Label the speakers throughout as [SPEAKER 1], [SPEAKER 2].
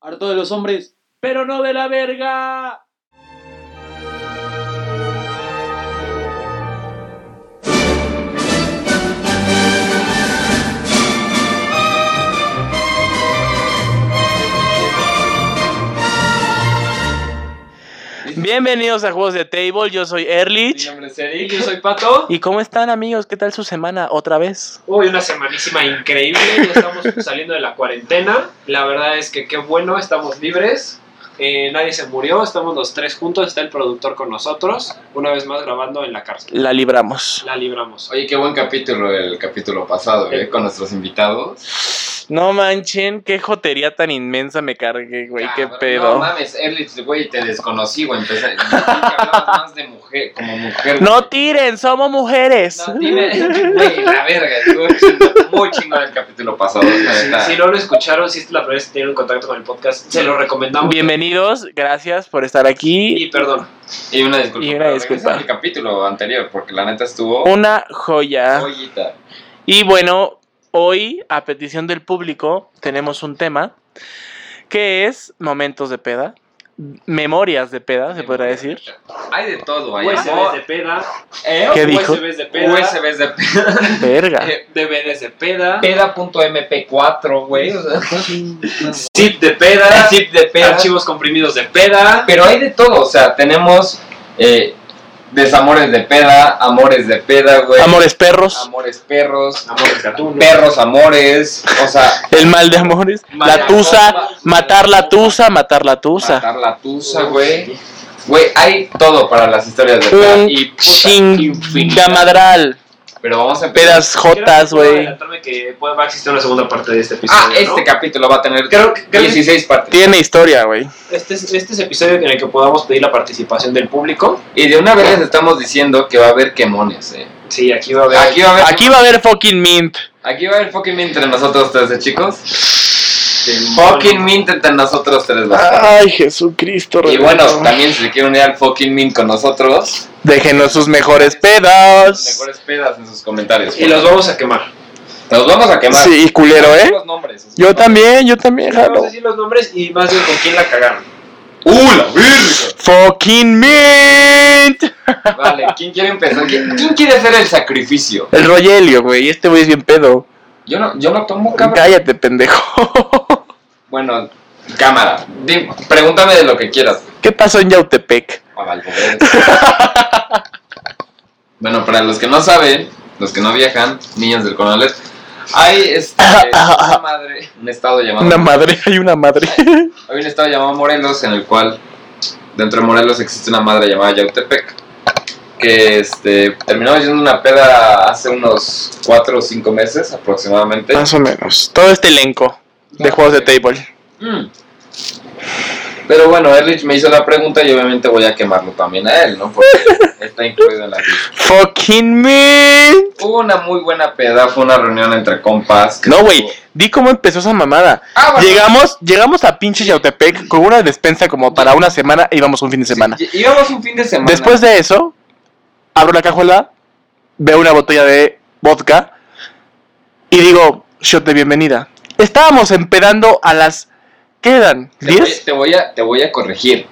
[SPEAKER 1] harto de los hombres, pero no de la verga.
[SPEAKER 2] Bienvenidos a Juegos de Table, yo soy Erlich.
[SPEAKER 3] nombre es Eric, yo soy Pato.
[SPEAKER 2] ¿Y cómo están amigos? ¿Qué tal su semana otra vez?
[SPEAKER 3] Hoy una semanísima increíble, ya estamos saliendo de la cuarentena. La verdad es que qué bueno, estamos libres. Eh, nadie se murió, estamos los tres juntos, está el productor con nosotros, una vez más grabando en la cárcel.
[SPEAKER 2] La libramos.
[SPEAKER 3] La libramos.
[SPEAKER 4] Oye, qué buen capítulo el capítulo pasado, ¿eh? Con nuestros invitados.
[SPEAKER 2] No manchen, qué jotería tan inmensa me cargué, güey, qué
[SPEAKER 4] Cabrón, No
[SPEAKER 2] pedo.
[SPEAKER 4] mames, Erlich, güey, te desconocí, güey. Empecé, empecé que hablabas más de mujer, como mujer.
[SPEAKER 2] No tiren, somos mujeres.
[SPEAKER 3] No, dime,
[SPEAKER 4] güey, la verga. Estuvo chingón, muy chingón el capítulo pasado, la neta.
[SPEAKER 3] si no lo escucharon, si esta es la primera vez que tienen contacto con el podcast, se lo recomendamos.
[SPEAKER 2] Bienvenidos, gracias por estar aquí.
[SPEAKER 3] Y perdón,
[SPEAKER 4] Y una disculpa.
[SPEAKER 2] Y una
[SPEAKER 4] pero
[SPEAKER 2] disculpa.
[SPEAKER 4] regresa al capítulo anterior, porque la neta estuvo...
[SPEAKER 2] Una joya.
[SPEAKER 4] joyita.
[SPEAKER 2] Y bueno, hoy, a petición del público, tenemos un tema que es momentos de peda. Memorias de peda, se podrá decir.
[SPEAKER 4] Hay de todo, hay
[SPEAKER 3] USBs de peda,
[SPEAKER 4] ¿Eh?
[SPEAKER 2] ¿Qué dijo?
[SPEAKER 3] USBs de peda,
[SPEAKER 4] USBs de
[SPEAKER 2] Verga.
[SPEAKER 3] eh, DVDs de peda,
[SPEAKER 4] peda.mp4, güey. o sea,
[SPEAKER 3] zip de peda,
[SPEAKER 4] zip de peda.
[SPEAKER 3] archivos comprimidos de peda.
[SPEAKER 4] Pero hay de todo, o sea, tenemos eh, desamores de peda, amores de peda, güey.
[SPEAKER 2] Amores perros,
[SPEAKER 4] Amores perros,
[SPEAKER 3] Amores gatunos.
[SPEAKER 4] perros amores, o sea,
[SPEAKER 2] el mal de amores,
[SPEAKER 3] Mala
[SPEAKER 2] la tusa,
[SPEAKER 4] copa.
[SPEAKER 2] matar la tusa, matar la tusa.
[SPEAKER 4] matar la tusa, güey. Güey, hay todo para las historias de peda
[SPEAKER 2] Un
[SPEAKER 4] y puta
[SPEAKER 2] chinga
[SPEAKER 4] infinidad.
[SPEAKER 2] madral,
[SPEAKER 4] Pero vamos a empezar.
[SPEAKER 2] pedas jotas,
[SPEAKER 3] Quiero
[SPEAKER 2] güey.
[SPEAKER 3] adelantarme que puede- va a existir una segunda parte de este episodio.
[SPEAKER 4] Ah, este
[SPEAKER 3] ¿no?
[SPEAKER 4] capítulo va a tener
[SPEAKER 3] Creo que- creo que-
[SPEAKER 4] 16 partes.
[SPEAKER 2] Tiene historia, güey.
[SPEAKER 3] este, es, este es episodio en el que podamos pedir la participación del público.
[SPEAKER 4] Y de una vez les estamos diciendo que va a haber quemones, eh.
[SPEAKER 3] Sí, aquí va a haber.
[SPEAKER 4] Aquí va a haber, aquí,
[SPEAKER 2] Aquí va a haber fucking mint.
[SPEAKER 4] va a haber fucking mint entre nosotros tres, ¿eh, chicos.
[SPEAKER 3] este, Simón.
[SPEAKER 4] Fucking mint entre nosotros tres,
[SPEAKER 3] Ah,
[SPEAKER 4] va a estar.
[SPEAKER 2] Ay, Jesucristo.
[SPEAKER 4] Y bueno, también si se quieren unir al fucking Mint con nosotros,
[SPEAKER 2] Déjenos sus mejores
[SPEAKER 4] las
[SPEAKER 2] pedas.
[SPEAKER 4] mejores pedas en sus comentarios.
[SPEAKER 3] Y los vamos a quemar.
[SPEAKER 4] Los vamos a quemar.
[SPEAKER 2] Sí, y culero, ¿eh?
[SPEAKER 4] Los nombres. los
[SPEAKER 2] Yo
[SPEAKER 4] nombres.
[SPEAKER 2] también, yo también,
[SPEAKER 3] Vamos a
[SPEAKER 2] jalo.
[SPEAKER 3] decir los nombres y más bien con quién la cagaron.
[SPEAKER 4] ¡Uh, la virgen!
[SPEAKER 2] Fucking mint.
[SPEAKER 4] Vale, ¿quién quiere empezar? ¿Quién, quién quiere hacer el sacrificio?
[SPEAKER 2] El Rogelio, güey. Este güey es bien pedo.
[SPEAKER 4] Yo no, yo no tomo cámara.
[SPEAKER 2] Cállate, pendejo.
[SPEAKER 4] Bueno, cámara. di- pregúntame de lo que quieras.
[SPEAKER 2] ¿Qué pasó en Yautepec?
[SPEAKER 4] Ah, vale, pobre. bueno, para los que no saben, los que no viajan, niños del Conalet, hay este, una madre, un estado llamado
[SPEAKER 2] Una madre, hay una madre.
[SPEAKER 4] Hay un estado llamado Morelos en el cual dentro de Morelos existe una madre llamada Yautepec que este, terminamos yendo a una peda hace unos 4 o 5 meses aproximadamente.
[SPEAKER 2] Más o menos. Todo este elenco
[SPEAKER 4] Ah,
[SPEAKER 2] de juegos de table.
[SPEAKER 4] Mm. Pero bueno, Erlich me hizo la pregunta y obviamente voy a quemarlo también a él, ¿no? Porque está incluido en la lista.
[SPEAKER 2] Fucking mint.
[SPEAKER 4] Hubo una muy buena peda, fue una reunión entre compas. que
[SPEAKER 2] No,
[SPEAKER 4] estuvo-
[SPEAKER 2] güey. Di cómo empezó esa mamada.
[SPEAKER 4] Ah, bueno,
[SPEAKER 2] Llegamos, llegamos a pinche Yautepec con una despensa como para una semana e íbamos un fin de
[SPEAKER 4] sí,
[SPEAKER 2] semana.
[SPEAKER 4] ll- íbamos un fin de semana.
[SPEAKER 2] Después de eso, abro la cajuela, veo una botella de vodka y digo, shot de bienvenida. Estábamos empedando a las... ¿Qué eran?
[SPEAKER 4] Te voy,
[SPEAKER 2] ¿10?
[SPEAKER 4] te voy a, te voy a corregir.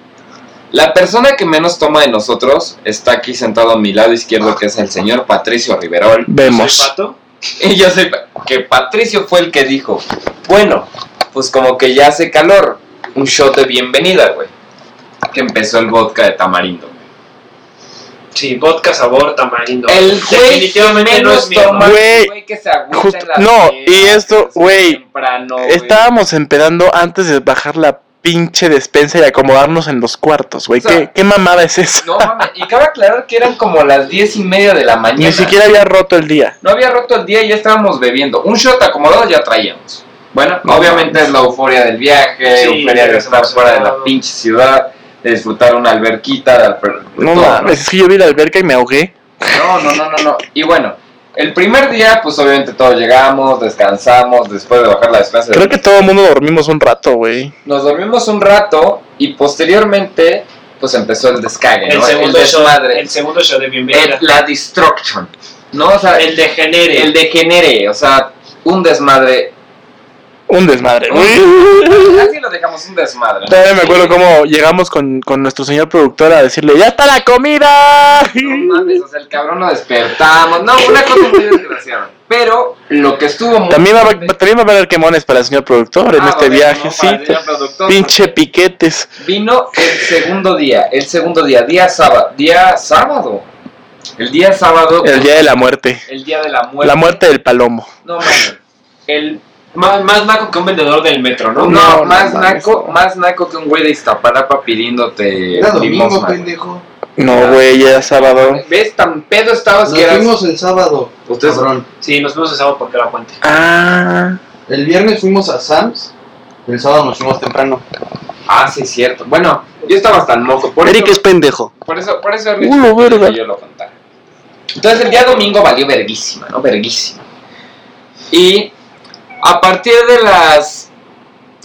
[SPEAKER 4] La persona que menos toma de nosotros está aquí sentado a mi lado izquierdo, que es el señor Patricio
[SPEAKER 3] Soy
[SPEAKER 4] Riverol.
[SPEAKER 2] Vemos.
[SPEAKER 3] pato.
[SPEAKER 4] Y yo sé que Patricio fue el que dijo, bueno, pues como que ya hace calor, un shot de bienvenida, güey. Que empezó el vodka de tamarindo.
[SPEAKER 3] Sí, vodka, sabor, tamarindo.
[SPEAKER 4] El güey
[SPEAKER 3] Definitivamente no
[SPEAKER 4] menos
[SPEAKER 3] es mío.
[SPEAKER 4] toma-
[SPEAKER 3] ¿no?
[SPEAKER 2] Güey,
[SPEAKER 4] que se agüita
[SPEAKER 2] justo-
[SPEAKER 4] en las
[SPEAKER 2] no,
[SPEAKER 4] fiestas,
[SPEAKER 2] y esto, güey,
[SPEAKER 4] temprano, güey.
[SPEAKER 2] Estábamos empedando antes de bajar la pinche despensa y acomodarnos en los cuartos, güey.
[SPEAKER 4] O sea,
[SPEAKER 2] ¿Qué, qué mamada es eso?
[SPEAKER 4] No mames, y cabe aclarar que eran como las diez y media de la mañana.
[SPEAKER 2] Ni siquiera había roto el día.
[SPEAKER 4] No había roto el día y ya estábamos bebiendo. Un shot acomodado ya traíamos. Bueno, obviamente es la euforia del viaje,
[SPEAKER 3] Sí,
[SPEAKER 4] euforia de estar
[SPEAKER 3] regresamos
[SPEAKER 4] fuera de la
[SPEAKER 3] emocionados.
[SPEAKER 4] pinche ciudad, de disfrutar una alberquita. de alper- de
[SPEAKER 2] No
[SPEAKER 4] todo, ¿no?
[SPEAKER 2] mames, es que yo vi la alberca y me ahogué.
[SPEAKER 4] No, no, no, no, no. Y bueno, el primer día, pues obviamente todos llegamos, descansamos, después de bajar la despensa.
[SPEAKER 2] Creo que todo el mundo dormimos un rato, güey.
[SPEAKER 4] Nos dormimos un rato y posteriormente, pues empezó el descague,
[SPEAKER 3] El
[SPEAKER 4] ¿no?
[SPEAKER 3] segundo show.
[SPEAKER 4] desmadre,
[SPEAKER 3] El segundo show de bienvenida.
[SPEAKER 5] Eh,
[SPEAKER 4] el- la destruction, ¿no? O sea,
[SPEAKER 3] El, degenere.
[SPEAKER 4] el degenere, o sea, un desmadre
[SPEAKER 2] Un desmadre.
[SPEAKER 5] Así lo dejamos un desmadre.
[SPEAKER 2] Todavía me acuerdo cómo llegamos con, con nuestro señor productor a decirle, ¡ya está la comida!
[SPEAKER 5] No mames, o sea, el cabrón lo despertamos. No, una cosa muy desgraciada. Pero lo que estuvo muy.
[SPEAKER 2] También va, a haber- también va a haber quemones para el señor productor en
[SPEAKER 5] Ah,
[SPEAKER 2] este
[SPEAKER 5] vale,
[SPEAKER 2] viaje,
[SPEAKER 5] no,
[SPEAKER 2] sí.
[SPEAKER 5] para el señor productor.
[SPEAKER 2] Pinche piquetes.
[SPEAKER 5] Vino el segundo día, el segundo día, día sábado, día sábado. El día sábado,
[SPEAKER 2] El día de la muerte.
[SPEAKER 5] el día de la muerte.
[SPEAKER 2] La muerte del palomo.
[SPEAKER 5] No mames. El
[SPEAKER 3] Más, más naco que un vendedor del metro,
[SPEAKER 5] no,
[SPEAKER 3] ¿no?
[SPEAKER 2] No, no
[SPEAKER 5] más
[SPEAKER 2] mames,
[SPEAKER 5] naco, más naco que un güey de Iztapalapa pidiéndote
[SPEAKER 6] Era domingo,
[SPEAKER 5] limosna.
[SPEAKER 6] pendejo.
[SPEAKER 2] No, güey, ya es sábado.
[SPEAKER 5] ¿Ves tan pedo estabas
[SPEAKER 6] Nos
[SPEAKER 5] que eras?
[SPEAKER 6] fuimos el sábado,
[SPEAKER 5] Ustedes
[SPEAKER 6] cabrón.
[SPEAKER 3] Sí, nos fuimos el sábado porque era puente.
[SPEAKER 2] Ah,
[SPEAKER 6] El viernes fuimos a Sam's. El sábado nos fuimos temprano.
[SPEAKER 5] Ah, sí, cierto. Bueno, yo estaba hasta el moco. Por
[SPEAKER 7] Eric es
[SPEAKER 5] eso,
[SPEAKER 7] pendejo.
[SPEAKER 5] por eso, por eso
[SPEAKER 2] Ulo, verga.
[SPEAKER 5] yo lo contaba. Entonces el día domingo valió verguísima, ¿no? Verguísima. Y a partir de las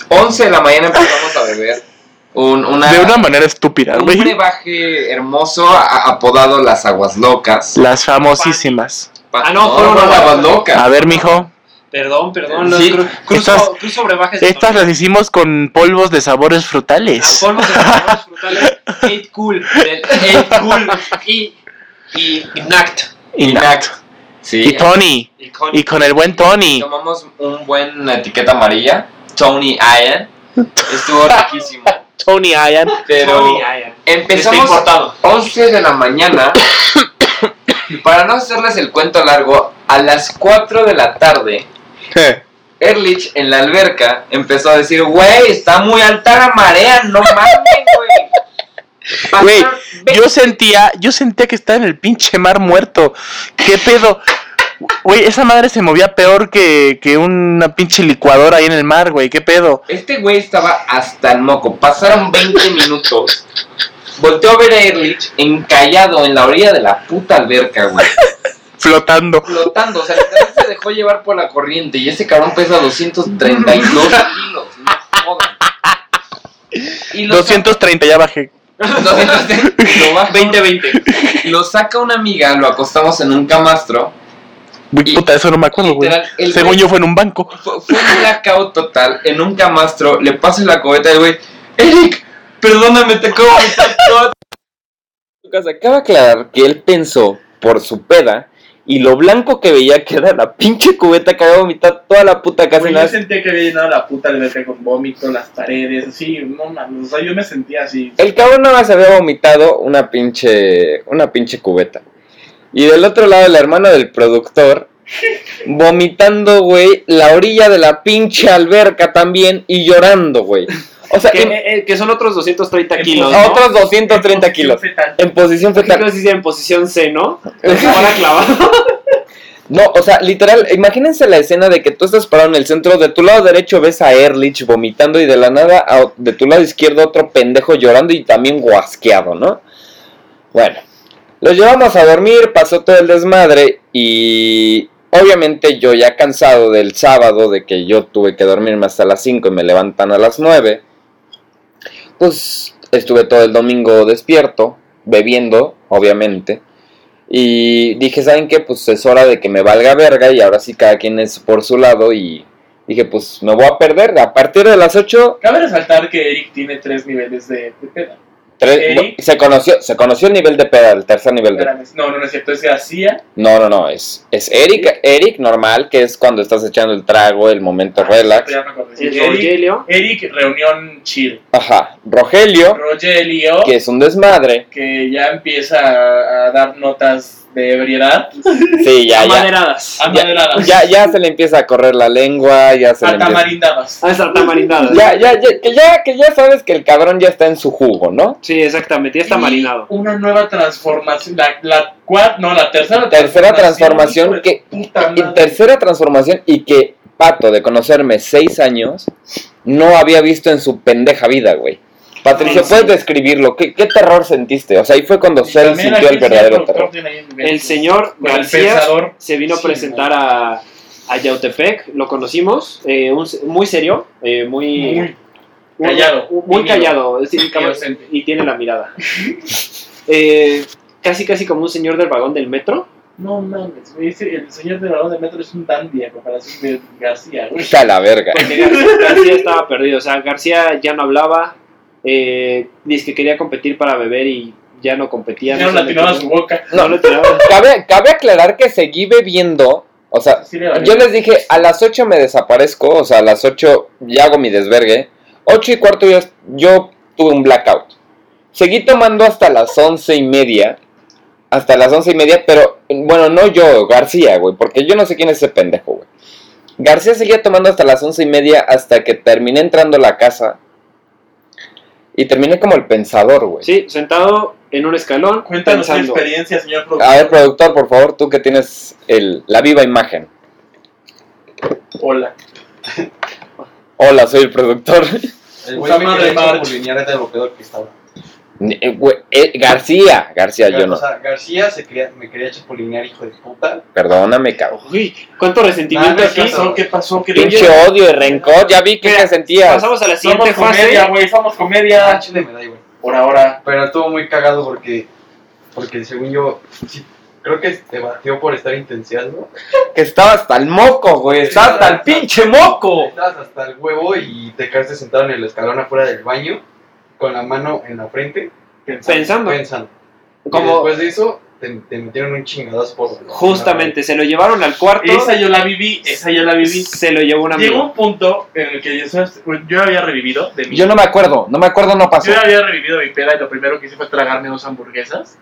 [SPEAKER 5] 11 de la mañana empezamos a beber un, una,
[SPEAKER 2] de una manera estúpida,
[SPEAKER 5] un
[SPEAKER 2] güey.
[SPEAKER 5] brebaje hermoso a- apodado las aguas locas.
[SPEAKER 2] Las famosísimas.
[SPEAKER 5] Pa-
[SPEAKER 3] Ah, no, fueron
[SPEAKER 5] las
[SPEAKER 3] aguas-
[SPEAKER 5] aguas locas.
[SPEAKER 2] A ver, mijo,
[SPEAKER 3] Perdón, perdón. no,
[SPEAKER 5] Sí,
[SPEAKER 3] cru- cruz,
[SPEAKER 2] estas-
[SPEAKER 3] so- cruz sobre bajes de
[SPEAKER 2] estas las hicimos con polvos de sabores frutales.
[SPEAKER 3] Polvos de sabores frutales. Eight Cool. Del Eight Cool. Y. Y. y Nact.
[SPEAKER 2] Y,
[SPEAKER 5] Sí.
[SPEAKER 2] y Tony.
[SPEAKER 3] Y con.
[SPEAKER 2] Y con el buen Tony.
[SPEAKER 5] Tomamos un buen etiqueta amarilla, Tony Ian. Estuvo riquísimo.
[SPEAKER 2] Tony Ian.
[SPEAKER 5] Pero
[SPEAKER 3] Tony Ayan. Está
[SPEAKER 5] empezamos a
[SPEAKER 3] importado.
[SPEAKER 5] 11 de la mañana. y para no hacerles el cuento largo, a las 4 de la tarde, Erlich en la alberca empezó a decir: Güey, está muy alta la marea, no mames, güey. Pasaron
[SPEAKER 2] Güey,
[SPEAKER 5] ve-
[SPEAKER 2] Yo sentía, yo sentía que estaba en el pinche mar muerto. ¿Qué pedo? Güey, esa madre se movía peor que, que una pinche licuadora ahí en el mar, güey. ¿Qué pedo?
[SPEAKER 5] Este güey estaba hasta el moco. Pasaron 20 minutos. Volteó a ver a Erlich encallado en la orilla de la puta alberca, güey.
[SPEAKER 2] Flotando.
[SPEAKER 5] Flotando, o sea, literal se dejó llevar por la corriente. Y ese cabrón pesa 232 kilos. No jodan. Y lo
[SPEAKER 2] 230 ya bajé.
[SPEAKER 5] saca- 230, lo baja-
[SPEAKER 3] 2020.
[SPEAKER 5] Lo saca una amiga, lo acostamos en un camastro.
[SPEAKER 2] Güey,
[SPEAKER 5] Y-
[SPEAKER 2] puta, eso no me acuerdo, güey.
[SPEAKER 5] Literal, el
[SPEAKER 2] Según
[SPEAKER 5] güey-
[SPEAKER 2] yo fue en un banco.
[SPEAKER 5] Fue, fue un blackout total. En un camastro, le paso la cobeta al güey. Eric, perdóname, te acabo de echar toda
[SPEAKER 4] Lucas acaba de aclarar que él pensó por su peda y lo blanco que veía que era la pinche cubeta que había vomitado toda la puta casa.
[SPEAKER 8] Güey,
[SPEAKER 4] nada
[SPEAKER 8] yo
[SPEAKER 4] más.
[SPEAKER 8] sentía que había llenado la puta alberca con vómito, las paredes, así, no mames, o sea, yo me sentía así.
[SPEAKER 4] El cabrón nada más había vomitado una pinche, una pinche cubeta. Y del otro lado, el hermano del productor, vomitando, güey, la orilla de la pinche alberca también y llorando, güey. O sea,
[SPEAKER 3] Que,
[SPEAKER 4] en-
[SPEAKER 3] eh, eh, que son otros 230
[SPEAKER 8] En
[SPEAKER 3] kilos.
[SPEAKER 8] posición-
[SPEAKER 3] ¿no?
[SPEAKER 4] otros 230
[SPEAKER 8] En
[SPEAKER 4] kilos.
[SPEAKER 8] posición fetal.
[SPEAKER 4] En posición
[SPEAKER 3] Creo
[SPEAKER 4] fetal.
[SPEAKER 3] que sí, en posición C, ¿no? Se van a clavar.
[SPEAKER 4] No, o sea, literal, imagínense la escena de que tú estás parado en el centro, de tu lado derecho ves a Erlich vomitando y de la nada a- de tu lado izquierdo otro pendejo llorando y también guasqueado, ¿no? Bueno, los llevamos a dormir, pasó todo el desmadre y obviamente yo ya cansado del sábado de que yo tuve que dormirme hasta las 5 y me levantan a las 9, pues estuve todo el domingo despierto, bebiendo, obviamente. Y dije, ¿saben qué? Pues es hora de que me valga verga y ahora sí cada quien es por su lado y dije, pues me voy a perder. A partir de las 8
[SPEAKER 8] Cabe resaltar que Eric tiene tres niveles de, de peda.
[SPEAKER 4] tres-
[SPEAKER 8] Ok.
[SPEAKER 4] se, conoció, se conoció el nivel de peda, el tercer nivel de...
[SPEAKER 8] Espérame, No, no, no es cierto, es García.
[SPEAKER 4] No, no, no, es, es Eric, Eric normal, que es cuando estás echando el trago, el
[SPEAKER 8] Ah,
[SPEAKER 4] momento relax.
[SPEAKER 8] Ya me acordé.
[SPEAKER 3] El
[SPEAKER 8] Eric,
[SPEAKER 3] Rogelio.
[SPEAKER 8] Eric, reunión chill.
[SPEAKER 4] Ajá, Rogelio,
[SPEAKER 8] Rogelio,
[SPEAKER 4] que es un desmadre.
[SPEAKER 8] que ya empieza a, a dar notas de ebriedad.
[SPEAKER 4] Sí, ya, ya.
[SPEAKER 3] Amaderadas.
[SPEAKER 8] A maderadas.
[SPEAKER 4] Ya, ya se le empieza a correr la lengua, ya se le
[SPEAKER 8] a
[SPEAKER 4] empieza...
[SPEAKER 8] tamarindadas.
[SPEAKER 3] Ah, estar tamarindadas.
[SPEAKER 4] Ya, ya, ya, que ya, que ya sabes que el cabrón ya está en su jugo, ¿no?
[SPEAKER 3] Sí, exactamente. Ya está
[SPEAKER 8] Y
[SPEAKER 3] marinado.
[SPEAKER 8] Una nueva transformación. La, la cua- no, la tercera
[SPEAKER 4] tercera
[SPEAKER 8] hijo
[SPEAKER 4] transformación
[SPEAKER 8] de
[SPEAKER 4] que
[SPEAKER 8] puta
[SPEAKER 4] y
[SPEAKER 8] madre.
[SPEAKER 4] tercera transformación y que Pato de conocerme seis años no había visto en su pendeja vida, güey. Patricio,
[SPEAKER 8] No, sí.
[SPEAKER 4] ¿puedes describirlo? ¿Qué, qué terror sentiste? O sea, ahí fue cuando
[SPEAKER 8] Y
[SPEAKER 4] Cell
[SPEAKER 8] también
[SPEAKER 4] sintió el
[SPEAKER 8] aquí sí
[SPEAKER 4] verdadero
[SPEAKER 8] productor
[SPEAKER 4] terror.
[SPEAKER 8] tiene ahí un nivel.
[SPEAKER 3] El señor
[SPEAKER 8] Con el
[SPEAKER 3] García
[SPEAKER 8] pensador.
[SPEAKER 3] se vino a
[SPEAKER 8] Sí,
[SPEAKER 3] presentar a, a Yautepec. Lo conocimos. eh, un- muy serio. eh, muy,
[SPEAKER 8] Muy callado,
[SPEAKER 3] un- Muy
[SPEAKER 8] tímido.
[SPEAKER 3] callado. sí,
[SPEAKER 8] Y ausente.
[SPEAKER 3] y tiene la mirada. Eh, casi, casi como un señor del vagón del metro.
[SPEAKER 8] No mames, güey. ese- el señor del balón de metro es un dandy a comparación de García, güey.
[SPEAKER 4] Está la verga.
[SPEAKER 9] Porque Gar- García estaba perdido. O sea, García ya no hablaba. Eh, dice que quería competir para beber y ya no competía.
[SPEAKER 8] Ya no
[SPEAKER 9] sé
[SPEAKER 8] la
[SPEAKER 9] dónde
[SPEAKER 8] tiraba a
[SPEAKER 9] quedó.
[SPEAKER 8] su boca.
[SPEAKER 9] No, le tiraba.
[SPEAKER 8] pues,
[SPEAKER 4] Cabe, cabe aclarar que seguí bebiendo. O sea,
[SPEAKER 8] Sí, le valía.
[SPEAKER 4] yo les dije, a las 8 me desaparezco. O sea, a las 8 ya hago mi desvergue. 8 y cuarto yo, yo tuve un blackout. Seguí tomando hasta las once y media. Hasta las once y media, pero bueno, no yo, García, güey, porque yo no sé quién es ese pendejo, güey. García seguía tomando hasta las once y media hasta que terminé entrando a la casa. Y terminé como el pensador, güey.
[SPEAKER 9] Sí, sentado en un escalón.
[SPEAKER 8] Cuéntanos tu
[SPEAKER 9] pensando.
[SPEAKER 8] experiencia, señor
[SPEAKER 4] A
[SPEAKER 8] productor.
[SPEAKER 4] ver, productor, por favor, tú que tienes el, la viva imagen.
[SPEAKER 8] Hola.
[SPEAKER 4] Hola, soy el productor.
[SPEAKER 6] El
[SPEAKER 8] Puta madre, March.
[SPEAKER 6] de bloqueador que estaba.
[SPEAKER 4] Eh, güey, eh, García, García, yo
[SPEAKER 6] O
[SPEAKER 4] no.
[SPEAKER 6] sea, García se quería, me quería chapulinear, hijo de puta.
[SPEAKER 4] Perdóname, cabrón.
[SPEAKER 9] Uy, cuánto resentimiento
[SPEAKER 6] Nah, no,
[SPEAKER 8] ¿Qué
[SPEAKER 9] aquí.
[SPEAKER 6] no,
[SPEAKER 8] pasó? ¿Qué pasó? ¿Qué
[SPEAKER 4] Pinche
[SPEAKER 8] pasó?
[SPEAKER 4] odio y rencor, ya vi que
[SPEAKER 9] Mira,
[SPEAKER 4] te sentías.
[SPEAKER 9] Pasamos a la siguiente
[SPEAKER 8] Somos
[SPEAKER 9] fase.
[SPEAKER 8] comedia, güey. Somos
[SPEAKER 6] Ah,
[SPEAKER 8] comedia.
[SPEAKER 6] chile me da igual.
[SPEAKER 8] Por ahora.
[SPEAKER 6] Pero estuvo muy cagado porque, porque según yo, sí, creo que te batió por estar intensiando.
[SPEAKER 4] Que estaba hasta el moco, güey. Estaba hasta el pinche moco.
[SPEAKER 6] Estabas hasta el huevo y te quedaste sentado en el escalón afuera del baño con la mano en la frente.
[SPEAKER 9] Pensando.
[SPEAKER 6] Pensando. Y
[SPEAKER 9] Como
[SPEAKER 6] después de eso, te, te metieron un chingadazo por.
[SPEAKER 9] justamente se lo llevaron al cuarto.
[SPEAKER 8] Esa yo la viví, esa yo la viví.
[SPEAKER 9] Se lo llevó un
[SPEAKER 8] Llegó
[SPEAKER 9] amigo.
[SPEAKER 8] un punto en el que yo, yo había revivido de mí.
[SPEAKER 4] Yo no me acuerdo, no me acuerdo, no pasó.
[SPEAKER 8] Yo ya había revivido mi peda y lo primero que hice fue tragarme dos hamburguesas.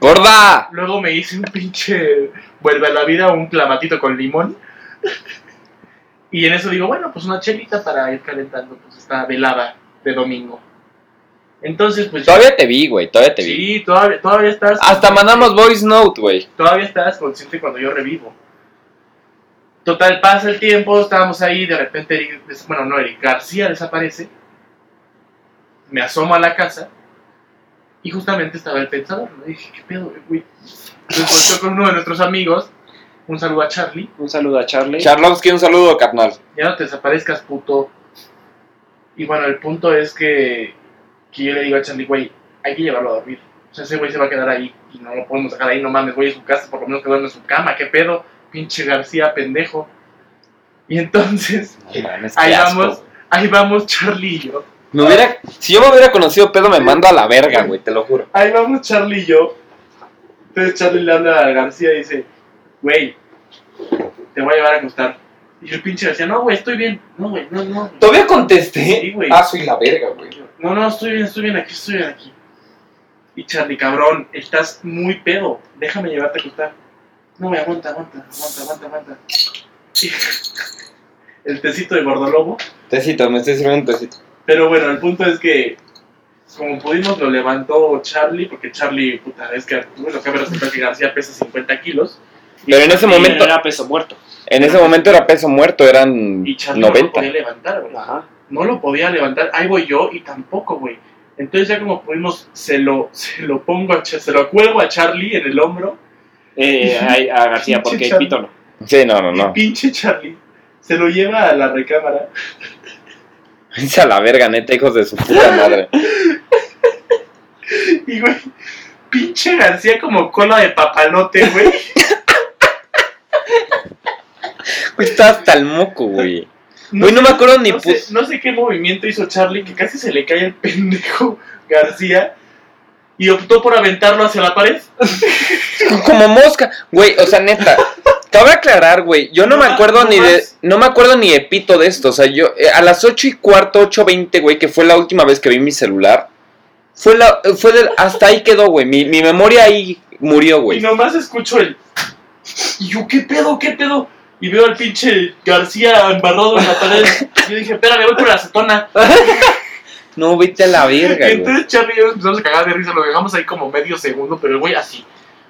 [SPEAKER 4] ¡Gorda!
[SPEAKER 8] Luego me hice un pinche vuelve a la vida, un clamatito con limón. Y en eso digo, bueno, pues una chelita para ir calentando pues esta velada de domingo. Entonces, pues
[SPEAKER 4] Todavía te vi, güey, todavía te vi.
[SPEAKER 8] Sí, todavía, todavía estás.
[SPEAKER 4] Hasta mandamos voice note, güey.
[SPEAKER 8] Todavía estás consciente cuando yo revivo. Total, pasa el tiempo, estábamos ahí, de repente, Eric des- bueno, no, Eric García desaparece. Me asomo a la casa y justamente estaba el pensador. ¿no? Y dije, ¿qué pedo, güey? Me encontré con uno de nuestros amigos. Un saludo a Charlie.
[SPEAKER 9] Un saludo a Charlie.
[SPEAKER 4] Charlovsky, un saludo, carnal.
[SPEAKER 8] Ya no te desaparezcas, puto. Y bueno, el punto es que, que yo le digo a Charlie, güey, hay que llevarlo a dormir. O sea, ese güey se va a quedar ahí y no lo podemos sacar ahí, no mames, güey, es su casa, por lo menos que duerme en su cama, qué pedo, pinche García, pendejo. Y entonces,
[SPEAKER 4] No mames, qué
[SPEAKER 8] ahí
[SPEAKER 4] asco.
[SPEAKER 8] vamos, ahí vamos Charlie y yo,
[SPEAKER 4] Me hubiera, si yo me hubiera conocido pedo, me mando a la verga, güey, te lo juro.
[SPEAKER 8] ahí vamos Charlie y yo. Entonces Charlie le habla a García y dice, güey, te voy a llevar a acostar. Y el pinche García, no, güey, estoy bien. No, güey, no, no.
[SPEAKER 4] Todavía contesté.
[SPEAKER 8] Sí, güey.
[SPEAKER 4] ah, soy la verga, güey.
[SPEAKER 8] No, no, estoy bien, estoy bien aquí, estoy bien aquí. Y Charlie, cabrón, estás muy pedo. Déjame llevarte a acostar. No, me aguanta, aguanta, aguanta, aguanta, aguanta. Y- El tecito de gordolobo.
[SPEAKER 4] Tecito, me estoy sirviendo un tecito.
[SPEAKER 8] Pero bueno, el punto es que, como pudimos, lo levantó Charlie, porque Charlie, puta, es que, bueno, cabe resaltar que García pesa 50 kilos. Y
[SPEAKER 4] Pero en ese
[SPEAKER 9] Y
[SPEAKER 4] momento-
[SPEAKER 9] Era peso muerto.
[SPEAKER 4] En ese momento era peso muerto, eran
[SPEAKER 8] Y Charlie no lo
[SPEAKER 4] 90.
[SPEAKER 8] podía levantar, güey.
[SPEAKER 9] Ajá.
[SPEAKER 8] no lo podía levantar. Ahí voy yo y tampoco, güey. Entonces ya como pudimos, se lo, se lo pongo, a Cha- se lo cuelgo a Charlie en el hombro.
[SPEAKER 9] Eh, a, a García, porque
[SPEAKER 8] Pinche
[SPEAKER 9] Pito no.
[SPEAKER 4] Sí, no, no,
[SPEAKER 8] Y
[SPEAKER 4] no.
[SPEAKER 8] pinche Charlie se lo lleva a la recámara.
[SPEAKER 4] Dice a la verga, neta, hijos de su puta madre.
[SPEAKER 8] Y, güey, pinche García como cola de papalote, güey.
[SPEAKER 4] Güey, Está hasta el moco, güey. Güey, no
[SPEAKER 8] sé-
[SPEAKER 4] me acuerdo ni
[SPEAKER 8] no
[SPEAKER 4] put-
[SPEAKER 8] sé, no sé qué movimiento hizo Charlie, que casi se le cae el pendejo García. Y optó por aventarlo hacia la pared.
[SPEAKER 4] Como mosca. Güey, o sea, neta. Cabe aclarar, güey. Yo no,
[SPEAKER 8] No
[SPEAKER 4] me
[SPEAKER 8] más,
[SPEAKER 4] acuerdo
[SPEAKER 8] no
[SPEAKER 4] ni de.
[SPEAKER 8] más.
[SPEAKER 4] No me acuerdo ni de pito de esto. O sea, yo. eh, a las 8 y cuarto, 8.20, güey, que fue la última vez que vi mi celular. Fue la. eh, Fue del. Hasta ahí quedó, güey. Mi, mi memoria ahí murió,
[SPEAKER 8] Y
[SPEAKER 4] güey.
[SPEAKER 8] nomás escucho el. Y yo, ¿qué pedo, qué pedo? Y veo al pinche García embarrado en la pared. Y yo dije, espérame, voy por la acetona.
[SPEAKER 4] No, vete a la verga,
[SPEAKER 8] Y
[SPEAKER 4] güey.
[SPEAKER 8] entonces Charlie y yo nos empezamos a cagar de risa. Lo dejamos ahí como medio segundo, pero el güey así.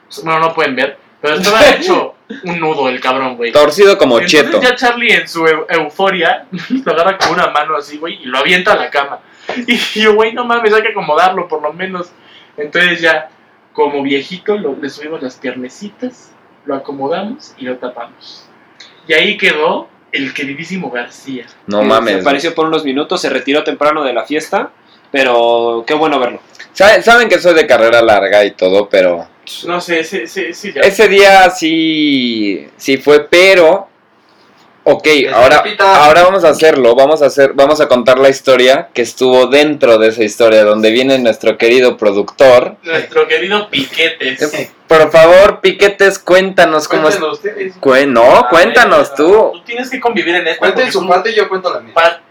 [SPEAKER 8] Pues, Bueno, no pueden ver. Pero estaba hecho un nudo el cabrón, güey.
[SPEAKER 4] Torcido como cheto.
[SPEAKER 8] Entonces ya Charlie en su eu- euforia lo agarra con una mano así, güey, y lo avienta a la cama. Y yo, güey, no mames, hay que acomodarlo por lo menos. Entonces ya, como viejito, lo- le subimos las piernecitas, lo acomodamos y lo tapamos. Y ahí quedó el queridísimo García.
[SPEAKER 4] No
[SPEAKER 9] Eh, Se
[SPEAKER 4] mames. güey.
[SPEAKER 9] apareció por unos minutos, se retiró temprano de la fiesta. Pero qué bueno verlo.
[SPEAKER 4] Saben, saben que soy de carrera larga y todo, pero
[SPEAKER 8] No sé, sí, sí, sí, ya.
[SPEAKER 4] Ese día sí, sí fue, pero. Ok, ahora,
[SPEAKER 10] repita.
[SPEAKER 4] ahora vamos a hacerlo. Vamos a, hacer, vamos a contar la historia que estuvo dentro de esa historia, donde viene nuestro querido productor.
[SPEAKER 8] Nuestro querido
[SPEAKER 4] Eh,
[SPEAKER 8] Piquetes.
[SPEAKER 4] Por favor, Piquetes, cuéntanos cómo es.
[SPEAKER 6] Cuéntenos ustedes.
[SPEAKER 4] Cue- no, cuéntanos tú.
[SPEAKER 8] Ah, Tú tienes que convivir en esto. porque
[SPEAKER 6] Cuenten
[SPEAKER 8] es
[SPEAKER 6] su
[SPEAKER 8] un
[SPEAKER 6] parte y yo cuento la mía.
[SPEAKER 8] par-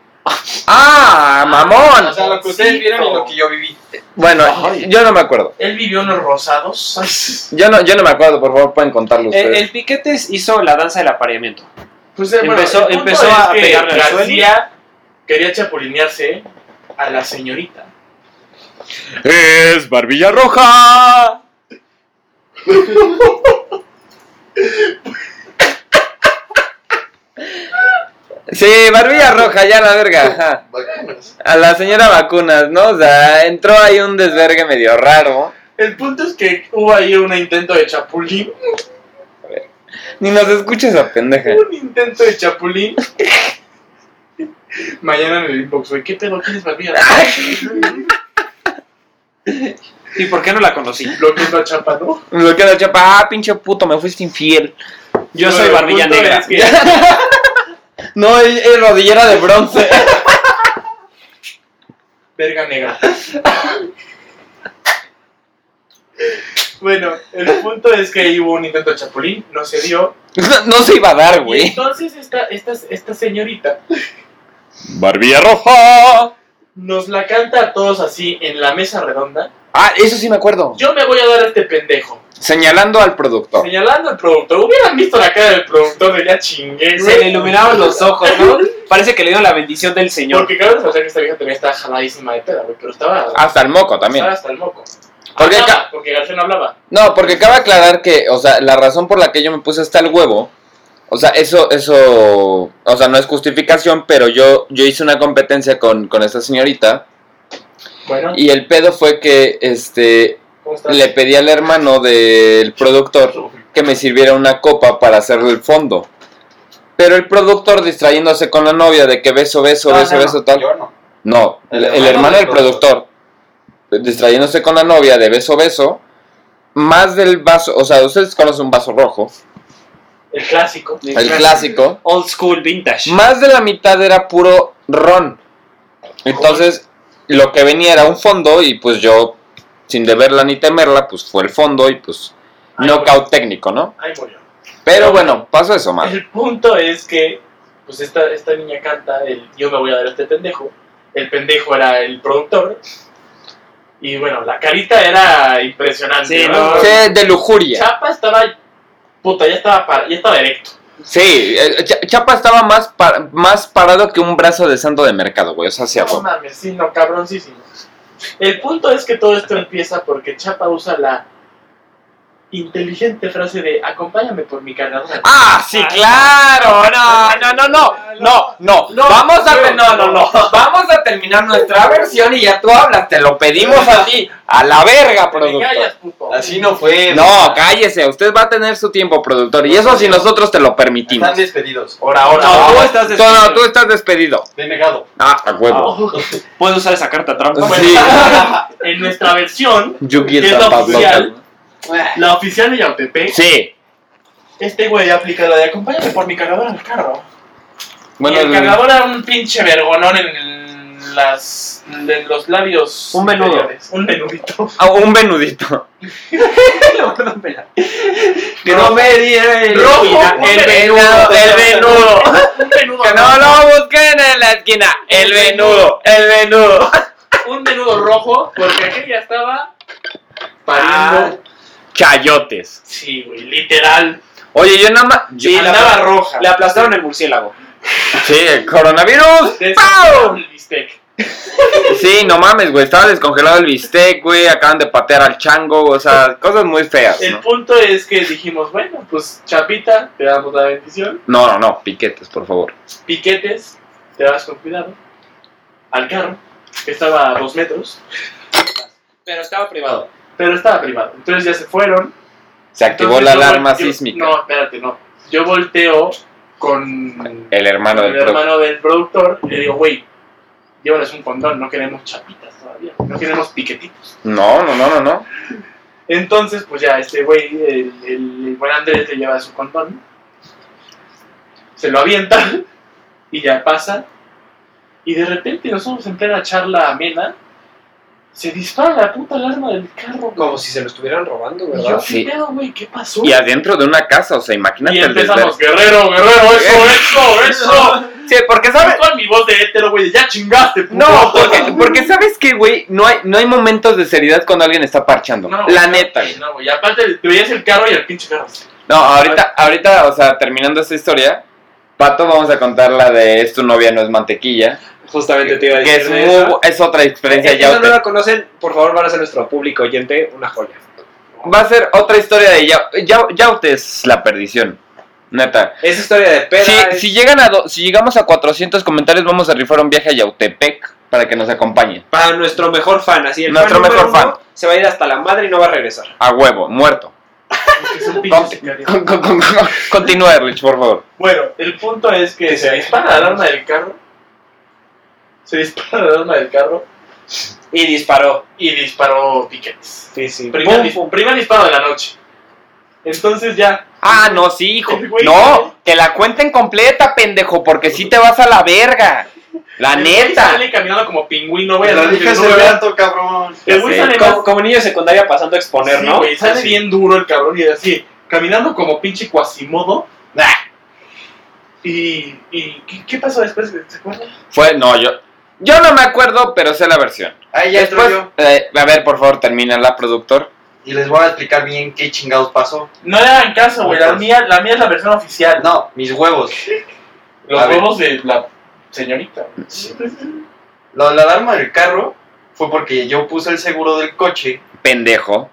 [SPEAKER 4] ¡Ah,
[SPEAKER 6] O
[SPEAKER 4] mamón!
[SPEAKER 6] sea, lo que ustedes vieron y lo que yo viví.
[SPEAKER 4] Bueno, yo no me acuerdo.
[SPEAKER 8] Él vivió en los rosados.
[SPEAKER 4] Yo no, yo no me acuerdo, por favor, pueden
[SPEAKER 9] El,
[SPEAKER 4] contarlo ustedes.
[SPEAKER 9] Eh, el Piquetes hizo la danza del apareamiento.
[SPEAKER 8] Pues, eh,
[SPEAKER 9] Empezó-
[SPEAKER 8] el punto
[SPEAKER 9] empezó
[SPEAKER 8] es
[SPEAKER 9] a
[SPEAKER 8] que
[SPEAKER 9] pegarle al suelo.
[SPEAKER 8] García quería chapulinearse a la señorita.
[SPEAKER 4] ¡Es Barbilla Roja! Sí, Barbilla Roja, ya la verga. ajá.
[SPEAKER 6] Vacunas.
[SPEAKER 4] A la señora vacunas, ¿no? O sea, entró ahí un desvergue medio raro.
[SPEAKER 8] El punto es que hubo ahí un intento de chapulín.
[SPEAKER 4] Ni nos escuches esa pendeja.
[SPEAKER 8] Un intento de chapulín. Mañana en el inbox, güey, ¿qué pedo tienes, barbilla?
[SPEAKER 9] ¿Y por qué no la conocí?
[SPEAKER 8] Lo que es la chapa, ¿no?
[SPEAKER 4] Lo que la chapa, ah, pinche puto, me fuiste infiel.
[SPEAKER 9] Yo
[SPEAKER 8] Bueno,
[SPEAKER 9] soy
[SPEAKER 8] el
[SPEAKER 9] barbilla
[SPEAKER 8] punto
[SPEAKER 9] negra.
[SPEAKER 8] es que-
[SPEAKER 4] No, es, es rodillera de bronce.
[SPEAKER 8] Verga negra. bueno, el punto es que ahí hubo un intento de chapulín, no se dio.
[SPEAKER 4] No se iba a dar,
[SPEAKER 8] Y
[SPEAKER 4] güey.
[SPEAKER 8] entonces esta, esta, esta señorita
[SPEAKER 4] Barbilla Roja.
[SPEAKER 8] nos la canta a todos así en la mesa redonda.
[SPEAKER 4] Ah, eso sí me acuerdo.
[SPEAKER 8] Yo me voy a dar a este pendejo.
[SPEAKER 4] Señalando al productor.
[SPEAKER 8] Señalando al productor. Hubieran visto la cara del productor de ya chingue,
[SPEAKER 9] Se le
[SPEAKER 8] güey.
[SPEAKER 9] iluminaban los ojos, ¿no? Parece que le dieron la bendición del Señor.
[SPEAKER 8] Porque cabe resaltar que esta vieja también estaba jaladísima de peda, güey. Pero estaba,
[SPEAKER 4] Hasta el moco Ah, también.
[SPEAKER 8] estaba hasta el moco.
[SPEAKER 4] Porque,
[SPEAKER 8] Hablaba,
[SPEAKER 4] ca-
[SPEAKER 8] porque García no hablaba.
[SPEAKER 4] no, porque cabe aclarar que, o sea, la razón por la que yo me puse hasta el huevo, o sea, eso, eso, o sea, no es justificación, pero yo, yo hice una competencia con, con esta señorita
[SPEAKER 8] Bueno,
[SPEAKER 4] y el pedo fue que, este,
[SPEAKER 8] ¿cómo estás?
[SPEAKER 4] le pedí al hermano del productor que me sirviera una copa para hacerle el fondo. Pero el productor distrayéndose con la novia de que beso, beso,
[SPEAKER 9] No,
[SPEAKER 4] beso,
[SPEAKER 9] no, no.
[SPEAKER 4] beso, tal.
[SPEAKER 6] Yo Ah, no.
[SPEAKER 4] No, el, el hermano, del productor, distrayéndose con la novia de beso, beso, más del vaso, o sea, ustedes conocen un vaso rojo,
[SPEAKER 8] El clásico.
[SPEAKER 4] el clásico,
[SPEAKER 9] Old school, vintage.
[SPEAKER 4] más de la mitad era puro ron. Entonces, lo que venía era un fondo y pues yo, sin deberla ni temerla, pues fue el fondo y pues
[SPEAKER 8] Ay,
[SPEAKER 4] knockout técnico, ¿no?
[SPEAKER 8] Ahí murió.
[SPEAKER 4] Pero bueno, pasó eso, mal.
[SPEAKER 8] El punto es que, pues esta, esta niña canta el yo me voy a dar a este pendejo. El pendejo era el productor. Y bueno, la carita era impresionante.
[SPEAKER 9] Sí,
[SPEAKER 8] ¿no?
[SPEAKER 9] no.
[SPEAKER 4] Sí, de lujuria.
[SPEAKER 8] Chapa estaba. Puta, ya estaba, par- ya estaba erecto.
[SPEAKER 4] Sí, eh, Cha- Chapa estaba más, par- más parado que un brazo de santo de mercado, güey. O sea, sí, a
[SPEAKER 8] No
[SPEAKER 4] huevo.
[SPEAKER 8] mames, sí, no, cabroncísimo. El punto es que todo esto empieza porque Chapa usa la inteligente frase de acompáñame por mi cargador.
[SPEAKER 4] Ah, sí, claro. No, no, no, no. No, no. Vamos a no, no, no. Vamos a terminar nuestra versión y ya tú hablas, te lo pedimos a ti. A la verga,
[SPEAKER 8] Te me callas,
[SPEAKER 4] productor.
[SPEAKER 8] puto.
[SPEAKER 6] Así no fue.
[SPEAKER 4] No, cállese, usted va a tener su tiempo, productor. Y eso si nosotros te lo permitimos.
[SPEAKER 6] Están despedidos.
[SPEAKER 9] Ahora, ahora.
[SPEAKER 4] No,
[SPEAKER 9] tú estás
[SPEAKER 4] No, no,
[SPEAKER 9] despedido.
[SPEAKER 4] tú estás despedido.
[SPEAKER 6] Denegado.
[SPEAKER 4] Ah, a huevo.
[SPEAKER 9] Puedes usar esa carta trampa.
[SPEAKER 8] Oh, Bueno,
[SPEAKER 4] Sí.
[SPEAKER 8] en nuestra versión,
[SPEAKER 4] Yugi
[SPEAKER 8] ¿Qué es
[SPEAKER 4] está
[SPEAKER 8] lo
[SPEAKER 4] pa'
[SPEAKER 8] oficial?
[SPEAKER 4] loca.
[SPEAKER 8] la oficial de Yautepec,
[SPEAKER 4] Sí.
[SPEAKER 8] este güey aplica la de acompáñame por mi cargador al carro.
[SPEAKER 4] Bueno,
[SPEAKER 8] y el
[SPEAKER 4] el-
[SPEAKER 8] cargador era un pinche vergonón en las en los labios
[SPEAKER 9] Un menudo.
[SPEAKER 8] superiores. un menudito
[SPEAKER 4] ah, un venudito.
[SPEAKER 9] Lo van a pelar.
[SPEAKER 4] Que no me
[SPEAKER 8] rojo
[SPEAKER 4] El
[SPEAKER 8] un
[SPEAKER 4] venudo, el venudo.
[SPEAKER 8] un menudo
[SPEAKER 4] Que no lo busquen en la esquina. El venudo, Eh, el venudo.
[SPEAKER 8] un menudo rojo porque aquel ya estaba pariendo
[SPEAKER 4] Chayotes.
[SPEAKER 8] sí güey literal
[SPEAKER 4] Oye, yo nada más.
[SPEAKER 9] Y la-
[SPEAKER 8] andaba roja
[SPEAKER 9] Le aplastaron el murciélago.
[SPEAKER 4] Sí, el coronavirus.
[SPEAKER 8] descongelado
[SPEAKER 4] ¡Pau!
[SPEAKER 8] el bistec
[SPEAKER 4] Sí, no mames, güey. Estaba descongelado el bistec, güey. Acaban de patear al chango. O sea, cosas muy feas.
[SPEAKER 8] el
[SPEAKER 4] ¿no?
[SPEAKER 8] punto es que dijimos bueno pues chapita te damos la bendición
[SPEAKER 4] No, no, no. Piquetes, por favor.
[SPEAKER 8] piquetes te vas con cuidado al carro que estaba a dos metros
[SPEAKER 9] Pero estaba privado.
[SPEAKER 8] pero estaba privado entonces ya se fueron
[SPEAKER 4] Se activó
[SPEAKER 8] Entonces,
[SPEAKER 4] la
[SPEAKER 8] yo
[SPEAKER 4] alarma
[SPEAKER 8] vol- yo-
[SPEAKER 4] sísmica.
[SPEAKER 8] No, espérate, no. Yo volteo con
[SPEAKER 4] El hermano
[SPEAKER 8] con
[SPEAKER 4] del
[SPEAKER 8] el
[SPEAKER 4] pro.
[SPEAKER 8] hermano del productor y le digo, güey, llévales un condón, no queremos chapitas todavía, no queremos piquetitos.
[SPEAKER 4] No, no, no, no, no.
[SPEAKER 8] Entonces, pues ya este güey, el, el- el buen Andrés le lleva su condón, se lo avienta y ya pasa. Y de repente nosotros en plena charla amena, se dispara la puta alarma del carro. güey.
[SPEAKER 9] Como si se lo estuvieran robando,
[SPEAKER 8] Y yo,
[SPEAKER 9] ¿verdad?
[SPEAKER 4] Sí.
[SPEAKER 8] ¿qué pedo, güey? ¿Qué pasó?
[SPEAKER 4] Y adentro de una casa, o sea, imagínate
[SPEAKER 8] Y
[SPEAKER 4] el desver-
[SPEAKER 8] empezamos, guerrero, guerrero, eso,
[SPEAKER 4] Eh,
[SPEAKER 8] eso, eso.
[SPEAKER 4] Sí, porque sabes.
[SPEAKER 8] ¿Sabes con mi voz de hétero, güey? de, Ya chingaste, puto.
[SPEAKER 4] No, porque, porque sabes que, güey, no hay, no hay momentos de seriedad cuando alguien está parchando.
[SPEAKER 8] No,
[SPEAKER 4] la
[SPEAKER 8] güey,
[SPEAKER 4] neta, güey.
[SPEAKER 8] No, güey. Aparte, te veías el carro y el pinche carro.
[SPEAKER 4] No, ahorita, ahorita, o sea, terminando esta historia, Pato, vamos a contar la de Es tu novia, no es mantequilla.
[SPEAKER 9] Justamente te iba a
[SPEAKER 4] Que
[SPEAKER 9] decir.
[SPEAKER 4] es,
[SPEAKER 9] de
[SPEAKER 4] muy
[SPEAKER 9] esa.
[SPEAKER 4] bu- es otra experiencia
[SPEAKER 9] Si
[SPEAKER 4] ya.
[SPEAKER 9] no la conocen, por favor, van a ser nuestro público oyente una joya.
[SPEAKER 4] Va a ser otra historia de ya, ya, Yaute es la perdición. Neta.
[SPEAKER 9] Esa historia de peda.
[SPEAKER 4] Si,
[SPEAKER 9] es-
[SPEAKER 4] si llegan a do- si llegamos a 400 comentarios, vamos a rifar un viaje a Yautepec para que nos acompañen.
[SPEAKER 9] Para nuestro mejor fan, así el
[SPEAKER 4] Nuestro
[SPEAKER 9] fan número
[SPEAKER 4] mejor fan.
[SPEAKER 9] uno se va a ir hasta la madre y no va a regresar.
[SPEAKER 4] A huevo, muerto.
[SPEAKER 8] Porque es un pinche sicario.
[SPEAKER 4] Con- con- con- con- Continúa, Erlich, por favor.
[SPEAKER 8] Bueno, el punto es que
[SPEAKER 9] Que
[SPEAKER 8] se
[SPEAKER 9] se-
[SPEAKER 8] dispara la alarma del carro. Se dispara la alarma del carro
[SPEAKER 9] Y disparó.
[SPEAKER 8] y disparó piquetes.
[SPEAKER 9] Sí, sí.
[SPEAKER 8] Primer,
[SPEAKER 9] Pum,
[SPEAKER 8] dis-
[SPEAKER 9] pum.
[SPEAKER 8] primer disparo de la noche. Entonces ya.
[SPEAKER 4] Ah, no, sí, hijo.
[SPEAKER 8] El güey, güey.
[SPEAKER 4] No, que la cuenten completa, pendejo, porque si te vas a la verga. La
[SPEAKER 8] el güey
[SPEAKER 4] neta.
[SPEAKER 8] Sale caminando como pingüino, güey.
[SPEAKER 6] La
[SPEAKER 8] así
[SPEAKER 6] dije
[SPEAKER 8] que
[SPEAKER 6] ese
[SPEAKER 8] no,
[SPEAKER 6] gato, cabrón.
[SPEAKER 8] El güey
[SPEAKER 4] Ya sé.
[SPEAKER 8] sale más
[SPEAKER 9] Como, como niño de secundaria pasando a exponer,
[SPEAKER 8] Sí,
[SPEAKER 9] ¿no?
[SPEAKER 8] güey, sale
[SPEAKER 9] Así.
[SPEAKER 8] bien duro el cabrón y así, caminando como pinche cuasimodo. Y, y ¿qué, qué pasó después? ¿Se acuerdan?
[SPEAKER 4] Fue, no, yo. Yo no me acuerdo, pero sé la versión.
[SPEAKER 6] Ahí ya entro
[SPEAKER 4] Después,
[SPEAKER 6] yo.
[SPEAKER 4] eh, a ver, por favor, termina la productor.
[SPEAKER 6] Y les voy a explicar bien qué chingados pasó.
[SPEAKER 8] No le hagan caso, güey. La mía, la mía es la versión oficial.
[SPEAKER 6] No, mis huevos.
[SPEAKER 8] Los
[SPEAKER 6] A ver.
[SPEAKER 8] huevos de la señorita.
[SPEAKER 6] Lo de la alarma del carro fue porque yo puse el seguro del coche.
[SPEAKER 4] Pendejo.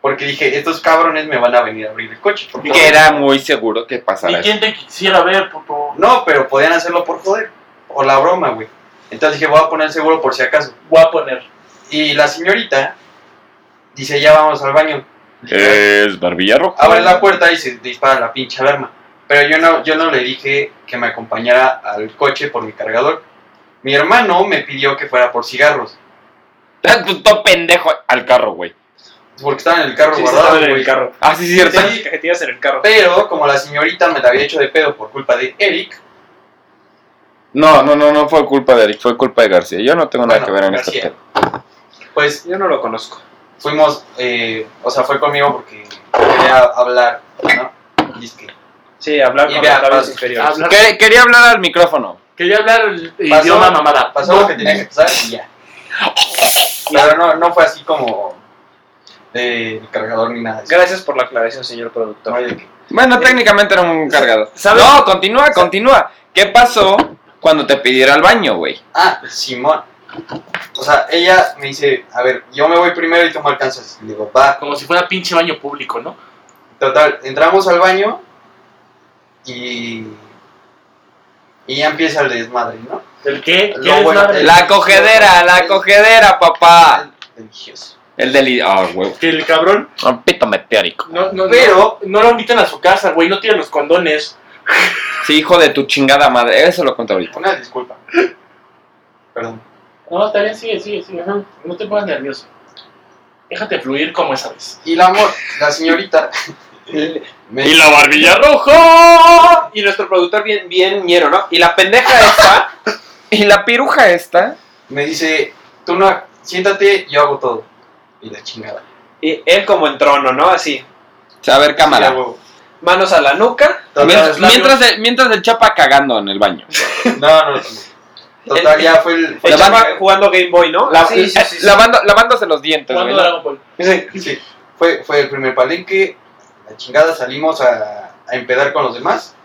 [SPEAKER 6] Porque dije, estos cabrones me van a venir a abrir el coche. por favor.
[SPEAKER 4] Que era muy seguro que pasara
[SPEAKER 8] Ni
[SPEAKER 4] eso.
[SPEAKER 8] quien te quisiera ver, puto.
[SPEAKER 6] No, pero podían hacerlo por joder. O la broma, güey. Entonces dije, voy a poner el seguro por si acaso.
[SPEAKER 8] Voy a poner.
[SPEAKER 6] Y la señorita dice, ya vamos al baño.
[SPEAKER 4] Es Barbilla Roja.
[SPEAKER 6] Abre la puerta y se dispara la pinche alarma. Pero yo no, yo no le dije que me acompañara al coche por mi cargador. Mi hermano me pidió que fuera por cigarros.
[SPEAKER 4] Ah, Puto pendejo. Al carro, güey.
[SPEAKER 6] Porque estaba en el carro
[SPEAKER 9] Sí, sí,
[SPEAKER 6] guardado,
[SPEAKER 9] estaba en el
[SPEAKER 6] güey.
[SPEAKER 9] carro.
[SPEAKER 4] Ah, sí, sí, cierto.
[SPEAKER 9] Tenías cajetillas en el carro.
[SPEAKER 6] Pero como la señorita me la había hecho de pedo por culpa de Eric,
[SPEAKER 4] No, no, no, no fue culpa de Eric, fue culpa de García. Yo no tengo nada
[SPEAKER 6] Bueno,
[SPEAKER 4] que ver en este
[SPEAKER 6] García.
[SPEAKER 4] pedo.
[SPEAKER 6] pues
[SPEAKER 9] Yo no lo conozco.
[SPEAKER 6] fuimos, eh, o sea, fue conmigo porque quería hablar, ¿no? Y es que
[SPEAKER 9] Sí, hablar
[SPEAKER 6] Y
[SPEAKER 9] con
[SPEAKER 6] vea,
[SPEAKER 9] las labios
[SPEAKER 6] pasa.
[SPEAKER 9] inferiores.
[SPEAKER 8] Hablar.
[SPEAKER 4] Que- Quería hablar al micrófono.
[SPEAKER 8] Quería hablar el
[SPEAKER 6] Pasó-
[SPEAKER 8] idioma mamada.
[SPEAKER 6] pasó lo que tenía que pasar y ya. Pero no, no fue así como de cargador ni nada. de eso.
[SPEAKER 9] Gracias por la aclaración, señor
[SPEAKER 6] No
[SPEAKER 9] productor.
[SPEAKER 6] hay de qué.
[SPEAKER 4] Bueno, técnicamente era un cargador. No, continúa, continúa. ¿Qué pasó cuando te pidiera al baño, güey?
[SPEAKER 6] Ah, Simón. O sea, ella me dice, a ver, yo me voy primero y tú me alcanzas. Y digo, va.
[SPEAKER 8] Como si fuera pinche baño público, ¿no?
[SPEAKER 6] Total, entramos al baño y... Y ya empieza el desmadre, ¿no?
[SPEAKER 8] ¿El qué?
[SPEAKER 6] Lo
[SPEAKER 8] ¿Qué es
[SPEAKER 6] bueno,
[SPEAKER 8] la-
[SPEAKER 6] el-
[SPEAKER 4] La cogedera, la cogedera,
[SPEAKER 9] Ah.
[SPEAKER 4] papá.
[SPEAKER 6] Delicioso.
[SPEAKER 4] El delito. Ah, güey.
[SPEAKER 8] Que el cabrón
[SPEAKER 4] Un pito meteórico.
[SPEAKER 8] no, no,
[SPEAKER 6] Pero-
[SPEAKER 8] no, no lo invitan a su casa, güey. No tiran los condones.
[SPEAKER 4] Sí, hijo de tu chingada madre. Eso lo cuento ahorita.
[SPEAKER 6] Una disculpa. Perdón.
[SPEAKER 8] No, está bien, sigue, sigue, sigue. ajá. No te pongas nervioso. Déjate fluir como esa vez.
[SPEAKER 6] Y la amor, la señorita... me-
[SPEAKER 4] la barbilla roja.
[SPEAKER 9] Y nuestro productor bien, bien ñero, ¿no? Y la pendeja esta,
[SPEAKER 4] Y la piruja esta.
[SPEAKER 6] me dice, tú no, siéntate, yo hago todo. Y la chingada.
[SPEAKER 9] y él como en trono, ¿no? Así,
[SPEAKER 4] O sea, a ver,
[SPEAKER 6] Sí,
[SPEAKER 4] cámara.
[SPEAKER 6] hago-
[SPEAKER 9] manos a la nuca.
[SPEAKER 6] Total,
[SPEAKER 4] Mientras,
[SPEAKER 6] los labios-
[SPEAKER 4] mientras el, mientras el chapa cagando en el baño.
[SPEAKER 6] No, no, no. Total, ya fue el...
[SPEAKER 9] El
[SPEAKER 4] La
[SPEAKER 9] chava
[SPEAKER 4] banda-
[SPEAKER 9] jugando Game Boy, ¿no?
[SPEAKER 4] La-
[SPEAKER 9] Así.
[SPEAKER 4] eh, lavando- lavándose los dientes, güey.
[SPEAKER 8] Jugando
[SPEAKER 4] ¿no?
[SPEAKER 8] Dragon Ball.
[SPEAKER 9] Sí.
[SPEAKER 6] Sí, fue, fue el primer palenque. La chingada salimos a, a empedar con los demás.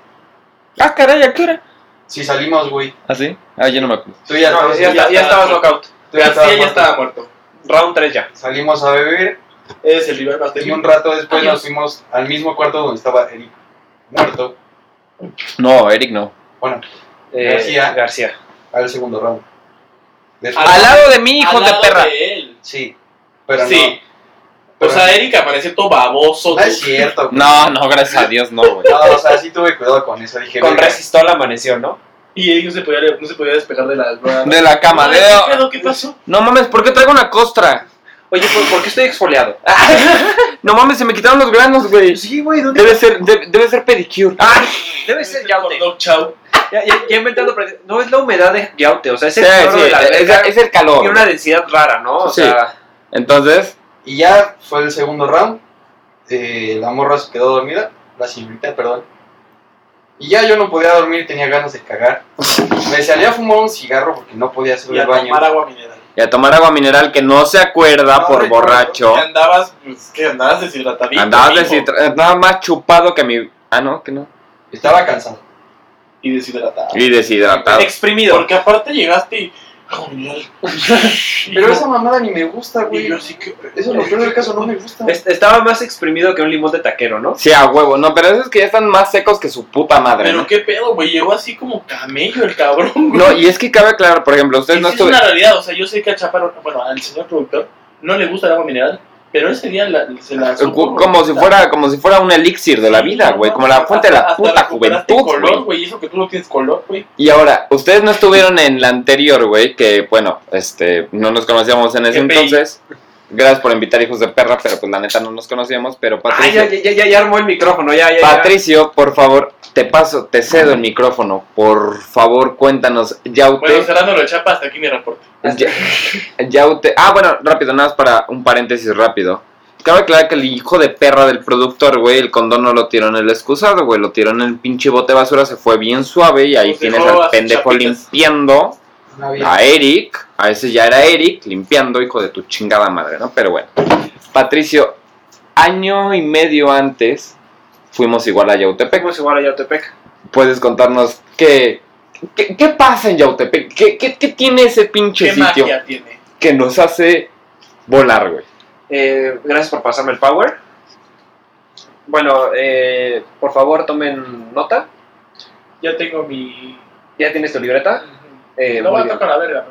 [SPEAKER 4] Ah, caray, ¿a qué hora?
[SPEAKER 6] Sí, salimos, güey.
[SPEAKER 4] ¿Así? Ah, yo no me acuerdo.
[SPEAKER 6] Tú ya,
[SPEAKER 9] No,
[SPEAKER 6] estabas-
[SPEAKER 9] ya,
[SPEAKER 6] tú ya
[SPEAKER 9] está- ya estabas knockout.
[SPEAKER 6] tú ya estabas
[SPEAKER 8] García ya
[SPEAKER 6] muerto.
[SPEAKER 8] estaba muerto.
[SPEAKER 9] Round 3 ya.
[SPEAKER 6] Salimos a beber
[SPEAKER 8] Es el nivel más
[SPEAKER 6] y un
[SPEAKER 8] débil.
[SPEAKER 6] rato después
[SPEAKER 8] Adiós.
[SPEAKER 6] nos fuimos al mismo cuarto donde estaba Eric muerto,
[SPEAKER 4] No, Eric no.
[SPEAKER 9] Eh,
[SPEAKER 6] García.
[SPEAKER 9] García.
[SPEAKER 6] al segundo round. Después,
[SPEAKER 8] Ah.
[SPEAKER 4] Al lado de mí, hijos
[SPEAKER 8] Al
[SPEAKER 4] de
[SPEAKER 8] lado
[SPEAKER 4] perra.
[SPEAKER 8] de él.
[SPEAKER 6] sí, pero
[SPEAKER 8] Sí.
[SPEAKER 6] Pero
[SPEAKER 8] o sea,
[SPEAKER 6] no.
[SPEAKER 8] Eric apareció todo baboso.
[SPEAKER 6] no. No
[SPEAKER 8] todo-
[SPEAKER 6] es cierto. güey.
[SPEAKER 4] No, no, gracias a Dios, no, güey.
[SPEAKER 6] No, o sea, sí tuve cuidado con eso. Dije,
[SPEAKER 9] Con
[SPEAKER 6] "Venga".
[SPEAKER 9] Resistol amaneció, ¿no?
[SPEAKER 8] Y Eric no se podía, no se podía despegar de la almohada.
[SPEAKER 4] De la cama, de...
[SPEAKER 8] Ay, ¿Qué pedo? ¿Qué pasó?
[SPEAKER 4] No mames, ¿por qué traigo una costra?
[SPEAKER 3] Oye, ¿por, por qué estoy exfoliado? Ah,
[SPEAKER 4] No mames, se me quitaron los granos, güey.
[SPEAKER 3] sí, güey, ¿dónde?
[SPEAKER 4] Debe ser, de- debe ser pedicure.
[SPEAKER 3] Ah, debe ser yaute.
[SPEAKER 8] Dog Chow.
[SPEAKER 3] Ya, ya, ya inventando. pre- No es la humedad de yaute, o sea, es
[SPEAKER 4] Sí,
[SPEAKER 3] el cloro
[SPEAKER 4] sí,
[SPEAKER 3] de la
[SPEAKER 4] es,
[SPEAKER 3] alberca.
[SPEAKER 4] es el calor.
[SPEAKER 3] Tiene una densidad rara, ¿no? O
[SPEAKER 4] Sí.
[SPEAKER 3] sea,
[SPEAKER 4] Entonces,
[SPEAKER 6] Y ya fue el segundo round. eh, la morra se quedó dormida. La señorita, perdón. Y ya yo no podía dormir, tenía ganas de cagar. Me salí a fumar un cigarro porque no podía hacer
[SPEAKER 8] Y
[SPEAKER 6] el
[SPEAKER 8] a
[SPEAKER 6] baño.
[SPEAKER 8] tomar agua mineral.
[SPEAKER 4] y a tomar agua mineral que no se acuerda
[SPEAKER 6] No,
[SPEAKER 4] por
[SPEAKER 6] recuerdo.
[SPEAKER 4] borracho.
[SPEAKER 8] Que andabas, pues, que andabas deshidratadito.
[SPEAKER 4] Andaba,
[SPEAKER 8] mijo,
[SPEAKER 4] deshidra- andaba más chupado que mi. Ah, no, que no.
[SPEAKER 6] Estaba cansado.
[SPEAKER 8] Y deshidratado.
[SPEAKER 4] Y deshidratado.
[SPEAKER 3] exprimido.
[SPEAKER 8] Porque aparte llegaste y. Agua mineral. Y
[SPEAKER 6] Pero
[SPEAKER 8] yo-
[SPEAKER 6] esa mamada ni me gusta,
[SPEAKER 8] y
[SPEAKER 6] güey.
[SPEAKER 8] yo
[SPEAKER 6] Eso
[SPEAKER 8] sí que.
[SPEAKER 6] es lo peor del caso, no me gusta.
[SPEAKER 3] Es- estaba más exprimido que un limón de taquero, ¿no?
[SPEAKER 4] Sí, a huevo. No, pero esos que ya están más secos que su puta madre.
[SPEAKER 8] Pero
[SPEAKER 4] ¿no?
[SPEAKER 8] qué pedo, güey. Llegó así como camello el cabrón, güey.
[SPEAKER 4] No, y es que cabe aclarar, por ejemplo,
[SPEAKER 8] Y sí
[SPEAKER 4] ustedes no
[SPEAKER 8] es
[SPEAKER 4] estuvieron.
[SPEAKER 8] una realidad. O sea, yo sé que a Chaparro, bueno, al señor productor, no le gusta el agua mineral. Pero ese día la- se la.
[SPEAKER 4] Cu-
[SPEAKER 8] supo,
[SPEAKER 4] Como si
[SPEAKER 8] o sea,
[SPEAKER 4] fuera, como si fuera un elixir de la vida, güey. Como la fuente de la
[SPEAKER 8] Hasta
[SPEAKER 4] puta
[SPEAKER 8] recuperaste
[SPEAKER 4] juventud,
[SPEAKER 8] color,
[SPEAKER 4] güey.
[SPEAKER 8] güey. Y eso que tú no tienes color, güey.
[SPEAKER 4] Y ahora, ustedes no estuvieron en la anterior, güey, que bueno, este, no nos conocíamos en ese
[SPEAKER 8] EPI.
[SPEAKER 4] entonces. Gracias por invitar hijos de perra, pero pues la neta no nos conocíamos, pero
[SPEAKER 3] Ah,
[SPEAKER 4] Patricio,
[SPEAKER 3] ya, ya, ya, ya, ya armó el micrófono, ya, ya. ya.
[SPEAKER 4] Patricio, por favor, te paso, te cedo el micrófono. Por favor, cuéntanos, Yaute.
[SPEAKER 8] Bueno, cerrándolo de chapa, hasta aquí mi reporte.
[SPEAKER 4] Ya- Yaute. Ah, bueno, rápido, nada más para un paréntesis rápido. Cabe aclarar que el hijo de perra del productor, güey, el condón no lo tiró en el excusado, güey, lo tiró en el pinche bote de basura, se fue bien suave y ahí
[SPEAKER 8] Pues
[SPEAKER 4] tienes
[SPEAKER 8] dejó a
[SPEAKER 4] al
[SPEAKER 8] sus
[SPEAKER 4] pendejo
[SPEAKER 8] chapitas.
[SPEAKER 4] limpiando,
[SPEAKER 6] Una vida.
[SPEAKER 4] a Eric, a ese ya era Eric, limpiando, hijo de tu chingada madre, ¿no? Pero bueno, Patricio, año y medio antes fuimos igual a Yautepec.
[SPEAKER 3] Fuimos igual a Yautepec.
[SPEAKER 4] Puedes contarnos qué, qué, qué pasa en Yautepec, qué, qué- qué tiene ese pinche
[SPEAKER 8] ¿Qué
[SPEAKER 4] sitio
[SPEAKER 8] magia tiene?
[SPEAKER 4] que nos hace volar, güey.
[SPEAKER 3] Eh, gracias por pasarme el power. Bueno, eh, por favor tomen nota.
[SPEAKER 8] Ya tengo mi.
[SPEAKER 3] ¿Ya tienes tu libreta? Eh,
[SPEAKER 8] No
[SPEAKER 3] muy
[SPEAKER 8] va a
[SPEAKER 3] bien.
[SPEAKER 8] tocar la verga.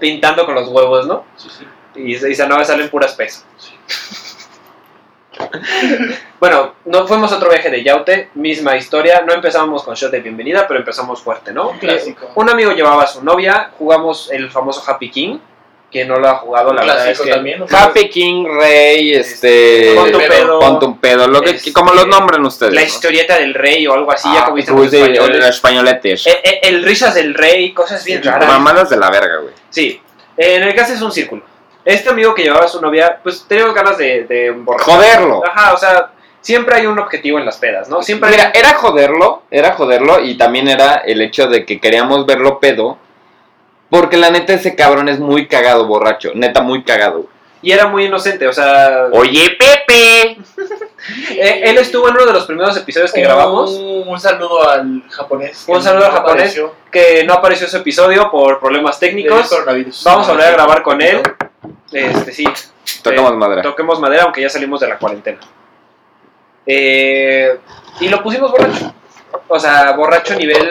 [SPEAKER 3] Pintando con los huevos, ¿no?
[SPEAKER 8] Sí, sí.
[SPEAKER 3] Y, y Sanoa salen puras pesas. bueno, no fuimos a otro viaje de Yaute, misma historia. No empezamos con shot de bienvenida, pero empezamos fuerte, ¿no?
[SPEAKER 8] Un clásico.
[SPEAKER 3] Eh, Un amigo llevaba a su novia, jugamos el famoso Happy King, que no lo ha jugado, la
[SPEAKER 8] Un
[SPEAKER 3] verdad es
[SPEAKER 8] clásico
[SPEAKER 3] que...
[SPEAKER 8] también. o sea,
[SPEAKER 4] Happy King, Rey, este.
[SPEAKER 3] Ponte un pedo.
[SPEAKER 4] Ponte un pedo, lo que,
[SPEAKER 3] Este,
[SPEAKER 4] como los nombren ustedes.
[SPEAKER 3] La
[SPEAKER 4] ¿no?
[SPEAKER 3] historieta del rey o algo así, ya
[SPEAKER 4] Ah,
[SPEAKER 3] como dicen
[SPEAKER 4] como
[SPEAKER 3] los
[SPEAKER 4] dice
[SPEAKER 3] españoles.
[SPEAKER 4] los españoletes.
[SPEAKER 3] Eh, eh, el risas del rey, cosas bien raras.
[SPEAKER 4] Mamadas de la verga, güey.
[SPEAKER 3] Sí. En el caso es un círculo. Este amigo que llevaba a su novia, pues tenía ganas de, de emborrachar.
[SPEAKER 4] Joderlo.
[SPEAKER 3] Ajá, o sea, siempre hay un objetivo en las pedas, ¿no? Siempre hay-
[SPEAKER 4] Mira, era joderlo, era joderlo y también era el hecho de que queríamos verlo pedo. Porque la neta ese cabrón es muy cagado, borracho. Neta, muy cagado. güey.
[SPEAKER 3] Y era muy inocente, o sea...
[SPEAKER 4] Oye, Pepe.
[SPEAKER 3] eh, Él estuvo en uno de los primeros episodios que
[SPEAKER 4] Oh.
[SPEAKER 3] grabamos,
[SPEAKER 8] Un, un saludo al japonés.
[SPEAKER 3] Un
[SPEAKER 8] que
[SPEAKER 3] saludo al
[SPEAKER 8] no
[SPEAKER 3] japonés.
[SPEAKER 8] apareció.
[SPEAKER 3] que no apareció ese episodio por problemas
[SPEAKER 8] Le dio
[SPEAKER 3] técnicos.
[SPEAKER 8] coronavirus.
[SPEAKER 3] Vamos a volver a grabar con él. Este, sí,
[SPEAKER 4] Tocamos madera.
[SPEAKER 3] toquemos madera, aunque ya salimos de la cuarentena. Eh, y lo pusimos borracho. O sea, borracho nivel.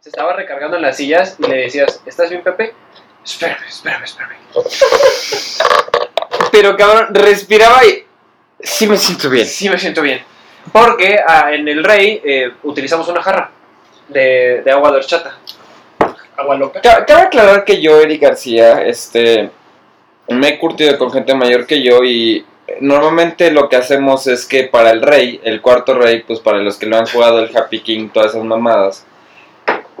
[SPEAKER 3] Se estaba recargando en las sillas y le decías, ¿estás bien, Pepe? Espérame, espérame, espérame.
[SPEAKER 4] Pero cabrón, respiraba y. Sí me siento bien.
[SPEAKER 3] Sí, me siento bien. Porque ah, en el Rey eh, utilizamos una jarra de, de agua de horchata.
[SPEAKER 8] Agua loca.
[SPEAKER 4] Ca- Cabe aclarar que yo, Eric García, este, me he curtido con gente mayor que yo y normalmente lo que hacemos es que para el rey, el cuarto rey, pues para los que no han jugado el Happy King, todas esas mamadas,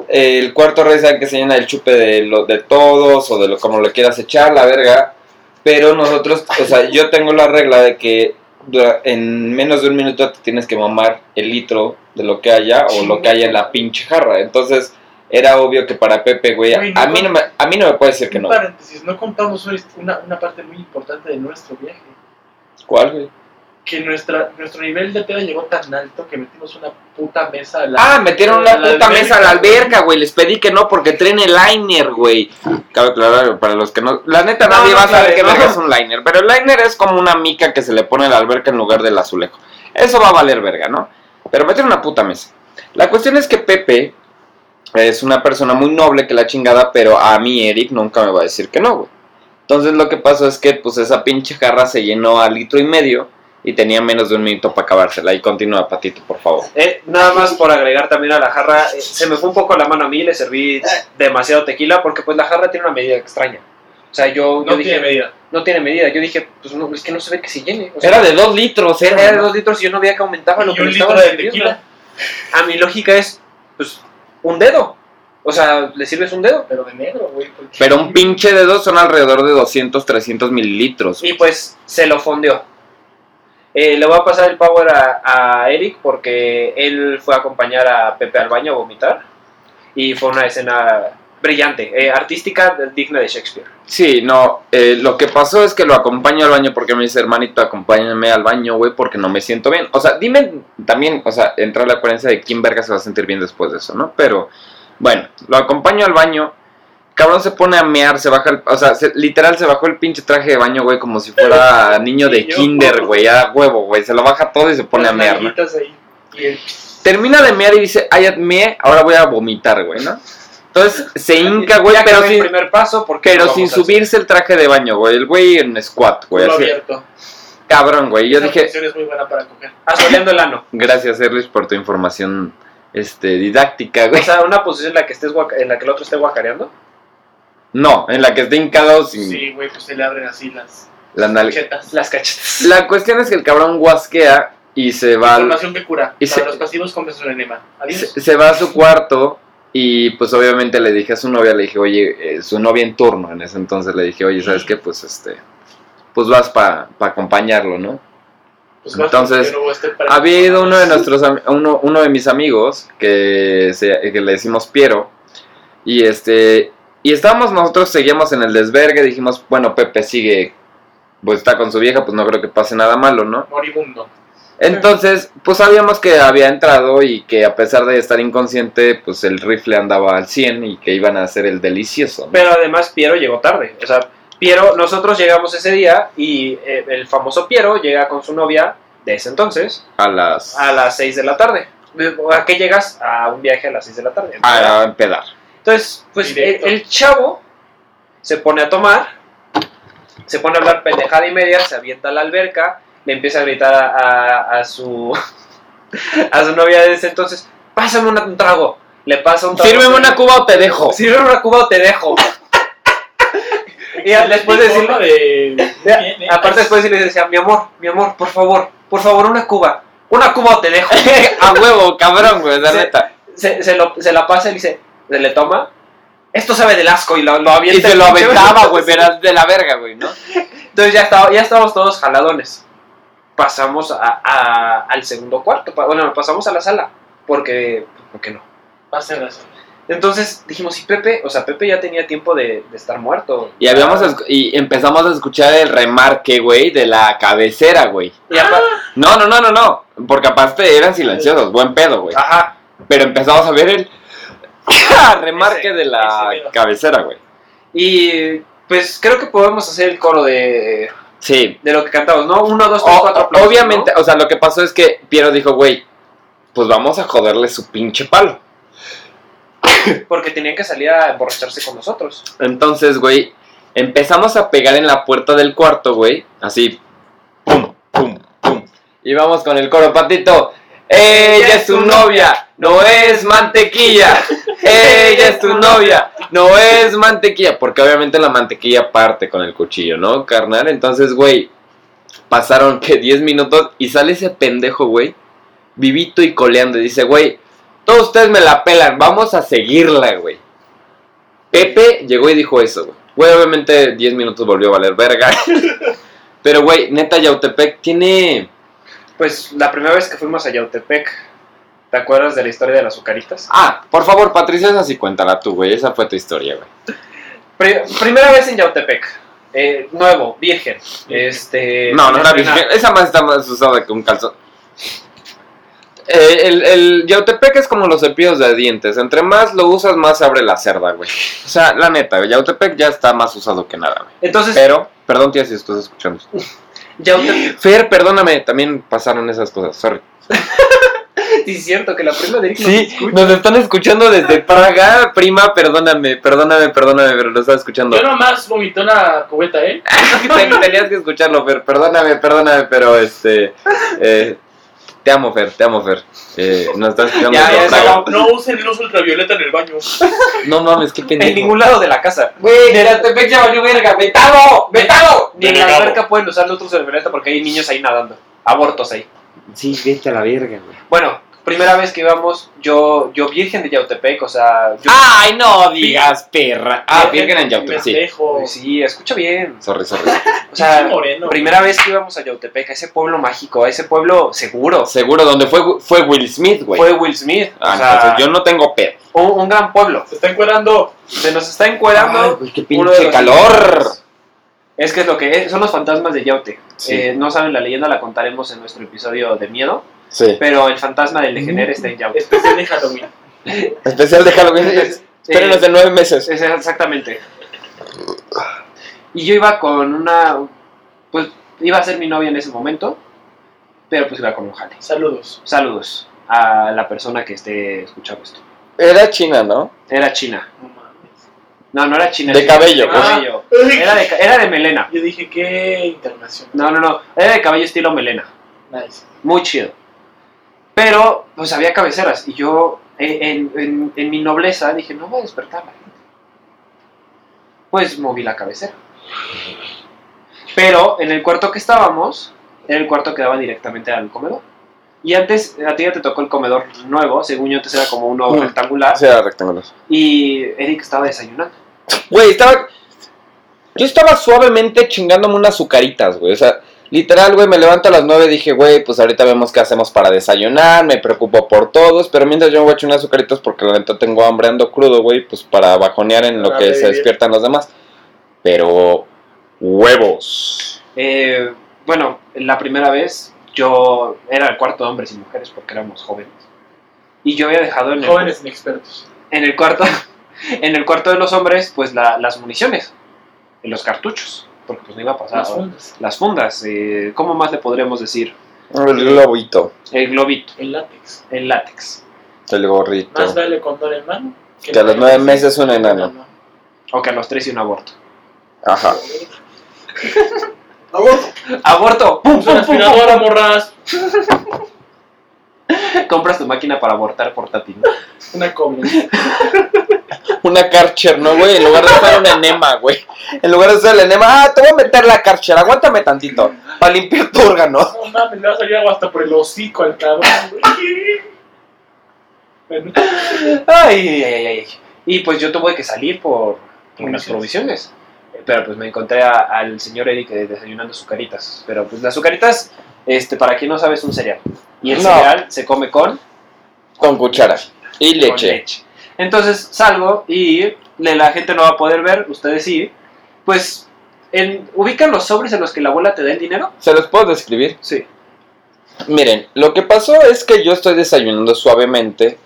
[SPEAKER 4] el cuarto rey sabe que se llena el chupe de, lo, de todos o de lo como le quieras echar, la verga, pero nosotros, o sea, yo tengo la regla de que dura- en menos de un minuto te tienes que mamar el litro de lo que haya o lo que haya en la pinche jarra, entonces... Era obvio que para Pepe, güey,
[SPEAKER 8] Güey, no
[SPEAKER 4] a, mí no me, a mí no me puede decir que
[SPEAKER 8] Un
[SPEAKER 4] no.
[SPEAKER 8] paréntesis, no contamos una, una- una parte muy importante de nuestro viaje.
[SPEAKER 4] ¿Cuál, güey?
[SPEAKER 8] Que nuestra, nuestro nivel de peda llegó tan alto que metimos una puta mesa a la.
[SPEAKER 4] Ah, metieron una
[SPEAKER 8] A la
[SPEAKER 4] puta
[SPEAKER 8] alberca,
[SPEAKER 4] mesa a la
[SPEAKER 8] güey.
[SPEAKER 4] alberca, güey. Les pedí que no porque traen el liner, güey. Cabe aclarar, para los que no. La neta,
[SPEAKER 3] No,
[SPEAKER 4] nadie
[SPEAKER 3] no
[SPEAKER 4] va a saber
[SPEAKER 3] sabe,
[SPEAKER 4] qué
[SPEAKER 3] no.
[SPEAKER 4] verga es un liner. Pero el liner es como una mica que se le pone a la alberca en lugar del azulejo. Eso va a valer verga, ¿no? Pero metieron una puta mesa. La cuestión es que Pepe es una persona muy noble que la chingada, pero a mí Eric nunca me va a decir que no, güey. Entonces lo que pasó es que pues esa pinche jarra se llenó a litro y medio y tenía menos de un minuto para acabársela. Y continúa, Patito, por favor.
[SPEAKER 3] Eh, nada más por agregar también a la jarra,
[SPEAKER 8] Eh.
[SPEAKER 3] eh, se me fue un poco la mano a mí, le serví demasiado tequila porque pues la jarra tiene una medida extraña. O sea, yo, yo
[SPEAKER 8] No
[SPEAKER 3] dije,
[SPEAKER 8] tiene medida.
[SPEAKER 3] no tiene medida. Yo dije, pues no, es que no se ve que se llene. O sea,
[SPEAKER 4] Era de dos litros, era.
[SPEAKER 3] era de dos litros y yo no veía que aumentaba lo
[SPEAKER 8] Y
[SPEAKER 3] que
[SPEAKER 8] un
[SPEAKER 3] le
[SPEAKER 8] litro
[SPEAKER 3] estaban
[SPEAKER 8] de
[SPEAKER 3] sirviendo.
[SPEAKER 8] tequila.
[SPEAKER 3] A mi lógica es, pues, un dedo. O sea, le sirves un dedo, pero de negro, güey. porque-
[SPEAKER 4] Pero un pinche de dos son alrededor de 200, 300 mililitros.
[SPEAKER 3] Y pues se lo fondeó. Eh, le voy a pasar el power a, a Eric porque él fue a acompañar a Pepe al baño a vomitar. Y fue una escena brillante, eh, artística, digna de Shakespeare.
[SPEAKER 4] Sí, no, eh, lo que pasó es que lo acompaño al baño porque me dice, hermanito, acompáñame al baño, güey, porque no me siento bien. O sea, dime también, o sea, entra la coherencia de quién verga se va a sentir bien después de eso, ¿no? Pero, bueno, lo acompaño al baño, cabrón se pone a mear, se baja el, o sea, se- literal se bajó el pinche traje de baño, güey, como si fuera niño de kinder, güey, a huevo, güey, se lo baja todo y se pone a
[SPEAKER 8] Pues,
[SPEAKER 4] mear, ¿no? Termina de mear y dice, ay, meé, ahora voy a vomitar, güey, ¿no? Entonces se hinca, güey,
[SPEAKER 3] Ya
[SPEAKER 4] pero
[SPEAKER 3] acabé el
[SPEAKER 4] sí.
[SPEAKER 3] primer paso porque
[SPEAKER 4] Pero
[SPEAKER 3] no
[SPEAKER 4] sin
[SPEAKER 3] vamos a hacer.
[SPEAKER 4] subirse el traje de baño, güey. El güey en squat, güey.
[SPEAKER 8] Culo
[SPEAKER 4] así.
[SPEAKER 8] abierto.
[SPEAKER 4] Cabrón, güey. Yo
[SPEAKER 8] Esa
[SPEAKER 4] dije,
[SPEAKER 8] posición es muy buena para coger.
[SPEAKER 3] Asoleando el ano.
[SPEAKER 4] gracias, Erlich, por tu información este, didáctica,
[SPEAKER 3] O
[SPEAKER 4] güey.
[SPEAKER 3] sea, una posición en la que estés guaca- en la que el otro esté guacareando.
[SPEAKER 4] No, en la que esté hincado sin
[SPEAKER 8] Sí, güey, pues se le abren así las
[SPEAKER 4] la nalga.
[SPEAKER 8] chetas.
[SPEAKER 3] Las cachetas.
[SPEAKER 4] La cuestión es que el cabrón guasquea y se va, al-
[SPEAKER 8] Información que cura.
[SPEAKER 4] Y
[SPEAKER 8] para
[SPEAKER 4] se-
[SPEAKER 8] los pasivos compras un enema. Adiós.
[SPEAKER 4] se, se va a su cuarto y pues obviamente le dije a su novia, le dije, oye, eh, su novia en turno en ese entonces, le dije, oye, ¿sabes qué? Pues este, pues vas para acompañarlo, ¿no?
[SPEAKER 8] Pues vas,
[SPEAKER 4] entonces,
[SPEAKER 8] pero este para-
[SPEAKER 4] Había ido uno de nuestros am- uno, uno de mis amigos que, se- que le decimos Piero y este y estábamos nosotros seguíamos en el desvergue dijimos bueno Pepe sigue pues está con su vieja pues no creo que pase nada malo no
[SPEAKER 8] Moribundo.
[SPEAKER 4] entonces pues sabíamos que había entrado y que a pesar de estar inconsciente pues el rifle andaba al 100 y que iban a hacer el delicioso ¿no?
[SPEAKER 3] Pero además Piero llegó tarde. O sea, Piero, nosotros llegamos ese día y eh, el famoso Piero llega con su novia de ese entonces
[SPEAKER 4] a las
[SPEAKER 3] a las 6 de la tarde. ¿A qué llegas? A un viaje a las 6 de la tarde.
[SPEAKER 4] a empedar
[SPEAKER 3] Entonces, pues el,
[SPEAKER 8] Directo.
[SPEAKER 3] el chavo se pone a tomar, se pone a hablar pendejada y media, se avienta a la alberca, le empieza a gritar a, a- a su a su novia de ese entonces, pásame una- un trago. Le pasa un trago.
[SPEAKER 4] sírveme una cuba o te dejo
[SPEAKER 3] Sírveme una cuba o te dejo. y a- después de decirle,
[SPEAKER 8] Forma de... Bien, eh.
[SPEAKER 3] Aparte después sí les decía, mi amor, mi amor, por favor, por favor, una cuba. Una cuba o te dejo.
[SPEAKER 4] a huevo cabrón güey la
[SPEAKER 3] Sí.
[SPEAKER 4] neta
[SPEAKER 3] se, se, lo- se la pasa y le dice, se le toma. Esto sabe del asco y lo, lo
[SPEAKER 4] y
[SPEAKER 3] avienta.
[SPEAKER 4] se lo aventaba güey pero de la verga güey no
[SPEAKER 3] Entonces ya, estaba, ya estábamos todos jaladones. Pasamos a, a- al segundo cuarto. pa- Bueno, pasamos a la sala. Porque, porque no.
[SPEAKER 8] Pasa la zona.
[SPEAKER 3] Entonces dijimos, y Pepe, o sea, Pepe ya tenía tiempo de, de estar muerto.
[SPEAKER 4] Y habíamos escu- y empezamos a escuchar el remarque, güey, de la cabecera, güey.
[SPEAKER 3] Y apa-
[SPEAKER 4] No, no, no, no, no, porque aparte eran silenciosos, buen pedo, güey.
[SPEAKER 3] Ajá.
[SPEAKER 4] Pero empezamos a ver el remarque
[SPEAKER 3] Ese,
[SPEAKER 4] de la
[SPEAKER 8] ese mero.
[SPEAKER 4] cabecera, güey.
[SPEAKER 3] Y pues creo que podemos hacer el coro de,
[SPEAKER 4] Sí.
[SPEAKER 3] de lo que cantamos, ¿no? Uno, dos, tres,
[SPEAKER 4] O-
[SPEAKER 3] cuatro. aplausos,
[SPEAKER 4] obviamente,
[SPEAKER 3] ¿no?
[SPEAKER 4] o sea, lo que pasó es que Piero dijo, güey, pues vamos a joderle su pinche palo.
[SPEAKER 3] Porque tenían que salir a emborracharse con nosotros.
[SPEAKER 4] Entonces, güey, empezamos a pegar en la puerta del cuarto, güey. Así. Pum, pum, pum. Y vamos con el coro, patito. Ella es tu novia, no es mantequilla. Ella es tu novia, no es mantequilla. Porque obviamente la mantequilla parte con el cuchillo, ¿no, carnal? Entonces, güey, pasaron que 10 minutos y sale ese pendejo, güey, vivito y coleando. Y dice, güey, todos ustedes me la pelan, vamos a seguirla, güey. Pepe llegó y dijo eso, güey. Güey, obviamente 10 minutos volvió a valer verga. Pero, güey, neta, Yautepec tiene...
[SPEAKER 3] Pues la primera vez que fuimos a Yautepec, ¿te acuerdas de la historia de las azucaritas?
[SPEAKER 4] Ah, por favor, Patricia, esa sí cuéntala tú, güey. Esa fue tu historia, güey.
[SPEAKER 3] Pri- primera vez en Yautepec. eh, nuevo, virgen. Este.
[SPEAKER 4] no, no era
[SPEAKER 3] virgen.
[SPEAKER 4] virgen. Esa más está más usada que un calzón. Eh, el, el Yautepec es como los cepillos de dientes. Entre más lo usas, más se abre la cerda, güey. O sea, la neta, güey, Yautepec ya está más usado que nada, güey.
[SPEAKER 3] Entonces,
[SPEAKER 4] Pero, perdón, tía, si estás escuchando.
[SPEAKER 3] Yautepec.
[SPEAKER 4] Fer, perdóname, también pasaron esas cosas, sorry.
[SPEAKER 3] Sí, es cierto que la prima de Eric nos
[SPEAKER 4] Sí,
[SPEAKER 3] escucha.
[SPEAKER 4] nos están escuchando desde Praga. Prima, perdóname, perdóname, perdóname, pero lo estás escuchando.
[SPEAKER 8] Yo nomás vomité una cubeta, ¿eh?
[SPEAKER 4] Ten- Tenías que escucharlo, pero perdóname, perdóname, pero este. eh,
[SPEAKER 10] Te amo, Fer, te amo, Fer. Eh, nos estás tirando
[SPEAKER 3] Ah, Ya,
[SPEAKER 10] el
[SPEAKER 3] ya,
[SPEAKER 10] trago.
[SPEAKER 8] No usen luz ultravioleta en el baño.
[SPEAKER 10] No mames, qué
[SPEAKER 3] En
[SPEAKER 10] pendejo.
[SPEAKER 3] ningún lado de la casa.
[SPEAKER 6] Güey, de la Tepec ya valió verga. ¡Vetado! ¡Vetado!
[SPEAKER 3] Ni en la alberca pueden usar luz ultravioleta porque hay niños ahí nadando. Abortos ahí.
[SPEAKER 4] Sí, vete a la verga, güey.
[SPEAKER 3] Bueno, primera vez que íbamos, yo, yo virgen de Yautepec, o sea... Yo,
[SPEAKER 4] Ay, no digas, perra.
[SPEAKER 3] Eh,
[SPEAKER 10] Ah, Virgen en Yautepec, sí.
[SPEAKER 8] Pendejo.
[SPEAKER 3] pues Sí, escucha bien.
[SPEAKER 10] Sorry, sorry.
[SPEAKER 3] O sea,
[SPEAKER 8] Pinche moreno.
[SPEAKER 3] primera vez que íbamos a Yautepec, a ese pueblo mágico, a ese pueblo seguro.
[SPEAKER 10] Seguro, donde fue, fue Will Smith, güey.
[SPEAKER 3] Fue Will Smith. O
[SPEAKER 10] Ah,
[SPEAKER 3] sea,
[SPEAKER 10] entonces yo no tengo pedo.
[SPEAKER 3] un, un gran pueblo.
[SPEAKER 8] Se está encuerando.
[SPEAKER 3] Se nos está
[SPEAKER 4] Ay,
[SPEAKER 3] encuerando.
[SPEAKER 4] güey, qué
[SPEAKER 3] uno de
[SPEAKER 4] pinche
[SPEAKER 3] los-
[SPEAKER 4] calor.
[SPEAKER 3] Es que es lo que es, son los fantasmas de Yaute.
[SPEAKER 10] Sí.
[SPEAKER 3] Eh, no saben la leyenda, la contaremos en nuestro episodio de miedo.
[SPEAKER 10] Sí.
[SPEAKER 3] Pero el fantasma del Legener está en Yaute.
[SPEAKER 8] Especial de Halloween.
[SPEAKER 4] Especial de Halloween. Mm. es- Espérenos de nueve meses.
[SPEAKER 3] eh, Es- exactamente. Y yo iba con una. Pues iba a ser mi novia en ese momento. Pero pues iba con un jale.
[SPEAKER 8] Saludos.
[SPEAKER 3] Saludos a la persona que esté escuchando esto.
[SPEAKER 4] Era China, ¿no?
[SPEAKER 3] Era china.
[SPEAKER 8] No mames.
[SPEAKER 3] No, no era china.
[SPEAKER 4] De
[SPEAKER 3] china,
[SPEAKER 4] cabello,
[SPEAKER 3] de
[SPEAKER 4] pues.
[SPEAKER 3] cabello. Era de, ca- era de melena.
[SPEAKER 8] Yo dije, qué internacional.
[SPEAKER 3] No, no, no. Era de cabello estilo melena.
[SPEAKER 8] Nice.
[SPEAKER 3] Muy chido. Pero, pues había cabeceras. Y yo, eh, en, en- en- en mi nobleza, dije, no voy a despertar la gente. Pues moví la cabecera. Pero en el cuarto que estábamos, era el cuarto que daba directamente al comedor. Y antes, a ti ya te tocó el comedor nuevo, según yo, antes era como uno
[SPEAKER 4] Mm.
[SPEAKER 3] rectangular.
[SPEAKER 4] Sí, era rectangular.
[SPEAKER 3] Y Eric estaba desayunando.
[SPEAKER 4] Güey, estaba. Yo estaba suavemente chingándome unas azucaritas, güey. O sea, literal, güey, me levanto a las 9 dije, güey, pues ahorita vemos qué hacemos para desayunar. Me preocupo por todos. Pero mientras yo me voy a echar unas azucaritas porque la neta tengo hambre, ando crudo, güey, pues para bajonear en lo
[SPEAKER 8] Para
[SPEAKER 4] que se
[SPEAKER 8] revivir.
[SPEAKER 4] despiertan los demás. Pero. Huevos.
[SPEAKER 3] Eh, bueno, la primera vez yo era el cuarto de hombres y mujeres porque éramos jóvenes. Y yo había dejado en el,
[SPEAKER 8] Jóvenes inexpertos.
[SPEAKER 3] en el cuarto en el cuarto de los hombres pues la- las municiones, eh, los cartuchos, porque pues no iba a pasar.
[SPEAKER 8] Las
[SPEAKER 3] ¿no?
[SPEAKER 8] fundas.
[SPEAKER 3] Las fundas, eh, ¿cómo más le podríamos decir?
[SPEAKER 4] El globito.
[SPEAKER 3] El globito,
[SPEAKER 8] El látex.
[SPEAKER 3] el látex.
[SPEAKER 4] El gorrito.
[SPEAKER 8] Más vale condón en mano.
[SPEAKER 4] Que a los nueve meses un enano.
[SPEAKER 3] O que a los tres y un aborto.
[SPEAKER 4] Ajá.
[SPEAKER 3] ¡Aborto! ¡Pum, pum,
[SPEAKER 8] Usa una
[SPEAKER 3] pum!
[SPEAKER 8] aspiradora, morras.
[SPEAKER 3] Compras tu máquina para abortar portátil. ¿no?
[SPEAKER 8] Una cobra.
[SPEAKER 4] Una Karcher, ¿no, güey? En lugar de usar un enema, güey. En lugar de usar el enema, ah, te voy a meter la Karcher, aguántame tantito. Para limpiar tu órgano.
[SPEAKER 8] No mames, le va a salir agua hasta por el hocico al cabrón, güey. Bueno,
[SPEAKER 3] Ay, ay, ay, ay. Y pues yo tuve que salir por, por unas provisiones.
[SPEAKER 8] Provisiones.
[SPEAKER 3] Pero pues me encontré a- al señor Eric eh, desayunando azucaritas. Pero pues las azucaritas, este, para quien no sabe, es un cereal. Y el
[SPEAKER 4] No.
[SPEAKER 3] cereal se come con,
[SPEAKER 4] Con cuchara. Y
[SPEAKER 3] con
[SPEAKER 4] leche.
[SPEAKER 3] Entonces salgo y le- la gente no va a poder ver, ustedes sí. Pues en, ubican los sobres en los que la abuela te da el dinero.
[SPEAKER 4] ¿Se los puedo describir?
[SPEAKER 3] Sí.
[SPEAKER 4] Miren, lo que pasó es que yo estoy desayunando suavemente.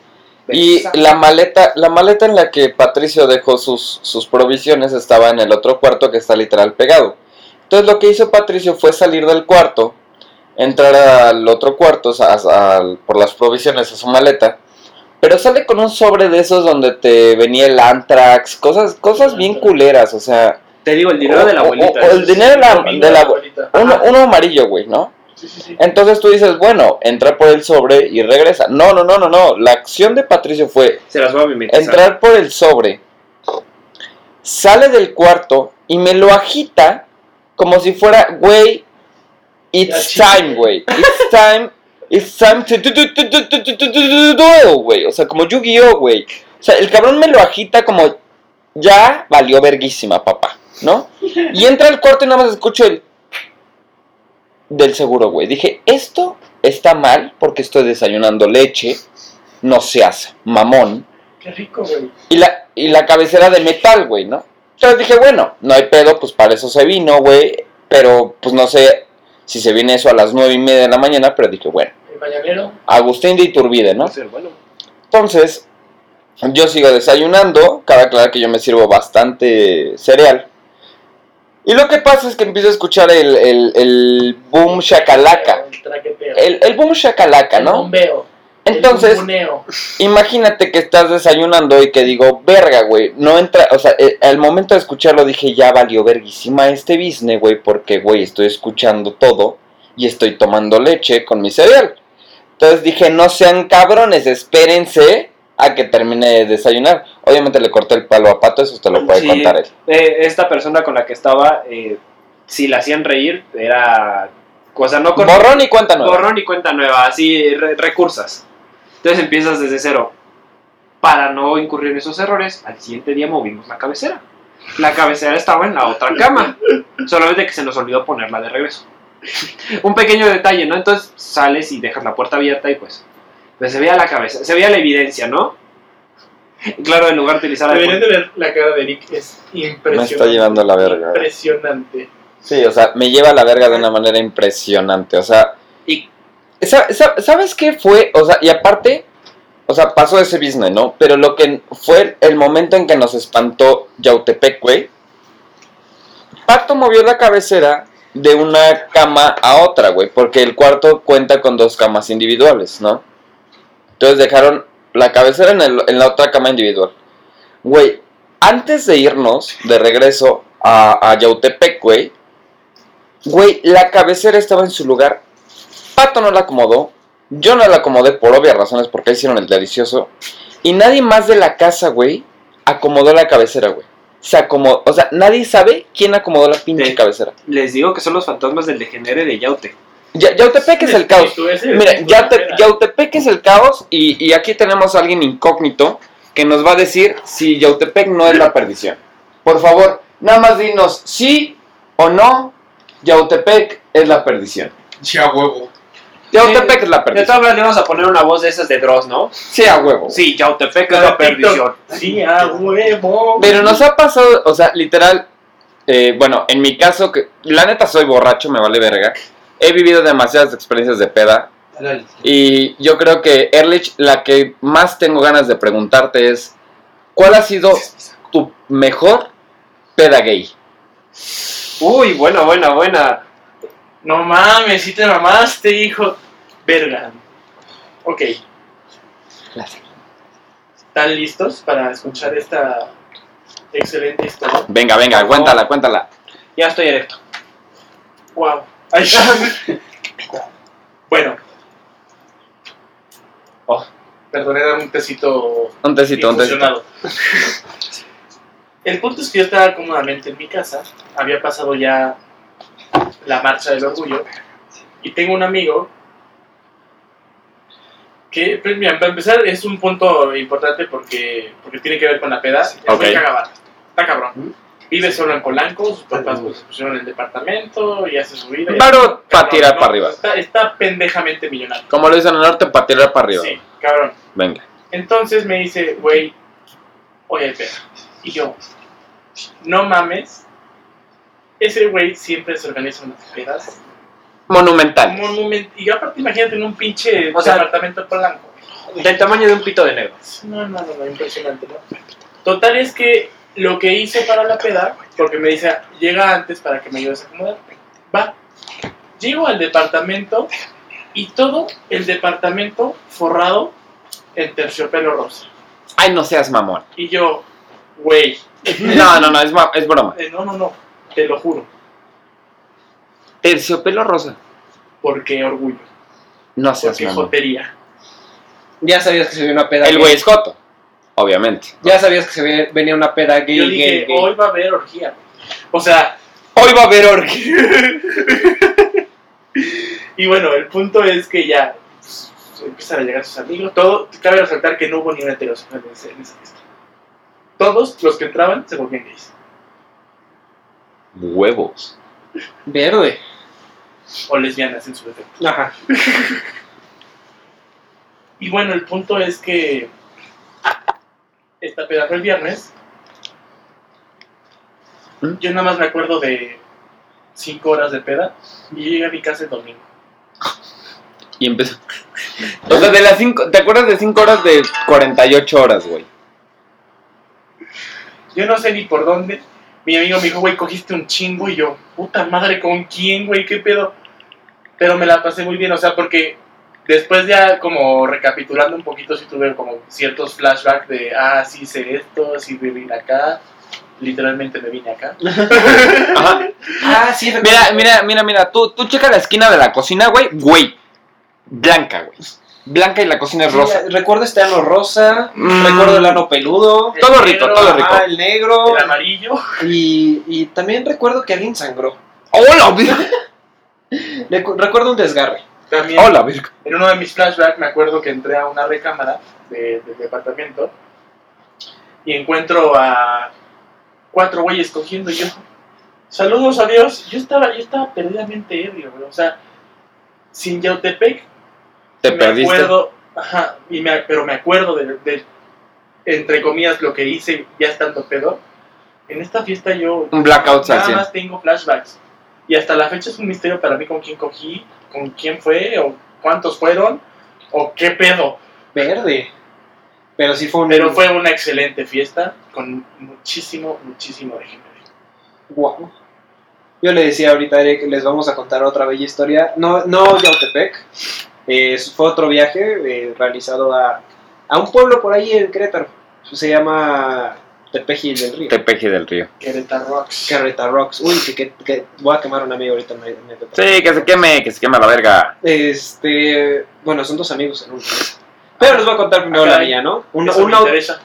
[SPEAKER 4] Y la maleta, la maleta en la que Patricio dejó sus, sus provisiones estaba en el otro cuarto que está literal pegado. Entonces lo que hizo Patricio fue salir del cuarto, entrar al otro cuarto o sea, a- a- por las provisiones a su maleta, pero sale con un sobre de esos donde te venía el antrax, cosas, cosas bien culeras, o sea,
[SPEAKER 3] te digo, el dinero
[SPEAKER 4] o-
[SPEAKER 3] de la
[SPEAKER 4] o-
[SPEAKER 3] abuelita.
[SPEAKER 4] o el dinero de la, de la abue-
[SPEAKER 8] abuelita. Ah,
[SPEAKER 4] uno, uno amarillo, güey, ¿no?
[SPEAKER 8] Sí, sí, sí.
[SPEAKER 4] Entonces tú dices, bueno, entra por el sobre y regresa. No, no, no, no, no. La acción de Patricio fue
[SPEAKER 3] Se las voy a mimetizar.
[SPEAKER 4] entrar por el sobre, sale del cuarto y me lo agita como si fuera, güey, it's
[SPEAKER 8] Ya,
[SPEAKER 4] time, güey. It's time, it's time to do, do, do, do, do, do, do, do, do, do, güey. O sea, como Yu-Gi-Oh, güey. O sea, el cabrón me lo agita como, ya valió verguísima, papá, ¿no? Y entra al cuarto y nada más escucho el del seguro, güey. Dije, esto está mal porque estoy desayunando leche. No seas mamón.
[SPEAKER 8] Qué rico, güey.
[SPEAKER 4] Y la, y la cabecera de metal, güey, ¿no? Entonces dije, bueno, no hay pedo, pues para eso se vino, güey. Pero pues no sé si se viene eso a las nueve y media de la mañana, pero dije, bueno,
[SPEAKER 8] El mañanero.
[SPEAKER 4] Agustín de Iturbide, ¿no?
[SPEAKER 3] Ser bueno.
[SPEAKER 4] Entonces, yo sigo desayunando, cabe aclarar que yo me sirvo bastante cereal. Y lo que pasa es que empiezo a escuchar el, el, el boom shakalaka.
[SPEAKER 8] El traqueteo.
[SPEAKER 4] El, el boom shakalaka,
[SPEAKER 8] El
[SPEAKER 4] ¿no?
[SPEAKER 8] bombeo.
[SPEAKER 4] Entonces,
[SPEAKER 8] El bumbuneo.
[SPEAKER 4] Imagínate que estás desayunando y que digo, verga, güey, no entra, o sea, eh, al momento de escucharlo dije, ya valió verguísima este business, güey, porque, güey, estoy escuchando todo y estoy tomando leche con mi cereal. Entonces dije, no sean cabrones, espérense a que termine de desayunar. Obviamente le corté el palo a Pato, eso te lo puede
[SPEAKER 3] Sí.
[SPEAKER 4] contar él.
[SPEAKER 3] Eh, esta persona con la que estaba, eh, si la hacían reír, era. O sea, no con-
[SPEAKER 4] Borrón y cuenta nueva.
[SPEAKER 3] borrón y cuenta nueva, así re- recursas. Entonces empiezas desde cero. Para no incurrir en esos errores, al siguiente día movimos la cabecera. La cabecera estaba en la otra cama, solamente que se nos olvidó ponerla de regreso. Un pequeño detalle, ¿no? Entonces sales y dejas la puerta abierta y pues, pues se veía la cabeza, se veía la evidencia, ¿no? Y Claro, en lugar de utilizar la
[SPEAKER 8] Deberían de ver la cara de Eric, es
[SPEAKER 4] Me
[SPEAKER 8] impresionante.
[SPEAKER 4] está llevando la verga.
[SPEAKER 8] Impresionante.
[SPEAKER 4] Sí, o sea, me lleva a la verga de una manera impresionante. O sea,
[SPEAKER 3] Y-
[SPEAKER 4] sa- sa- ¿sabes qué fue? O sea, y aparte, o sea, pasó ese business, ¿no? Pero lo que fue el momento en que nos espantó Yautepec, güey. Pato movió la cabecera de una cama a otra, güey, porque el cuarto cuenta con dos camas individuales, ¿no? Entonces dejaron la cabecera en, el- en la otra cama individual. Güey, antes de irnos de regreso a, a Yautepec, güey, güey, la cabecera estaba en su lugar. Pato no la acomodó. Yo no la acomodé por obvias razones porque hicieron el delicioso. Y nadie más de la casa, güey, acomodó la cabecera, güey. Se acomodó. O sea, nadie sabe quién acomodó la pinche
[SPEAKER 3] Sí.
[SPEAKER 4] cabecera.
[SPEAKER 3] Les digo que son los fantasmas del degenere de Yaute.
[SPEAKER 4] Ya, Yautepec es el
[SPEAKER 8] Este
[SPEAKER 4] caos. Mira, Yaute- Yautepec es el caos y, y aquí tenemos a alguien incógnito que nos va a decir si Yautepec no es la perdición. Por favor, nada más dinos sí o no, Yautepec es la perdición.
[SPEAKER 6] Sí, a huevo.
[SPEAKER 4] Yautepec es la
[SPEAKER 3] De
[SPEAKER 4] perdición.
[SPEAKER 3] todas maneras, le vamos a poner una voz de esas de Dross, ¿no?
[SPEAKER 4] Sí, a huevo.
[SPEAKER 3] Sí, Yautepec es
[SPEAKER 8] Cada
[SPEAKER 3] la perdición.
[SPEAKER 8] Sí, a huevo.
[SPEAKER 4] Pero nos ha pasado, o sea, literal, eh, bueno, en mi caso, que la neta soy borracho, me vale verga. He vivido demasiadas experiencias de peda.
[SPEAKER 6] Dale,
[SPEAKER 4] Y yo creo que, Erlich, la que más tengo ganas de preguntarte es, ¿cuál ha sido tu mejor peda gay?
[SPEAKER 3] Uy, buena, buena, buena.
[SPEAKER 8] No mames, si te mamaste, hijo. Verga. Ok. ¿Están listos para escuchar esta excelente historia?
[SPEAKER 4] Venga, venga, cuéntala, cuéntala.
[SPEAKER 3] Ya estoy erecto.
[SPEAKER 8] Wow. bueno. Oh, perdón, era un tecito
[SPEAKER 4] Un tecito, un tecito.
[SPEAKER 8] infusionado. El punto es que yo estaba cómodamente en mi casa, había pasado ya la marcha del orgullo, y tengo un amigo que, pues mira, para empezar es un punto importante porque, porque tiene que ver con la peda, es
[SPEAKER 4] Ok.
[SPEAKER 8] muy cagabata, está cabrón. Vive solo en Polanco, sus papás pues, se pusieron el departamento y hace su vida.
[SPEAKER 4] Paro para
[SPEAKER 8] Cabrón,
[SPEAKER 4] tirar
[SPEAKER 8] no,
[SPEAKER 4] para arriba.
[SPEAKER 8] Está, está pendejamente millonario.
[SPEAKER 4] Como lo dicen en el norte, para tirar para arriba.
[SPEAKER 8] Sí, cabrón.
[SPEAKER 4] Venga.
[SPEAKER 8] Entonces me dice, güey, oye, hay pedo. Y yo, no mames. Ese güey siempre se organiza unas pedas.
[SPEAKER 4] Monumental.
[SPEAKER 8] Un momento, y aparte imagínate en un pinche
[SPEAKER 3] O sea-
[SPEAKER 8] departamento blanco.
[SPEAKER 3] Del tamaño de un pito de negro.
[SPEAKER 8] No, no, no, no, impresionante, ¿no? Total es que lo que hice para la peda, porque me dice, llega antes para que me ayudes a acomodar. Va. Llego al departamento y todo el departamento forrado en terciopelo rosa.
[SPEAKER 4] Ay, no seas mamón.
[SPEAKER 8] Y yo, güey,
[SPEAKER 4] No, no, no, es, ma- es broma.
[SPEAKER 8] eh, no, no, no, te lo juro,
[SPEAKER 4] Terciopelo rosa.
[SPEAKER 8] porque orgullo,
[SPEAKER 4] No seas
[SPEAKER 8] porque
[SPEAKER 4] mamón.
[SPEAKER 8] jotería.
[SPEAKER 3] Ya sabías que se venía una peda.
[SPEAKER 4] El
[SPEAKER 3] gay.
[SPEAKER 4] güey es joto, obviamente.
[SPEAKER 3] Ya sabías que se ve- venía una peda gay,
[SPEAKER 8] Yo
[SPEAKER 3] gay,
[SPEAKER 8] dije,
[SPEAKER 3] gay.
[SPEAKER 8] hoy va a haber orgía. O sea,
[SPEAKER 4] Hoy va a haber orgía.
[SPEAKER 8] y bueno, el punto es que ya pues, empiezan a llegar sus amigos. Todo, cabe resaltar que no hubo ni una heterosexual en ese- en esa fiesta. Todos los que entraban se volvían gays.
[SPEAKER 4] Huevos.
[SPEAKER 3] Verde.
[SPEAKER 8] O lesbianas en su defecto.
[SPEAKER 3] Ajá.
[SPEAKER 8] Y bueno, el punto es que esta peda fue el viernes.
[SPEAKER 4] ¿Mm?
[SPEAKER 8] Yo nada más me acuerdo de cinco horas de peda y yo llegué a mi casa el domingo.
[SPEAKER 4] Y empezó. O sea, de las 5. ¿Te acuerdas de 5 horas de 48 horas, güey?
[SPEAKER 8] Yo no sé ni por dónde. Mi amigo me dijo, güey, cogiste un chingo y yo, puta madre, ¿con quién, güey? ¿Qué pedo? Pero me la pasé muy bien, o sea, porque después ya como recapitulando un poquito, sí tuve como ciertos flashbacks de, ah, sí hice esto, sí vine acá. Literalmente me vine acá.
[SPEAKER 4] Ajá.
[SPEAKER 3] Ah, sí, recuerdo.
[SPEAKER 4] Mira, mira, mira, mira. Tú, tú checa la esquina de la cocina, güey. Güey. Blanca, güey.
[SPEAKER 10] Blanca y la cocina es rosa.
[SPEAKER 3] Recuerdo este ano rosa,
[SPEAKER 10] Mm.
[SPEAKER 3] recuerdo el ano peludo,
[SPEAKER 8] El
[SPEAKER 10] Todo rico,
[SPEAKER 8] negro,
[SPEAKER 10] todo
[SPEAKER 8] ajá,
[SPEAKER 10] rico.
[SPEAKER 3] ah, el negro,
[SPEAKER 8] El amarillo.
[SPEAKER 3] y, y también recuerdo que alguien sangró.
[SPEAKER 10] ¡Hola, Virgo!
[SPEAKER 3] Recu- Recuerdo un desgarre.
[SPEAKER 4] Oh,
[SPEAKER 8] También
[SPEAKER 10] ¡Hola, Virgo!
[SPEAKER 8] en uno de mis flashbacks me acuerdo que entré a una recámara de- del departamento y encuentro a cuatro güeyes cogiendo y yo. Saludos a Dios. Yo estaba, yo estaba perdidamente ebrio, güey. O sea, sin Yautepec
[SPEAKER 4] Te
[SPEAKER 8] me
[SPEAKER 4] perdiste.
[SPEAKER 8] acuerdo, ajá, y me- pero me acuerdo de, de, entre comillas, lo que hice ya estando pedo. En esta fiesta yo
[SPEAKER 10] Un blackout
[SPEAKER 8] nada
[SPEAKER 10] saciante.
[SPEAKER 8] más tengo flashbacks. Y hasta la fecha es un misterio para mí con quién cogí, con quién fue, o cuántos fueron, o qué pedo.
[SPEAKER 3] Verde. Pero sí fue un.
[SPEAKER 8] Pero fue una excelente fiesta con muchísimo, muchísimo de gente.
[SPEAKER 3] Guau. Yo le decía ahorita a Eric, les vamos a contar otra bella historia. No, no Yautepec. Eh, fue otro viaje eh, realizado a, a un pueblo por ahí en Querétaro. Se llama Tepeji del Río.
[SPEAKER 4] Tepeji del río.
[SPEAKER 8] Querétaro Rocks.
[SPEAKER 3] Carreta Rocks. Uy, que, que- que voy a quemar a un amigo ahorita. me- me-
[SPEAKER 4] Sí, que se queme, que se queme a la verga.
[SPEAKER 3] Este, bueno, son dos amigos en un Pero les voy a contar primero
[SPEAKER 8] Ah,
[SPEAKER 3] la
[SPEAKER 8] caray.
[SPEAKER 3] mía, ¿no? Un,
[SPEAKER 8] Eso
[SPEAKER 3] un,
[SPEAKER 8] me
[SPEAKER 3] au-
[SPEAKER 8] interesa.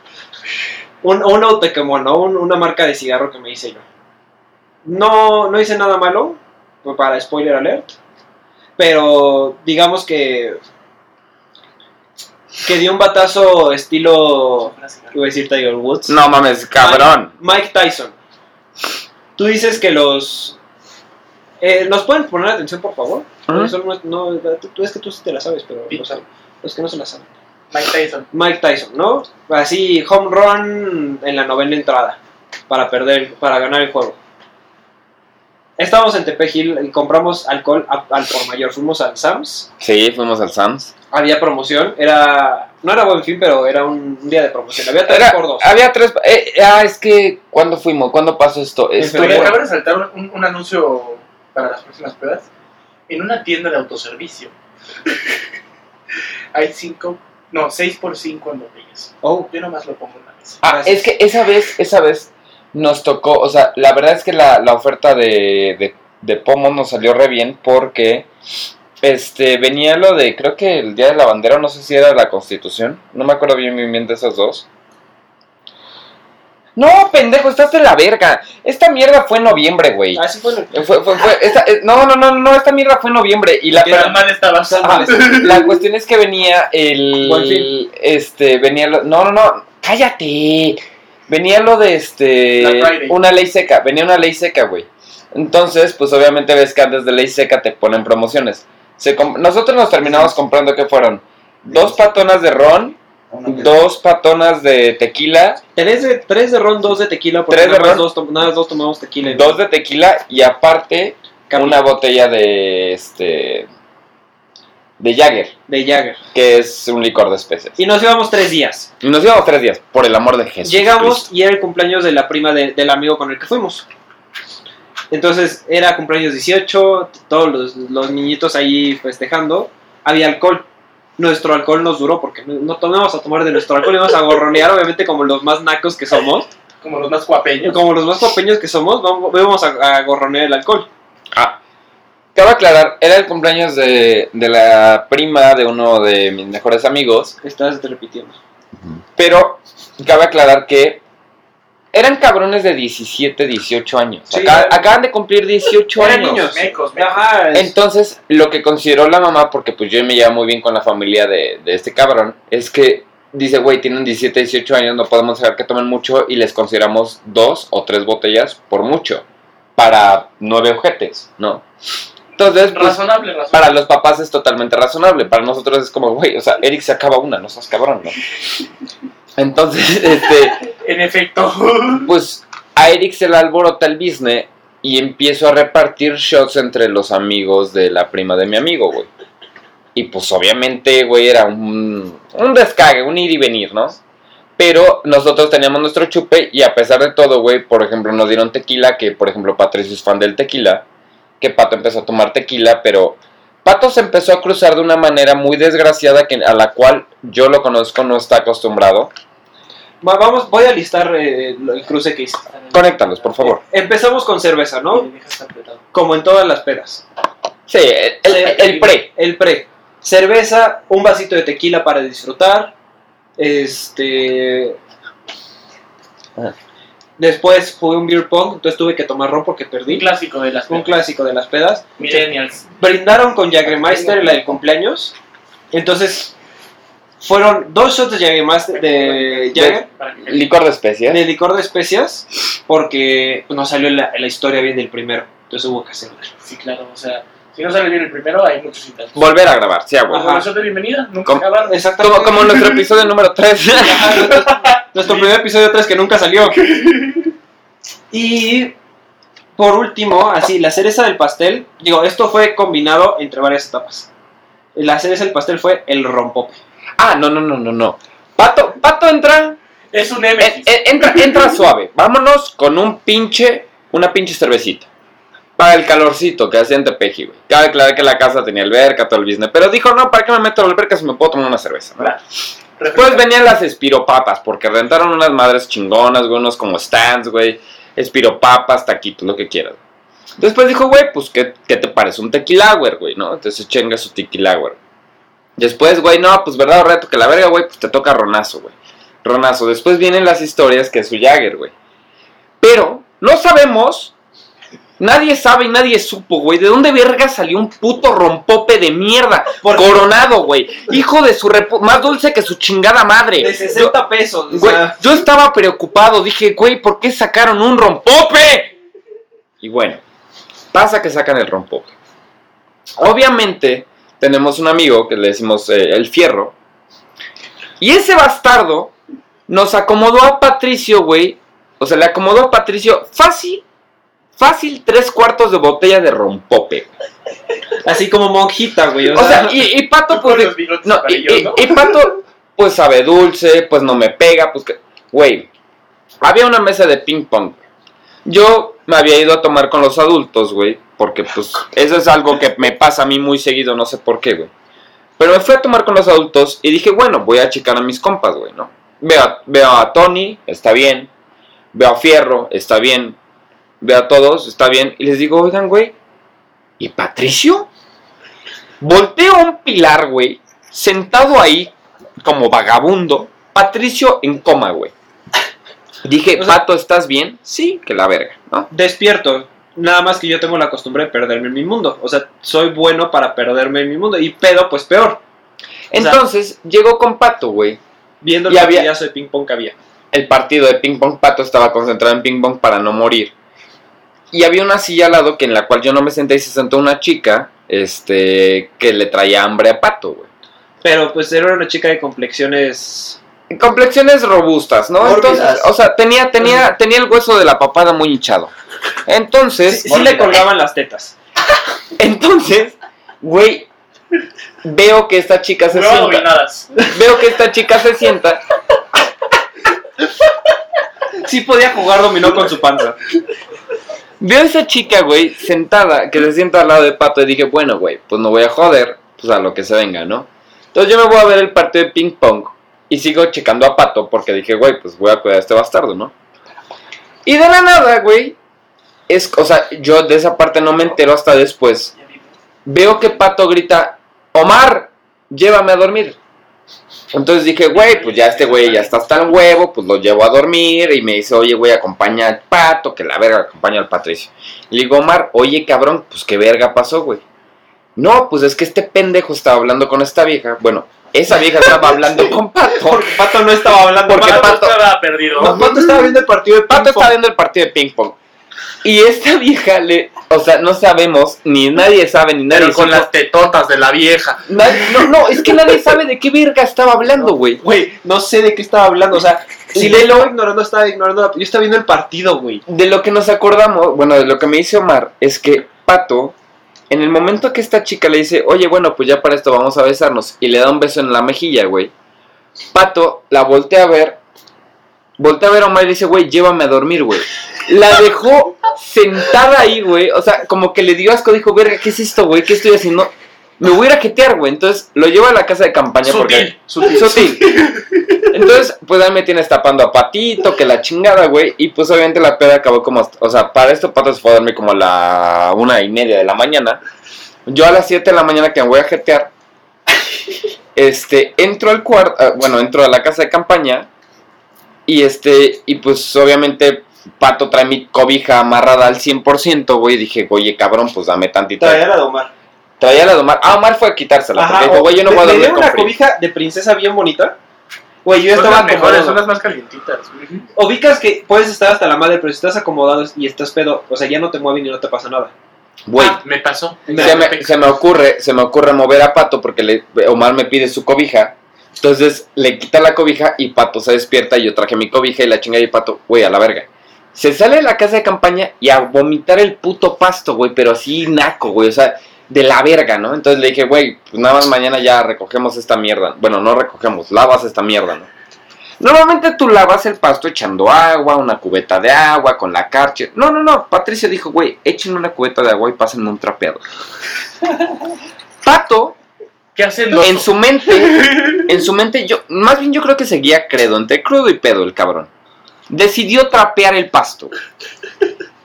[SPEAKER 3] un, un autoquemono, un- una marca de cigarro que me hice yo. No, no hice nada malo, pues, para spoiler alert, pero digamos que que di un batazo estilo, iba a decir Tiger Woods,
[SPEAKER 4] No mames, cabrón.
[SPEAKER 3] Mike Tyson. Tú dices que los... eh, ¿Nos pueden poner atención, por favor?
[SPEAKER 4] ¿Mm?
[SPEAKER 3] Eso no, no- tú- tú- es que tú sí te la sabes, pero
[SPEAKER 8] Pito.
[SPEAKER 3] los, los que no se la saben.
[SPEAKER 8] Mike Tyson.
[SPEAKER 3] Mike Tyson, ¿no? Así, home run en la novena entrada para perder, para ganar el juego. Estábamos en Tepejil y compramos alcohol a- al por mayor. Fuimos al Sam's.
[SPEAKER 4] Sí, fuimos al Sams.
[SPEAKER 3] Había promoción. Era. No era buen fin, pero era un, un día de promoción. Había tres
[SPEAKER 4] Era-
[SPEAKER 3] por dos.
[SPEAKER 4] había tres. eh, eh, ah, es que. ¿Cuándo fuimos? ¿Cuándo pasó esto? Esto
[SPEAKER 8] Oye,
[SPEAKER 3] febrero.
[SPEAKER 4] fue-
[SPEAKER 8] acaba de saltar un- un, un anuncio para las próximas pruebas en una tienda de autoservicio. Hay cinco, no, seis por cinco en botellas.
[SPEAKER 3] Oh,
[SPEAKER 8] Yo nomás lo pongo en la mesa.
[SPEAKER 4] Ah,
[SPEAKER 3] Gracias.
[SPEAKER 4] es que esa vez, esa vez nos tocó, o sea, la verdad es que la, la oferta de, de, de Pomos nos salió re bien porque este venía lo de, creo que el Día de la Bandera, no sé si era la Constitución, no me acuerdo bien bien, bien de esas dos. No, pendejo, estás de la verga. Esta mierda fue en noviembre, güey.
[SPEAKER 3] así fue. el-
[SPEAKER 4] Eh, Fue, fue, fue- esta- eh, no, no, no, no, esta mierda fue en noviembre y la,
[SPEAKER 8] Qué tan mal estabas.
[SPEAKER 3] San
[SPEAKER 4] Ajá.
[SPEAKER 3] Valentín.
[SPEAKER 4] Ah, la cuestión es que venía
[SPEAKER 3] Buen fin.
[SPEAKER 4] el. Este, venía lo. No, no, no. Cállate. Venía lo de
[SPEAKER 8] Black
[SPEAKER 4] este.
[SPEAKER 8] Friday.
[SPEAKER 4] Una ley seca. Venía una ley seca, güey. Entonces, pues obviamente ves que antes de ley seca te ponen promociones. Se comp- Nosotros nos terminamos comprando, ¿qué fueron? Dos patonas de ron, dos patonas de tequila,
[SPEAKER 3] Tres de, tres de ron, dos de tequila. Porque
[SPEAKER 4] Tres de
[SPEAKER 3] nada más
[SPEAKER 4] ron.
[SPEAKER 3] Dos, tom- nada más dos tomamos tequila. y-
[SPEAKER 4] dos de tequila y aparte
[SPEAKER 3] Cap-
[SPEAKER 4] una botella de este. de Jagger,
[SPEAKER 3] de Jagger.
[SPEAKER 4] que es un licor de especies.
[SPEAKER 3] Y nos íbamos tres días.
[SPEAKER 4] Y nos llevamos tres días, por el amor de Jesús.
[SPEAKER 3] Llegamos
[SPEAKER 4] Cristo.
[SPEAKER 3] y era el cumpleaños de la prima de- del amigo con el que fuimos. Entonces era cumpleaños 18, t- todos los, los niñitos ahí festejando. Había alcohol. Nuestro alcohol nos duró porque no, no tomamos a tomar de nuestro alcohol, íbamos a gorronear, obviamente, como los más nacos que somos.
[SPEAKER 8] Como los más guapeños.
[SPEAKER 3] Como los más copeños que somos, vamos, íbamos a, a gorronear el alcohol.
[SPEAKER 4] Ah, cabe aclarar, era el cumpleaños de, de la prima de uno de mis mejores amigos,
[SPEAKER 3] Estás repitiendo.
[SPEAKER 4] pero cabe aclarar que eran cabrones de 17, 18 años.
[SPEAKER 3] Sí,
[SPEAKER 4] Acá-
[SPEAKER 3] eran-
[SPEAKER 4] acaban de cumplir 18
[SPEAKER 3] Eran
[SPEAKER 4] años.
[SPEAKER 3] niños.
[SPEAKER 8] Mecos, mecos.
[SPEAKER 3] Ajá, es-
[SPEAKER 4] Entonces, lo que consideró la mamá, porque pues yo me llevo muy bien con la familia de, de este cabrón, es que dice, güey, tienen 17, 18 años, no podemos dejar que tomen mucho y les consideramos dos o tres botellas por mucho, para nueve ojetes, ¿no? Entonces, pues,
[SPEAKER 8] Razonable, razonable.
[SPEAKER 4] para los papás es totalmente razonable, para nosotros es como, güey, o sea, Eric se acaba una, no seas cabrón, ¿no? Entonces, este
[SPEAKER 8] En efecto.
[SPEAKER 4] pues a Eric se le alborota el business y empiezo a repartir shots entre los amigos de la prima de mi amigo, güey. Y pues obviamente, güey, era un, un descague, un ir y venir, ¿no? Pero nosotros teníamos nuestro chupe y a pesar de todo, güey, por ejemplo, nos dieron tequila, que por ejemplo Patricio es fan del tequila, que Pato empezó a tomar tequila, pero Pato se empezó a cruzar de una manera muy desgraciada que, a la cual yo lo conozco, no está acostumbrado.
[SPEAKER 3] va- vamos, voy a listar eh, lo- el cruce que hice.
[SPEAKER 4] Conéctalos, por favor.
[SPEAKER 3] Eh, Empezamos con cerveza,
[SPEAKER 8] Y
[SPEAKER 3] ¿no?
[SPEAKER 8] le dejas apretado.
[SPEAKER 3] Como en todas las pedas.
[SPEAKER 4] Sí, el- el- el pre.
[SPEAKER 3] El pre. cerveza, un vasito de tequila para disfrutar. Este.
[SPEAKER 4] Ah.
[SPEAKER 3] Después jugué un beer pong, entonces tuve que tomar ron porque
[SPEAKER 8] Un
[SPEAKER 3] perdí.
[SPEAKER 8] clásico de las
[SPEAKER 3] Un clásico de las pedas
[SPEAKER 8] millennials.
[SPEAKER 3] brindaron con Jagermeister la del cumpleaños. Entonces, fueron dos shots de Jagermeister, de Jager,
[SPEAKER 8] Para que-
[SPEAKER 4] Licor de especias.
[SPEAKER 3] de licor de especias, porque pues, no salió la, la historia bien del primero. Entonces hubo que hacerlo.
[SPEAKER 8] Sí, claro, o sea, si no sale bien el primero, hay muchos intentos.
[SPEAKER 4] Volver a grabar, sí, a huevo.
[SPEAKER 3] Ajá.
[SPEAKER 8] Bueno, yo te bienvenida, nunca
[SPEAKER 4] ¿Cómo?
[SPEAKER 8] acaban.
[SPEAKER 3] Exactamente.
[SPEAKER 4] Como, como nuestro episodio número 3.
[SPEAKER 3] Ajá, nuestro- Nuestro primer episodio 3 que nunca salió. Y por último, así, la cereza del pastel. Digo, esto fue combinado entre varias etapas. La cereza del pastel fue el rompope.
[SPEAKER 4] ah, no, no, no, no, no. Pato, Pato entra,
[SPEAKER 8] Es un
[SPEAKER 4] en-
[SPEAKER 8] M.
[SPEAKER 4] en- entra, entra suave. Vámonos con un pinche, una pinche cervecita. Para el calorcito que hacía en Tepeji, güey. Cabe aclarar que la casa tenía alberca, todo el business. Pero dijo, no, ¿para qué me meto a la alberca si me puedo tomar una cerveza? ¿no? Después venían las espiropapas, porque rentaron unas madres chingonas, güey, unos como stands, güey. Espiropapas, taquitos, lo que quieras. Después dijo, güey, pues, ¿qué, qué te parece un tequilagüer, güey, no? Entonces chenga su tequilagüer. Después, güey, no, pues, verdad, o reto, que la verga, güey, pues te toca ronazo, güey. Ronazo. Después vienen las historias que es su Jagger, güey. Pero, no sabemos, nadie sabe y nadie supo, güey, de dónde verga salió un puto rompope de mierda. Coronado, güey. Hijo de su repu- más dulce que su chingada madre.
[SPEAKER 3] De 60 pesos. o
[SPEAKER 4] Güey,
[SPEAKER 3] sea,
[SPEAKER 4] yo estaba preocupado, dije, güey, ¿por qué sacaron un rompope? Y bueno, pasa que sacan el rompope. Obviamente, tenemos un amigo que le decimos eh, el fierro. Y ese bastardo nos acomodó a Patricio, güey. O sea, le acomodó a Patricio fácil, fácil tres cuartos de botella de rompope.
[SPEAKER 3] así como monjita, güey.
[SPEAKER 4] O sea, y, y Pato, pues,
[SPEAKER 8] Con
[SPEAKER 4] de-
[SPEAKER 8] los bigotes
[SPEAKER 4] no, y,
[SPEAKER 8] amarillos,
[SPEAKER 4] y-
[SPEAKER 8] ¿no?
[SPEAKER 4] y Pato, pues sabe dulce, pues no me pega, pues que... Güey, había una mesa de ping pong. Yo me había ido a tomar con los adultos, güey, porque pues eso es algo que me pasa a mí muy seguido, no sé por qué, güey. Pero me fui a tomar con los adultos y dije, bueno, voy a checar a mis compas, güey, ¿no? Veo a, veo a Tony, está bien. Veo a Fierro, está bien. Veo a todos, está bien. Y les digo, oigan, güey, ¿y Patricio? Volteo a un pilar, güey, sentado ahí como vagabundo, Patricio en coma, güey. Dije,
[SPEAKER 3] O sea-
[SPEAKER 4] Pato, ¿estás bien? Sí, que la verga, ¿no?
[SPEAKER 3] despierto. Nada más que yo tengo la costumbre de perderme en mi mundo. O sea, soy bueno para perderme en mi mundo. Y pedo, pues peor.
[SPEAKER 4] Entonces, llegó con Pato, güey.
[SPEAKER 3] Viendo
[SPEAKER 4] Y
[SPEAKER 3] el
[SPEAKER 4] había-
[SPEAKER 3] payaso de ping pong que había.
[SPEAKER 4] El partido de ping pong, Pato estaba concentrado en ping pong para no morir. Y había una silla al lado que en la cual yo no me senté y se sentó una chica, este, que le traía hambre a Pato, güey.
[SPEAKER 3] Pero pues era una chica de complexiones.
[SPEAKER 4] Complexiones robustas, ¿no?
[SPEAKER 6] Mórbidas.
[SPEAKER 4] Entonces, o sea, tenía, tenía, tenía el hueso de la papada muy hinchado. Entonces,
[SPEAKER 3] Sí le colgaban las tetas.
[SPEAKER 4] Entonces, güey, veo que esta chica se
[SPEAKER 8] No,
[SPEAKER 4] sienta.
[SPEAKER 8] nadadas.
[SPEAKER 4] Veo que esta chica se sienta.
[SPEAKER 3] Sí podía jugar dominó con su panza.
[SPEAKER 4] Veo a esa chica, güey, sentada, que se sienta al lado de Pato. Y dije, bueno, güey, pues no voy a joder, pues a lo que se venga, ¿no? Entonces yo me voy a ver el partido de ping pong. Y sigo checando a Pato porque dije, güey, pues voy a cuidar a este bastardo, ¿no? Y de la nada, güey, es, o sea, yo de esa parte no me entero hasta después. Veo que Pato grita, Omar, llévame a dormir. Entonces dije, güey, pues ya este güey ya está hasta el huevo, pues lo llevo a dormir. Y me dice, oye, güey, acompaña al Pato, que la verga acompaña al Patricio. Le digo, Omar, oye, cabrón, pues qué verga pasó, güey. No, pues es que este pendejo estaba hablando con esta vieja. Bueno, esa vieja estaba hablando con Pato.
[SPEAKER 3] Porque Pato no estaba hablando.
[SPEAKER 4] Porque
[SPEAKER 8] Pato
[SPEAKER 4] Pato-
[SPEAKER 8] estaba perdido.
[SPEAKER 3] No, Pato estaba viendo el partido de
[SPEAKER 4] Pato
[SPEAKER 3] ping pong.
[SPEAKER 4] está viendo el partido de ping pong. Y esta vieja le, o sea, no sabemos, ni nadie sabe, ni nadie
[SPEAKER 8] Pero con
[SPEAKER 4] supo.
[SPEAKER 8] las tetotas de la vieja.
[SPEAKER 4] Nadie- no, no, es que nadie sabe de qué verga estaba hablando, güey.
[SPEAKER 3] Güey, no sé de qué estaba hablando. O sea, si
[SPEAKER 4] Sí.
[SPEAKER 3] le lo ignorando, estaba ignorando. la- Yo estaba viendo el partido, güey.
[SPEAKER 4] De lo que nos acordamos, bueno, de lo que me dice Omar, es que Pato, en el momento que esta chica le dice, oye, bueno, pues ya para esto vamos a besarnos, y le da un beso en la mejilla, güey. Pato la voltea a ver, voltea a ver a Omar y le dice, güey, llévame a dormir, güey. La dejó sentada ahí, güey. O sea, como que le dio asco, dijo, verga, ¿qué es esto, güey? ¿Qué estoy haciendo? Me voy a ir a quetear, güey. Entonces lo lleva a la casa de campaña porque.
[SPEAKER 8] Sutil, sutil.
[SPEAKER 4] Sutil. Entonces, pues ahí me tienes tapando a Patito, que la chingada, güey. Y pues obviamente la peda acabó como. hasta- O sea, para esto Pato se fue a dormir como a la una y media de la mañana. Yo a las 7 de la mañana que me voy a jetear, Este, entro al cuarto, bueno, entro a la casa de campaña y este, y pues obviamente Pato trae mi cobija amarrada al 100%, güey, y dije, oye, cabrón, pues dame tantita.
[SPEAKER 6] Traer a Omar.
[SPEAKER 4] Traía la de Omar. Ah, Omar fue a quitársela,
[SPEAKER 3] Ajá,
[SPEAKER 4] porque dijo,
[SPEAKER 3] o-
[SPEAKER 4] güey, yo no
[SPEAKER 3] me-
[SPEAKER 4] voy a
[SPEAKER 3] me
[SPEAKER 4] dormir
[SPEAKER 3] dieron
[SPEAKER 4] con
[SPEAKER 3] una
[SPEAKER 4] frío.
[SPEAKER 3] cobija de princesa bien bonita. Güey, yo
[SPEAKER 8] Son
[SPEAKER 3] estaba
[SPEAKER 8] las mejores,
[SPEAKER 3] acomodado.
[SPEAKER 8] son las más calientitas. güey.
[SPEAKER 3] Ubicas que puedes estar hasta la madre, pero si estás acomodado y estás pedo, o sea, ya no te mueven y no te pasa nada.
[SPEAKER 4] Güey,
[SPEAKER 8] Ah, me pasó.
[SPEAKER 4] se me, se me ocurre, se me ocurre mover a Pato porque le- Omar me pide su cobija. Entonces le quita la cobija y Pato se despierta y yo traje mi cobija y la chinga y Pato, güey, a la verga. Se sale de la casa de campaña y a vomitar el puto pasto, güey, pero así naco, güey, o sea, de la verga, ¿no? Entonces le dije, güey, pues nada más mañana ya recogemos esta mierda. Bueno, no recogemos, lavas esta mierda, ¿no? Normalmente tú lavas el pasto echando agua, una cubeta de agua con la carche. No, no, no, Patricia dijo, güey, echen una cubeta de agua y pásenme un trapeador. Pato,
[SPEAKER 8] ¿Qué hacen los
[SPEAKER 4] en su mente, en su mente, yo, más bien yo creo que seguía credo, entre crudo y pedo el cabrón. Decidió trapear el pasto.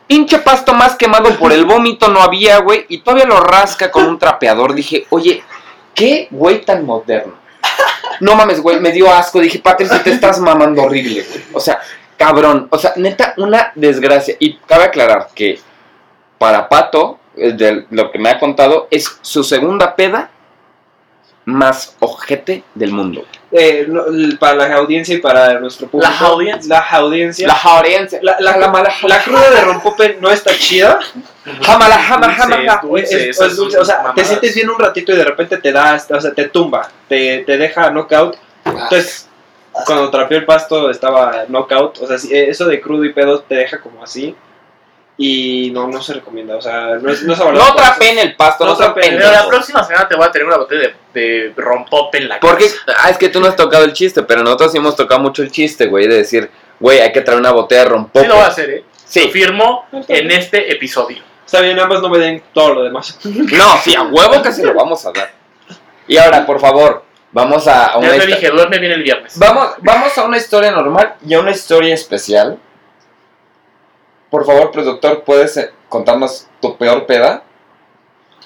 [SPEAKER 4] Pinche pasto más quemado por el vómito no había, güey, y todavía lo rasca con un trapeador. Dije, oye, qué güey tan moderno. No mames, güey, me dio asco. Dije, Patricia, te estás mamando horrible, güey. O sea, cabrón. O sea, neta, una desgracia. Y cabe aclarar que para Pato, eh, de lo que me ha contado, es su segunda peda más ojete del mundo.
[SPEAKER 3] Eh, no, l- para la audiencia y para nuestro público.
[SPEAKER 8] La audiencia.
[SPEAKER 3] La audiencia.
[SPEAKER 4] La
[SPEAKER 3] La,
[SPEAKER 4] jaorense.
[SPEAKER 3] la, la, la cruda de Rompope no está chida.
[SPEAKER 4] Jamala, jama, jama,
[SPEAKER 8] Dulce,
[SPEAKER 4] jama.
[SPEAKER 8] dulce,
[SPEAKER 3] Es-
[SPEAKER 8] esas
[SPEAKER 3] es dulce, o sea,
[SPEAKER 8] mamadas.
[SPEAKER 3] te sientes bien un ratito y de repente te da, hasta- o sea, te tumba, te, te deja knockout. Entonces, cuando trapeó el pasto estaba knockout. O sea, sí, eh, eso de crudo y pedo te deja como así. Y no, no se recomienda. O sea, no es, no es
[SPEAKER 4] No trapeen el pasto, no,
[SPEAKER 3] No
[SPEAKER 4] sean
[SPEAKER 3] trapeen.
[SPEAKER 8] Pero la
[SPEAKER 4] pendejos.
[SPEAKER 8] próxima semana te voy a tener una botella de, de rompope en la
[SPEAKER 4] Porque,
[SPEAKER 8] casa.
[SPEAKER 4] ah, es que tú no has tocado el chiste, pero nosotros sí hemos tocado mucho el chiste, güey, de decir, güey, hay que traer una botella de rompope.
[SPEAKER 8] Sí lo va a hacer, ¿eh? Lo
[SPEAKER 4] Sí.
[SPEAKER 8] firmo
[SPEAKER 3] Está bien.
[SPEAKER 8] en este episodio.
[SPEAKER 3] Está bien, nada más no me den todo lo demás.
[SPEAKER 4] No, sí, a huevo que se lo vamos a dar. Y ahora, por favor, vamos a, a
[SPEAKER 8] Ya
[SPEAKER 4] una
[SPEAKER 8] te
[SPEAKER 4] histo-
[SPEAKER 8] dije, duerme bien el viernes.
[SPEAKER 4] Vamos, vamos a una historia normal y a una historia especial. Por favor, productor, ¿puedes eh, contarnos tu peor peda?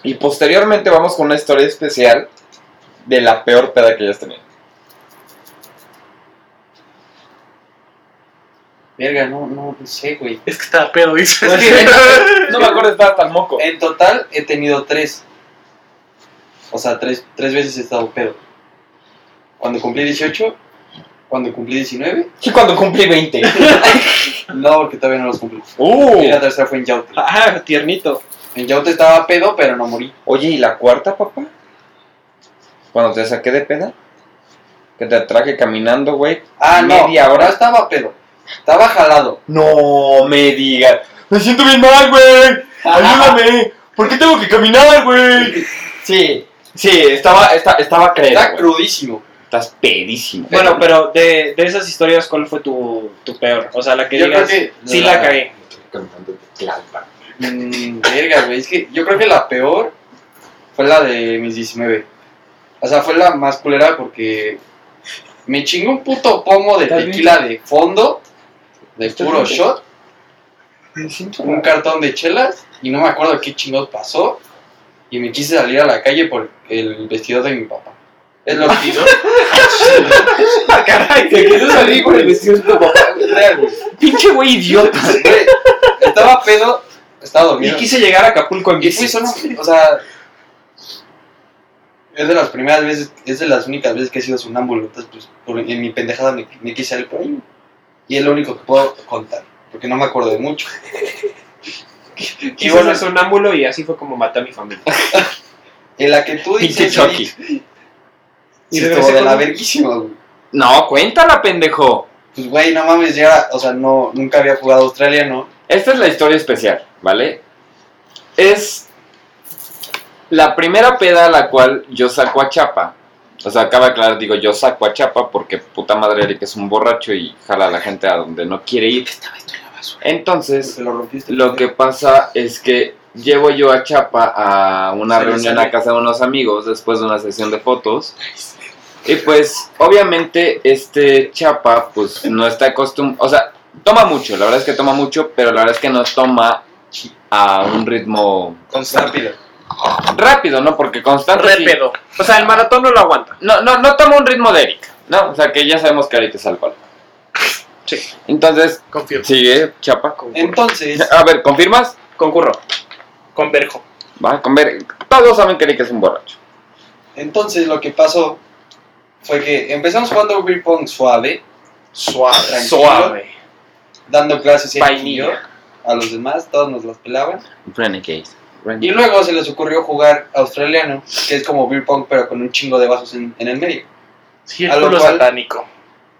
[SPEAKER 4] Y posteriormente vamos con una historia especial de la peor peda que hayas tenido.
[SPEAKER 6] Verga, no, no, no sé, güey.
[SPEAKER 8] Es que estaba pedo, dices.
[SPEAKER 4] No me acuerdo, estaba tan moco.
[SPEAKER 6] En total he tenido tres. O sea, tres, tres veces he estado pedo. Cuando cumplí 18, cuando cumplí 19.
[SPEAKER 4] Y cuando cumplí 20.
[SPEAKER 6] No, porque todavía no los cumplí. Y
[SPEAKER 4] Uh.
[SPEAKER 6] la tercera fue en Yaute.
[SPEAKER 3] Ah, tiernito.
[SPEAKER 6] En Yaute estaba pedo, pero no morí.
[SPEAKER 4] Oye, ¿y la cuarta, papá? Cuando te saqué de peda. Que te traje caminando, güey.
[SPEAKER 6] Ah, no.
[SPEAKER 4] Media hora.
[SPEAKER 6] no estaba pedo. Estaba jalado.
[SPEAKER 4] No me digas. Me siento bien mal, güey. Ayúdame. ¿Por qué tengo que caminar, güey? Sí, sí, estaba, esta- estaba creído.
[SPEAKER 6] Está crudísimo.
[SPEAKER 4] Estás pedísimo.
[SPEAKER 3] Bueno, pero de, de esas historias, ¿cuál fue tu, tu peor? O sea, la que
[SPEAKER 6] Yo
[SPEAKER 3] digas,
[SPEAKER 6] creo que-
[SPEAKER 3] sí la cagué.
[SPEAKER 6] Mm, verga, güey. Es que yo creo que la peor fue la de mis 19. O sea, fue la más culera porque me chingó un puto pomo de tequila de fondo, de puro shot, un cartón de chelas y no me acuerdo qué chingos pasó. Y me quise salir a la calle por el vestido de mi papá. Es lo que hizo.
[SPEAKER 4] caray,
[SPEAKER 6] Me quise salir por el vestido de mi papá. Real, güey.
[SPEAKER 4] pinche güey idiota.
[SPEAKER 6] Güey, Estaba pedo, estaba
[SPEAKER 3] Y
[SPEAKER 6] dormido.
[SPEAKER 3] quise llegar a Acapulco en
[SPEAKER 6] Y
[SPEAKER 3] bici.
[SPEAKER 6] fui solo, o sea. Es de las primeras veces, es de las únicas veces que he sido sonámbulo. Entonces, pues, por- en mi pendejada me, me quise salir por ahí. Y es lo único que puedo contar, porque no me acuerdo de mucho.
[SPEAKER 3] Y
[SPEAKER 6] y
[SPEAKER 3] bueno,
[SPEAKER 6] bueno,
[SPEAKER 3] es un ámbulo y así fue como maté a mi familia.
[SPEAKER 6] En la que tú
[SPEAKER 4] Pinche
[SPEAKER 6] dices.
[SPEAKER 4] Chucky.
[SPEAKER 6] Y
[SPEAKER 3] Y
[SPEAKER 6] de
[SPEAKER 3] regresé con
[SPEAKER 6] la
[SPEAKER 3] un-
[SPEAKER 6] verguísima, güey.
[SPEAKER 4] No, cuéntala, pendejo.
[SPEAKER 6] Pues, güey, no mames, ya, era- o sea, no, nunca había jugado australiano.
[SPEAKER 4] Esta es la historia especial, ¿vale? Es la primera peda a la cual yo saco a Chapa. O sea, acaba de aclarar, digo, yo saco a Chapa porque puta madre Eric es un borracho y jala a la gente a donde no quiere ir. Entonces,
[SPEAKER 6] Se lo rompiste.
[SPEAKER 4] lo que pasa es que llevo yo a Chapa a una
[SPEAKER 6] Se le
[SPEAKER 4] reunión
[SPEAKER 6] sale.
[SPEAKER 4] a casa de unos amigos después de una sesión de fotos. Y pues, obviamente, este Chapa, pues no está acostumbrado. O sea, toma mucho, la verdad es que toma mucho, pero la verdad es que no toma a un ritmo
[SPEAKER 6] Con rápido.
[SPEAKER 4] rápido, ¿no? Porque constante. pues sí.
[SPEAKER 3] Repedo. O sea, el maratón no lo aguanta.
[SPEAKER 4] No, no, no toma un ritmo de Eric, ¿no? O sea, que ya sabemos que Eric es alcohol.
[SPEAKER 3] Sí.
[SPEAKER 4] Entonces,
[SPEAKER 11] Confío.
[SPEAKER 4] sigue, Chapa.
[SPEAKER 6] Entonces,
[SPEAKER 4] A ver, ¿confirmas?
[SPEAKER 3] Concurro. Con Berjo.
[SPEAKER 4] Va, con ver. Todos saben que Eric es un borracho.
[SPEAKER 6] entonces lo que pasó fue que empezamos jugando beer pong suave,
[SPEAKER 3] Suave.
[SPEAKER 6] Tranquilo.
[SPEAKER 3] Suave.
[SPEAKER 6] dando clases Eric y yo
[SPEAKER 3] Vainilla.
[SPEAKER 6] a los demás, todos nos las pelaban.
[SPEAKER 4] Renegade.
[SPEAKER 6] Y luego se les ocurrió jugar australiano, que es como beer pong pero con un chingo de vasos en, en el medio. A
[SPEAKER 11] Círculo
[SPEAKER 6] lo cual-
[SPEAKER 11] satánico.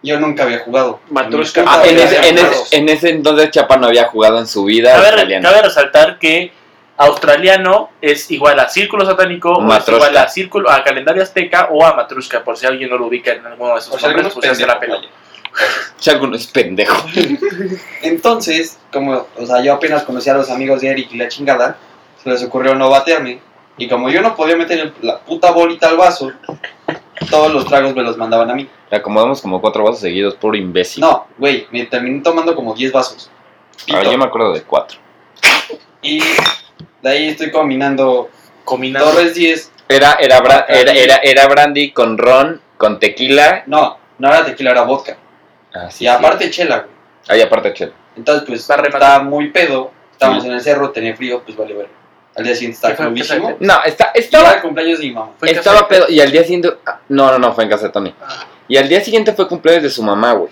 [SPEAKER 6] Yo nunca había jugado.
[SPEAKER 3] Matrushka.
[SPEAKER 6] Nunca
[SPEAKER 4] Ah, en,
[SPEAKER 6] había
[SPEAKER 4] ese, en
[SPEAKER 6] jugado.
[SPEAKER 4] ese- en ese entonces Chapa no había jugado en su vida.
[SPEAKER 8] Cabe,
[SPEAKER 4] italiano.
[SPEAKER 8] cabe resaltar que australiano es igual a círculo satánico o es
[SPEAKER 4] Matrosca.
[SPEAKER 8] igual a círculo a calendario azteca o a matrushka, por si alguien no lo ubica en alguno de sus
[SPEAKER 6] O sea,
[SPEAKER 8] nombres,
[SPEAKER 6] algunos
[SPEAKER 8] pues ya se la peló.
[SPEAKER 6] pendejos,
[SPEAKER 4] Si alguno es pendejo.
[SPEAKER 6] Entonces, como, o sea, yo apenas conocí a los amigos de Eric y la chingada, se les ocurrió no batearme. Y como yo no podía meter el- la puta bolita al vaso, todos los tragos me los mandaban a mí.
[SPEAKER 4] Le acomodamos como cuatro vasos seguidos, puro imbécil.
[SPEAKER 6] No, güey, me terminé tomando como 10 vasos.
[SPEAKER 4] Ah,
[SPEAKER 6] Pito.
[SPEAKER 4] yo me acuerdo de cuatro.
[SPEAKER 6] Y de ahí estoy combinando
[SPEAKER 8] Combinando.
[SPEAKER 6] Torres 10.
[SPEAKER 4] Era, era, bra- era, era, era brandy con ron, con tequila.
[SPEAKER 6] No, no era tequila, era vodka.
[SPEAKER 4] Ah, sí,
[SPEAKER 6] Y aparte chela, güey.
[SPEAKER 4] sí. Ahí aparte, chela.
[SPEAKER 6] Entonces, pues,
[SPEAKER 3] Para rematar.
[SPEAKER 6] estaba muy pedo. Estábamos en el cerro, tenía frío, pues vale, ver. Al día siguiente estaba
[SPEAKER 11] ¿Qué fue? ¿Qué
[SPEAKER 6] crudísimo.
[SPEAKER 4] No, está,
[SPEAKER 6] Y era
[SPEAKER 4] estaba,
[SPEAKER 6] el cumpleaños de Ah. mi mamá.
[SPEAKER 11] Fue
[SPEAKER 4] estaba
[SPEAKER 11] casete.
[SPEAKER 4] pedo. Y al día siguiente. ah, No, no, no, fue en casa de Tony. Y al día siguiente fue cumpleaños de su mamá, güey.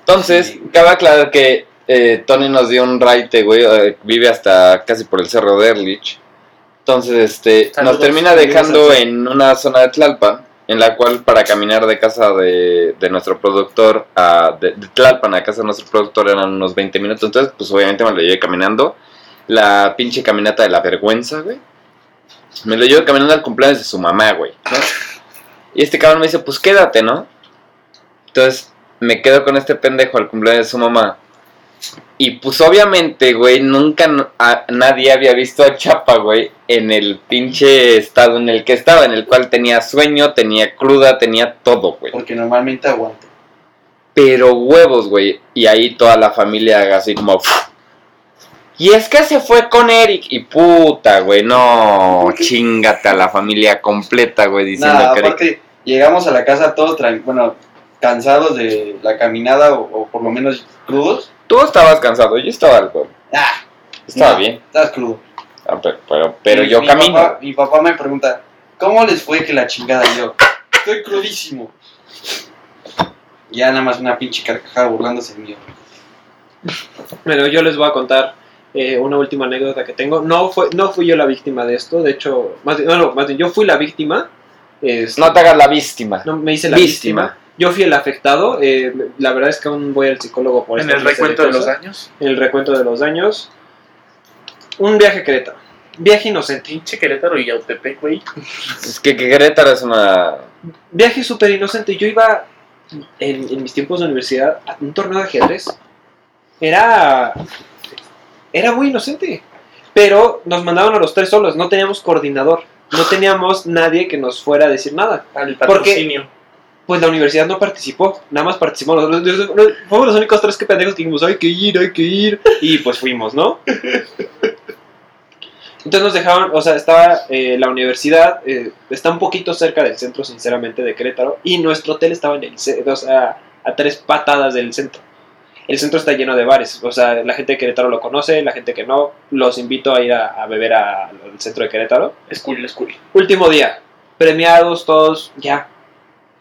[SPEAKER 4] Entonces,
[SPEAKER 6] Sí.
[SPEAKER 4] cabe aclarar que eh, Tony nos dio un raite, güey. eh, vive hasta casi por el cerro de Erlich. Entonces, este,
[SPEAKER 8] Saludos,
[SPEAKER 4] nos termina
[SPEAKER 8] saludos a
[SPEAKER 4] dejando
[SPEAKER 8] Tony.
[SPEAKER 4] en una zona de Tlalpan. En la cual, para caminar de casa de, de nuestro productor a. De, de Tlalpan a casa de nuestro productor eran unos 20 minutos. Entonces, pues obviamente me lo llevé caminando. La pinche caminata de la vergüenza, güey. Me lo llevo caminando al cumpleaños de su mamá, güey. ¿no? Y este cabrón me dice, pues quédate, ¿no? Entonces me quedo con este pendejo al cumpleaños de su mamá. Y pues obviamente, güey, nunca n- a- nadie había visto a Chapa, güey, en el pinche estado en el que estaba, en el cual tenía sueño, tenía cruda, tenía todo, güey.
[SPEAKER 6] Porque normalmente aguanto.
[SPEAKER 4] Pero huevos, güey. Y ahí toda la familia haga así como... "Uf". Y es que se fue con Eric. Y puta, güey, no, chingate a la familia completa, güey, diciendo
[SPEAKER 6] Nada,
[SPEAKER 4] que Eric
[SPEAKER 6] aparte, llegamos a la casa todos, tran- bueno, cansados de la caminada o, o por lo menos crudos.
[SPEAKER 4] Tú estabas cansado, yo estaba algo.
[SPEAKER 6] Ah,
[SPEAKER 4] Estaba
[SPEAKER 6] no,
[SPEAKER 4] bien.
[SPEAKER 6] Estás crudo.
[SPEAKER 4] Ah, pero pero, pero
[SPEAKER 6] Mi-
[SPEAKER 4] yo
[SPEAKER 6] mi
[SPEAKER 4] camino.
[SPEAKER 6] papá- mi papá me pregunta, ¿cómo les fue que la chingada Y yo? Estoy crudísimo. Ya nada más una pinche carcajada burlándose mío.
[SPEAKER 3] Bueno, yo les voy a contar eh, una última anécdota que tengo. No, fue, no fui yo la víctima de esto. De hecho, más bien, no, no, más bien, yo fui la víctima. Este,
[SPEAKER 4] No te hagas la víctima.
[SPEAKER 3] no me hice la
[SPEAKER 4] víctima.
[SPEAKER 3] víctima. Yo fui el afectado. eh, la verdad es que aún voy al psicólogo por
[SPEAKER 11] En
[SPEAKER 3] esta
[SPEAKER 11] el
[SPEAKER 3] clase
[SPEAKER 11] recuento de los
[SPEAKER 3] cosas.
[SPEAKER 11] años.
[SPEAKER 3] En el recuento de los daños. Un viaje a Querétaro. Viaje inocente.
[SPEAKER 11] Pinche Querétaro y Yautepec, güey.
[SPEAKER 4] Es que, que Querétaro es una.
[SPEAKER 3] Viaje súper inocente. Yo iba en, en mis tiempos de universidad a un torneo de ajedrez. Era. Era muy inocente. Pero nos mandaban a los tres solos. No teníamos coordinador. No teníamos nadie que nos fuera a decir nada.
[SPEAKER 11] Al
[SPEAKER 3] Porque-
[SPEAKER 11] patrocinio.
[SPEAKER 3] Pues la universidad no participó. Nada más participó. nosotros. Nos- nos- Fuimos los únicos tres que pendejos que dijimos: hay que ir, hay que ir. Y pues fuimos, ¿no? Entonces nos dejaban, o sea, estaba eh, la universidad, eh, está un poquito cerca del centro, sinceramente, de Querétaro, y nuestro hotel estaba en el, ce- o sea, a tres patadas del centro. El centro está lleno de bares, o sea, la gente de Querétaro lo conoce, la gente que no, los invito a ir a, a beber a- al centro de Querétaro.
[SPEAKER 11] Es cool, es cool.
[SPEAKER 3] Último día, premiados todos, ya,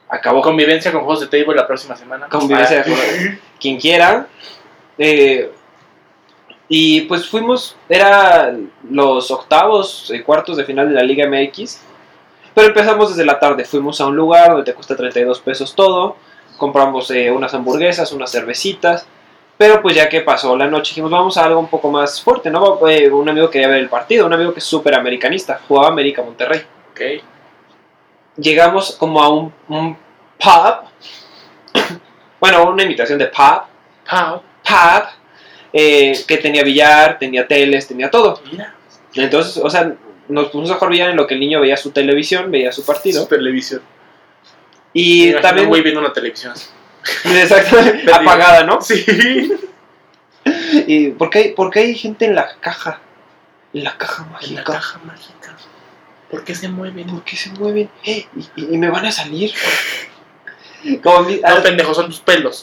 [SPEAKER 3] acabó.
[SPEAKER 11] Convivencia con juegos de table la próxima semana.
[SPEAKER 3] Convivencia
[SPEAKER 11] Ah,
[SPEAKER 3] de juegos. quien quiera. Eh, y pues fuimos, era los octavos, eh, cuartos de final de la Liga MX. Pero empezamos desde la tarde, fuimos a un lugar donde te cuesta 32 pesos todo, compramos eh, unas hamburguesas, unas cervecitas. Pero pues ya que pasó la noche, dijimos, vamos a algo un poco más fuerte, ¿no? Eh, un amigo quería ver el partido, un amigo que es súper americanista, jugaba América Monterrey
[SPEAKER 11] Ok.
[SPEAKER 3] llegamos como a un, un pub. bueno, una imitación de pub.
[SPEAKER 11] Pau.
[SPEAKER 3] Pub. eh, que tenía billar, tenía teles, tenía todo.
[SPEAKER 11] Mira.
[SPEAKER 3] Entonces, o sea, nos pusimos a jugar billar en lo que el niño veía su televisión, veía su partido.
[SPEAKER 11] Su televisión. Me
[SPEAKER 3] Y
[SPEAKER 11] imagino
[SPEAKER 3] también.
[SPEAKER 11] un güey viendo una televisión.
[SPEAKER 3] Exactamente, apagada, ¿no?
[SPEAKER 11] Sí.
[SPEAKER 3] ¿Y por, qué, hay- ¿Por qué hay gente en la caja? La caja mágica.
[SPEAKER 8] La caja mágica. ¿Por qué se mueven?
[SPEAKER 3] ¿Por qué se mueven? ¡Eh! ¿Y, y- y me van a salir? Como vi-
[SPEAKER 8] No, pendejo, son tus pelos.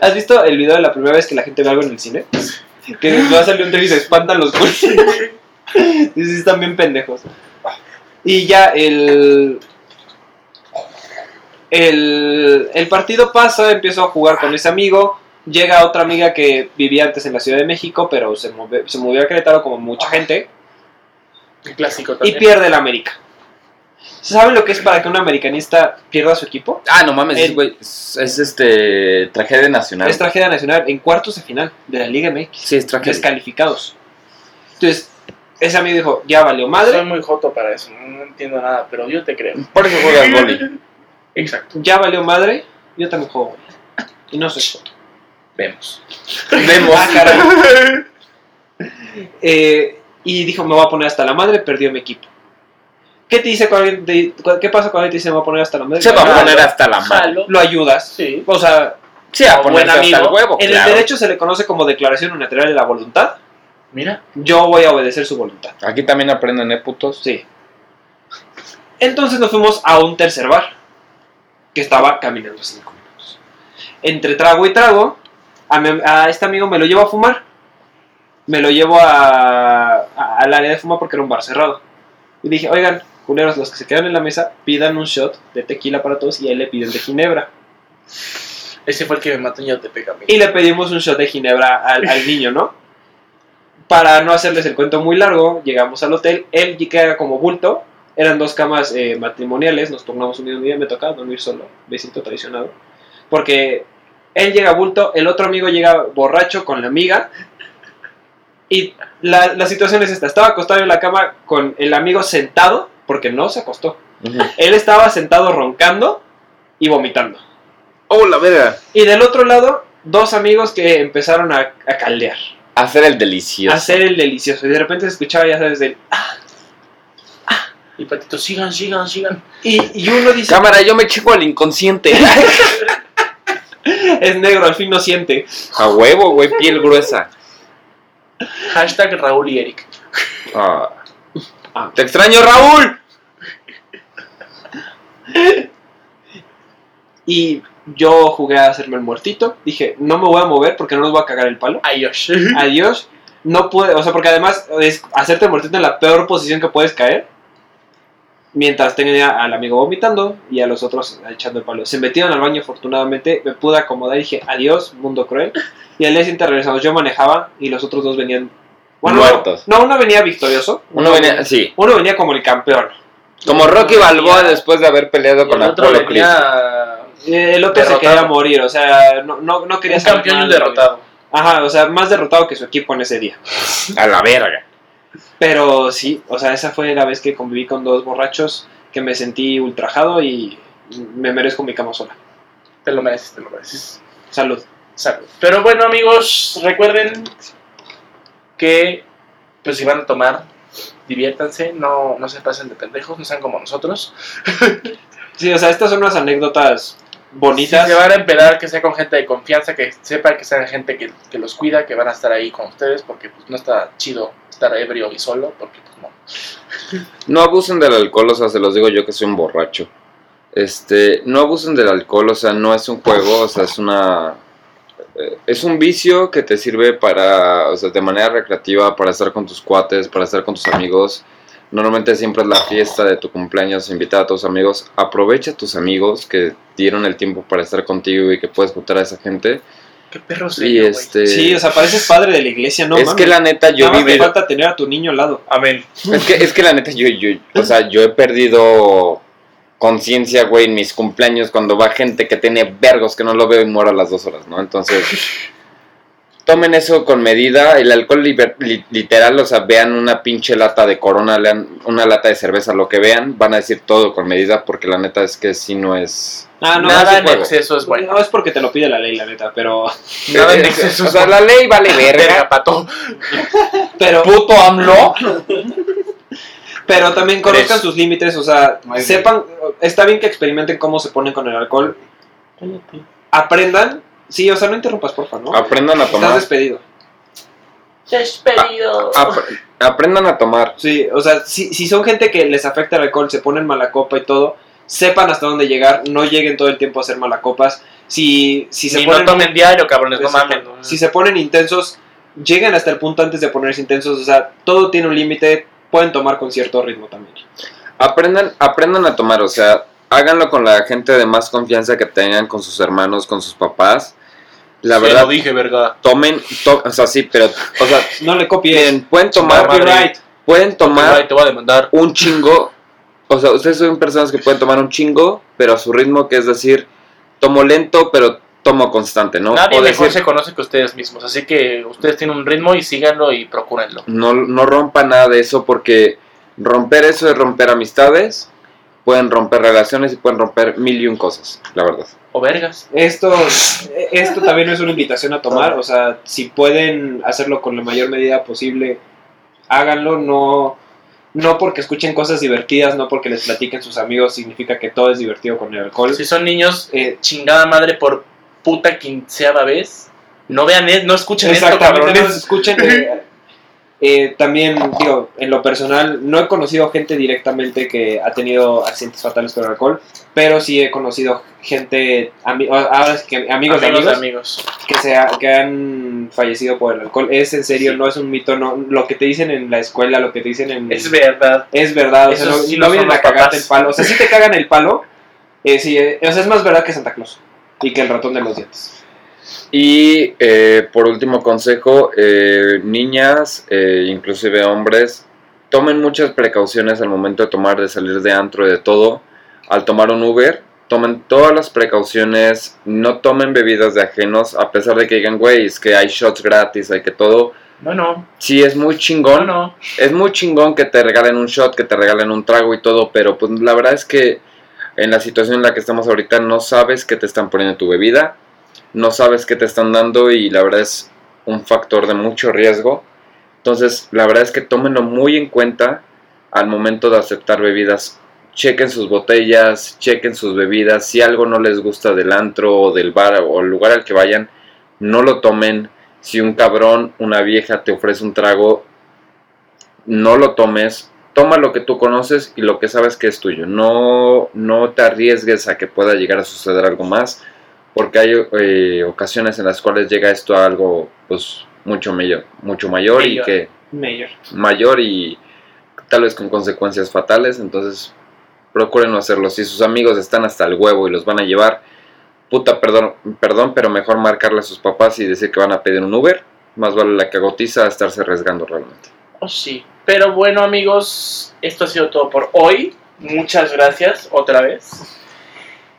[SPEAKER 3] ¿Has visto el video de la primera vez que la gente ve algo en el cine? Que les va a salir un tren y se espantan los güeyes. Sí, sí, están bien pendejos. Y ya el. El, el partido pasa, empiezo a jugar con ese amigo. Llega otra amiga que vivía antes en la Ciudad de México, pero se, move- se movió a Querétaro como mucha gente.
[SPEAKER 8] El clásico
[SPEAKER 3] Y
[SPEAKER 8] también.
[SPEAKER 3] pierde el América. ¿Saben lo que es para que un americanista pierda su equipo?
[SPEAKER 4] Ah, no mames,
[SPEAKER 3] El-
[SPEAKER 4] ese güey. Es, es, este. Tragedia nacional.
[SPEAKER 3] Es tragedia nacional en cuartos de final de la Liga MX.
[SPEAKER 4] sí, es tragedia.
[SPEAKER 3] descalificados. Entonces, ese amigo dijo, ya valió madre,
[SPEAKER 8] Soy muy joto para eso, no entiendo nada, pero yo te creo.
[SPEAKER 4] Por eso juegas boli.
[SPEAKER 8] Exacto.
[SPEAKER 3] ya valió madre, yo también juego. güey. Y no soy joto.
[SPEAKER 4] Vemos. Vemos.
[SPEAKER 3] Ah, caray. Eh, y dijo, me voy a poner hasta la madre, perdió mi equipo. ¿Qué te dice cuando alguien te- cu- qué pasa cuando alguien te dice me voy a poner hasta la madre?
[SPEAKER 4] Se va a
[SPEAKER 3] Claro,
[SPEAKER 4] poner hasta la mano.
[SPEAKER 8] Jalo.
[SPEAKER 3] Lo ayudas.
[SPEAKER 8] Sí.
[SPEAKER 3] O sea,
[SPEAKER 4] Se va a
[SPEAKER 8] Como
[SPEAKER 4] poner
[SPEAKER 8] buen
[SPEAKER 4] hasta el
[SPEAKER 8] amigo,
[SPEAKER 4] huevo.
[SPEAKER 3] en
[SPEAKER 4] claro.
[SPEAKER 3] el derecho se le conoce como declaración unilateral de la voluntad.
[SPEAKER 8] Mira.
[SPEAKER 3] Yo voy a obedecer su voluntad.
[SPEAKER 4] Aquí también aprenden, ¿eh, putos?
[SPEAKER 3] Sí. Entonces nos fuimos a un tercer bar que estaba caminando cinco minutos. Entre trago y trago, a, mi- a este amigo me lo llevo a fumar. Me lo llevo a, a- al área de fumar porque era un bar cerrado. Y dije, oigan, culeros, los que se quedan en la mesa, pidan un shot de tequila para todos y a él le piden de ginebra.
[SPEAKER 8] Ese fue el que me mató en Yautepec a mí.
[SPEAKER 3] Y le pedimos un shot de ginebra al, al niño, ¿no? Para no hacerles el cuento muy largo, llegamos al hotel, él queda como bulto, eran dos camas eh, matrimoniales, nos turnamos un día, un día, me tocaba dormir solo, besito traicionado, porque él llega bulto, el otro amigo llega borracho con la amiga, y la, la situación es esta, estaba acostado en la cama con el amigo sentado, porque no se acostó, él estaba sentado roncando y vomitando.
[SPEAKER 12] ¡Oh, la verga!
[SPEAKER 3] Y del otro lado, dos amigos que empezaron a, a caldear,
[SPEAKER 4] Hacer el
[SPEAKER 3] a
[SPEAKER 4] delicioso.
[SPEAKER 3] hacer el delicioso. Y de repente se escuchaba, ya sabes, el...
[SPEAKER 8] Y patito, sigan, sigan, sigan.
[SPEAKER 3] Y, y uno dice,
[SPEAKER 4] Cámara, yo me chico al inconsciente.
[SPEAKER 3] es negro, al fin no siente.
[SPEAKER 4] A huevo, güey, piel gruesa.
[SPEAKER 8] Hashtag Raúl y Eric.
[SPEAKER 4] Ah.
[SPEAKER 3] Ah.
[SPEAKER 4] Te extraño, Raúl.
[SPEAKER 3] Y yo jugué a hacerme el muertito. Dije, no me voy a mover porque no nos voy a cagar el palo.
[SPEAKER 8] Ayosh.
[SPEAKER 3] Adiós. No pude, o sea, porque además es hacerte el muertito en la peor posición que puedes caer. Mientras tenía al amigo vomitando y a los otros echando el palo. Se metieron al baño, afortunadamente. Me pude acomodar y dije, adiós, mundo cruel. Y al día siguiente regresamos. Yo manejaba y los otros dos venían. no,
[SPEAKER 4] Muertos.
[SPEAKER 3] No, uno venía victorioso.
[SPEAKER 4] Uno venía, sí.
[SPEAKER 3] Uno venía como el campeón.
[SPEAKER 4] Como Rocky Balboa después de haber peleado
[SPEAKER 8] Y
[SPEAKER 4] con
[SPEAKER 8] el otro
[SPEAKER 4] Apolo Creed.
[SPEAKER 8] venía
[SPEAKER 3] Eh, El otro se
[SPEAKER 8] Derrotado.
[SPEAKER 3] quería morir. O sea, no, no, no quería
[SPEAKER 8] un
[SPEAKER 3] saber
[SPEAKER 8] campeón y
[SPEAKER 3] nada
[SPEAKER 8] un
[SPEAKER 3] de-
[SPEAKER 8] derrotado.
[SPEAKER 3] Ajá, o sea, más derrotado que su equipo en ese día.
[SPEAKER 4] A la verga.
[SPEAKER 3] Pero sí, o sea, esa fue la vez que conviví con dos borrachos que me sentí ultrajado y me merezco mi cama sola.
[SPEAKER 8] Te lo mereces, te lo mereces.
[SPEAKER 3] Salud.
[SPEAKER 8] Salud. Pero bueno, amigos, recuerden que, pues si van a tomar, diviértanse, no, no se pasen de pendejos, no sean como nosotros.
[SPEAKER 3] Sí, o sea, estas son unas anécdotas bonitas.
[SPEAKER 8] Si se van a empedar, que sea con gente de confianza, que sepa que sean gente que, que los cuida, que van a estar ahí con ustedes, porque pues, no está chido estar ebrio y solo, porque pues no.
[SPEAKER 4] No abusen del alcohol, o sea, se los digo yo que soy un borracho. Este, no abusen del alcohol, o sea, no es un juego, o sea, es una... eh, Es un vicio que te sirve para, o sea, de manera recreativa, para estar con tus cuates, para estar con tus amigos. Normalmente siempre es la fiesta de tu cumpleaños, invita a tus amigos. Aprovecha a tus amigos que dieron el tiempo para estar contigo y que puedes juntar a esa gente.
[SPEAKER 8] Qué perro
[SPEAKER 4] Y
[SPEAKER 8] serio, güey.
[SPEAKER 4] este...
[SPEAKER 3] Sí, o sea, pareces padre de la iglesia, ¿no?
[SPEAKER 4] es
[SPEAKER 3] mames.
[SPEAKER 4] que la neta yo
[SPEAKER 3] Nada más
[SPEAKER 4] viví...
[SPEAKER 3] te falta tener a tu niño al lado.
[SPEAKER 8] Amén.
[SPEAKER 4] Es que, es que la neta, yo, yo, o sea, yo he perdido conciencia, güey, en mis cumpleaños cuando va gente que tiene vergos que no lo veo y muero a las dos horas, ¿no? Entonces, tomen eso con medida. El alcohol liber- li- literal, o sea, vean una pinche lata de corona, lean una lata de cerveza, lo que vean, van a decir todo con medida porque la neta es que si no es...
[SPEAKER 3] Ah, no,
[SPEAKER 4] Nada
[SPEAKER 3] es
[SPEAKER 4] en
[SPEAKER 3] un juego.
[SPEAKER 8] Exceso es bueno.
[SPEAKER 3] No, es porque te lo pide la ley, la neta, pero...
[SPEAKER 8] Nada en
[SPEAKER 4] Eh,
[SPEAKER 8] exceso
[SPEAKER 4] O
[SPEAKER 8] es
[SPEAKER 4] sea,
[SPEAKER 8] bueno.
[SPEAKER 4] la ley vale
[SPEAKER 8] Verga,
[SPEAKER 4] verga.
[SPEAKER 8] pato.
[SPEAKER 3] pero
[SPEAKER 4] Puto AMLO.
[SPEAKER 3] Pero también conozcan
[SPEAKER 8] Tres.
[SPEAKER 3] sus límites, o sea,
[SPEAKER 6] Muy bien.
[SPEAKER 3] sepan, está bien que experimenten cómo se ponen con el alcohol. Aprendan, sí, o sea, no interrumpas, por favor, ¿no?
[SPEAKER 4] Aprendan a
[SPEAKER 3] Estás
[SPEAKER 4] tomar.
[SPEAKER 3] despedido.
[SPEAKER 13] Despedido.
[SPEAKER 4] Apre- aprendan a tomar.
[SPEAKER 3] Sí, o sea, si, si son gente que les afecta el alcohol, se ponen mala copa y todo, sepan hasta dónde llegar, no lleguen todo el tiempo a hacer mala copas. Si, si se
[SPEAKER 8] Y
[SPEAKER 3] ponen
[SPEAKER 8] no tomen diario, cabrones, no mamen.
[SPEAKER 3] Exacto. Si se ponen intensos, llegan hasta el punto antes de ponerse intensos. O sea, todo tiene un límite. Pueden tomar con cierto ritmo también.
[SPEAKER 4] Aprendan, aprendan a tomar, o sea, háganlo con la gente de más confianza que tengan, con sus hermanos, con sus papás. La
[SPEAKER 8] Te
[SPEAKER 4] verdad,
[SPEAKER 8] lo dije, verga.
[SPEAKER 4] tomen, to- o sea, sí, pero, o sea,
[SPEAKER 3] No le copien.
[SPEAKER 4] miren, pueden tomar,
[SPEAKER 3] Copyright.
[SPEAKER 4] pueden tomar
[SPEAKER 8] Ay, te voy a demandar.
[SPEAKER 4] un chingo. O sea, ustedes son personas que pueden tomar un chingo, pero a su ritmo, que es decir, tomo lento, pero tomo constante, ¿no?
[SPEAKER 8] Nadie
[SPEAKER 4] O
[SPEAKER 8] mejor
[SPEAKER 4] decir,
[SPEAKER 8] se conoce que ustedes mismos, así que ustedes tienen un ritmo y síganlo y procúrenlo.
[SPEAKER 4] no, no rompa nada de eso, porque romper eso es romper amistades, pueden romper relaciones y pueden romper mil y un cosas, la verdad.
[SPEAKER 8] O vergas.
[SPEAKER 3] Esto, esto también no es una invitación a tomar. O sea, si pueden hacerlo con la mayor medida posible, háganlo. No, no porque escuchen cosas divertidas, no porque les platiquen sus amigos, significa que todo es divertido con el alcohol.
[SPEAKER 8] Si son niños,
[SPEAKER 3] Eh,
[SPEAKER 8] chingada madre por puta quinceava vez. No vean, es- no escuchen esto,
[SPEAKER 3] Exactamente,
[SPEAKER 8] cabrones.
[SPEAKER 3] no, escuchen. eh, eh, también, digo, en lo personal, no he conocido gente directamente que ha tenido accidentes fatales con el alcohol, pero sí he conocido gente, ami- ahora es que amigos de amigos,
[SPEAKER 8] de amigos.
[SPEAKER 3] Que, se ha- que han fallecido por el alcohol. Es en serio, no es un mito, no lo que te dicen en la escuela, lo que te dicen en...
[SPEAKER 8] Es verdad.
[SPEAKER 3] es verdad, o sea,
[SPEAKER 8] Eso
[SPEAKER 3] no,
[SPEAKER 8] sí
[SPEAKER 3] no
[SPEAKER 8] lo son
[SPEAKER 3] vienen a
[SPEAKER 8] los
[SPEAKER 3] cagarte
[SPEAKER 8] papás.
[SPEAKER 3] el palo. O sea, sí te cagan el palo, eh, sí, eh, o sea, es más verdad que Santa Claus y que el ratón de los dientes.
[SPEAKER 4] Y eh, por último consejo, eh, niñas, eh, inclusive hombres, tomen muchas precauciones al momento de tomar, de salir de antro y de todo. Al tomar un Uber, tomen todas las precauciones, no tomen bebidas de ajenos, a pesar de que digan, güey, es que hay shots gratis, hay que todo.
[SPEAKER 8] No, no,
[SPEAKER 4] Sí, es muy
[SPEAKER 8] no,
[SPEAKER 4] chingón,
[SPEAKER 8] no.
[SPEAKER 4] es muy chingón que te regalen un shot, que te regalen un trago y todo, pero pues la verdad es que en la situación en la que estamos ahorita no sabes qué te están poniendo en tu bebida, no sabes qué te están dando y la verdad es un factor de mucho riesgo. Entonces, la verdad es que tómenlo muy en cuenta al momento de aceptar bebidas. Chequen sus botellas, chequen sus bebidas. Si algo no les gusta del antro o del bar o el lugar al que vayan, no lo tomen. Si un cabrón, una vieja te ofrece un trago, no lo tomes, toma lo que tú conoces y lo que sabes que es tuyo. No, no te arriesgues a que pueda llegar a suceder algo más, porque hay eh, ocasiones en las cuales llega esto a algo pues mucho mayor, mucho mayor y
[SPEAKER 8] Mayor.
[SPEAKER 4] que
[SPEAKER 3] Mayor.
[SPEAKER 4] mayor y tal vez con consecuencias fatales, entonces procuren no hacerlo. Si sus amigos están hasta el huevo y los van a llevar, puta, perdón, perdón, pero mejor marcarle a sus papás y decir que van a pedir un Uber, más vale la cagotiza a estarse arriesgando realmente.
[SPEAKER 8] Oh, sí. Pero bueno, amigos, esto ha sido todo por hoy. Muchas gracias otra vez.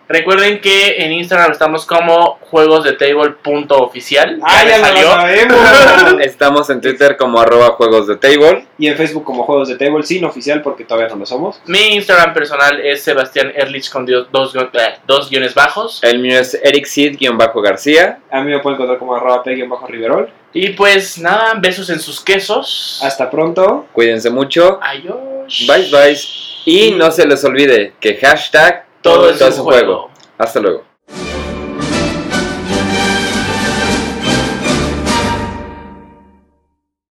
[SPEAKER 8] Recuerden que en Instagram estamos como juegos de table.oficial.
[SPEAKER 3] ¡Ah, ya no lo sabemos!
[SPEAKER 4] Estamos en Twitter como arroba juegos de table.
[SPEAKER 3] Y en Facebook como Juegos de Table, sin oficial porque todavía no lo somos.
[SPEAKER 8] Mi Instagram personal es Sebastián Erlich con dio- dos, gu- eh, dos guiones bajos.
[SPEAKER 4] El mío es Eric Sid-García.
[SPEAKER 3] A mí me pueden encontrar como arroba bajo riverol.
[SPEAKER 8] Y pues nada, besos en sus quesos.
[SPEAKER 3] Hasta pronto.
[SPEAKER 4] Cuídense mucho.
[SPEAKER 8] Adiós.
[SPEAKER 4] Bye, bye. Y no se les olvide que hashtag
[SPEAKER 8] Todo es un juego.
[SPEAKER 4] Hasta luego.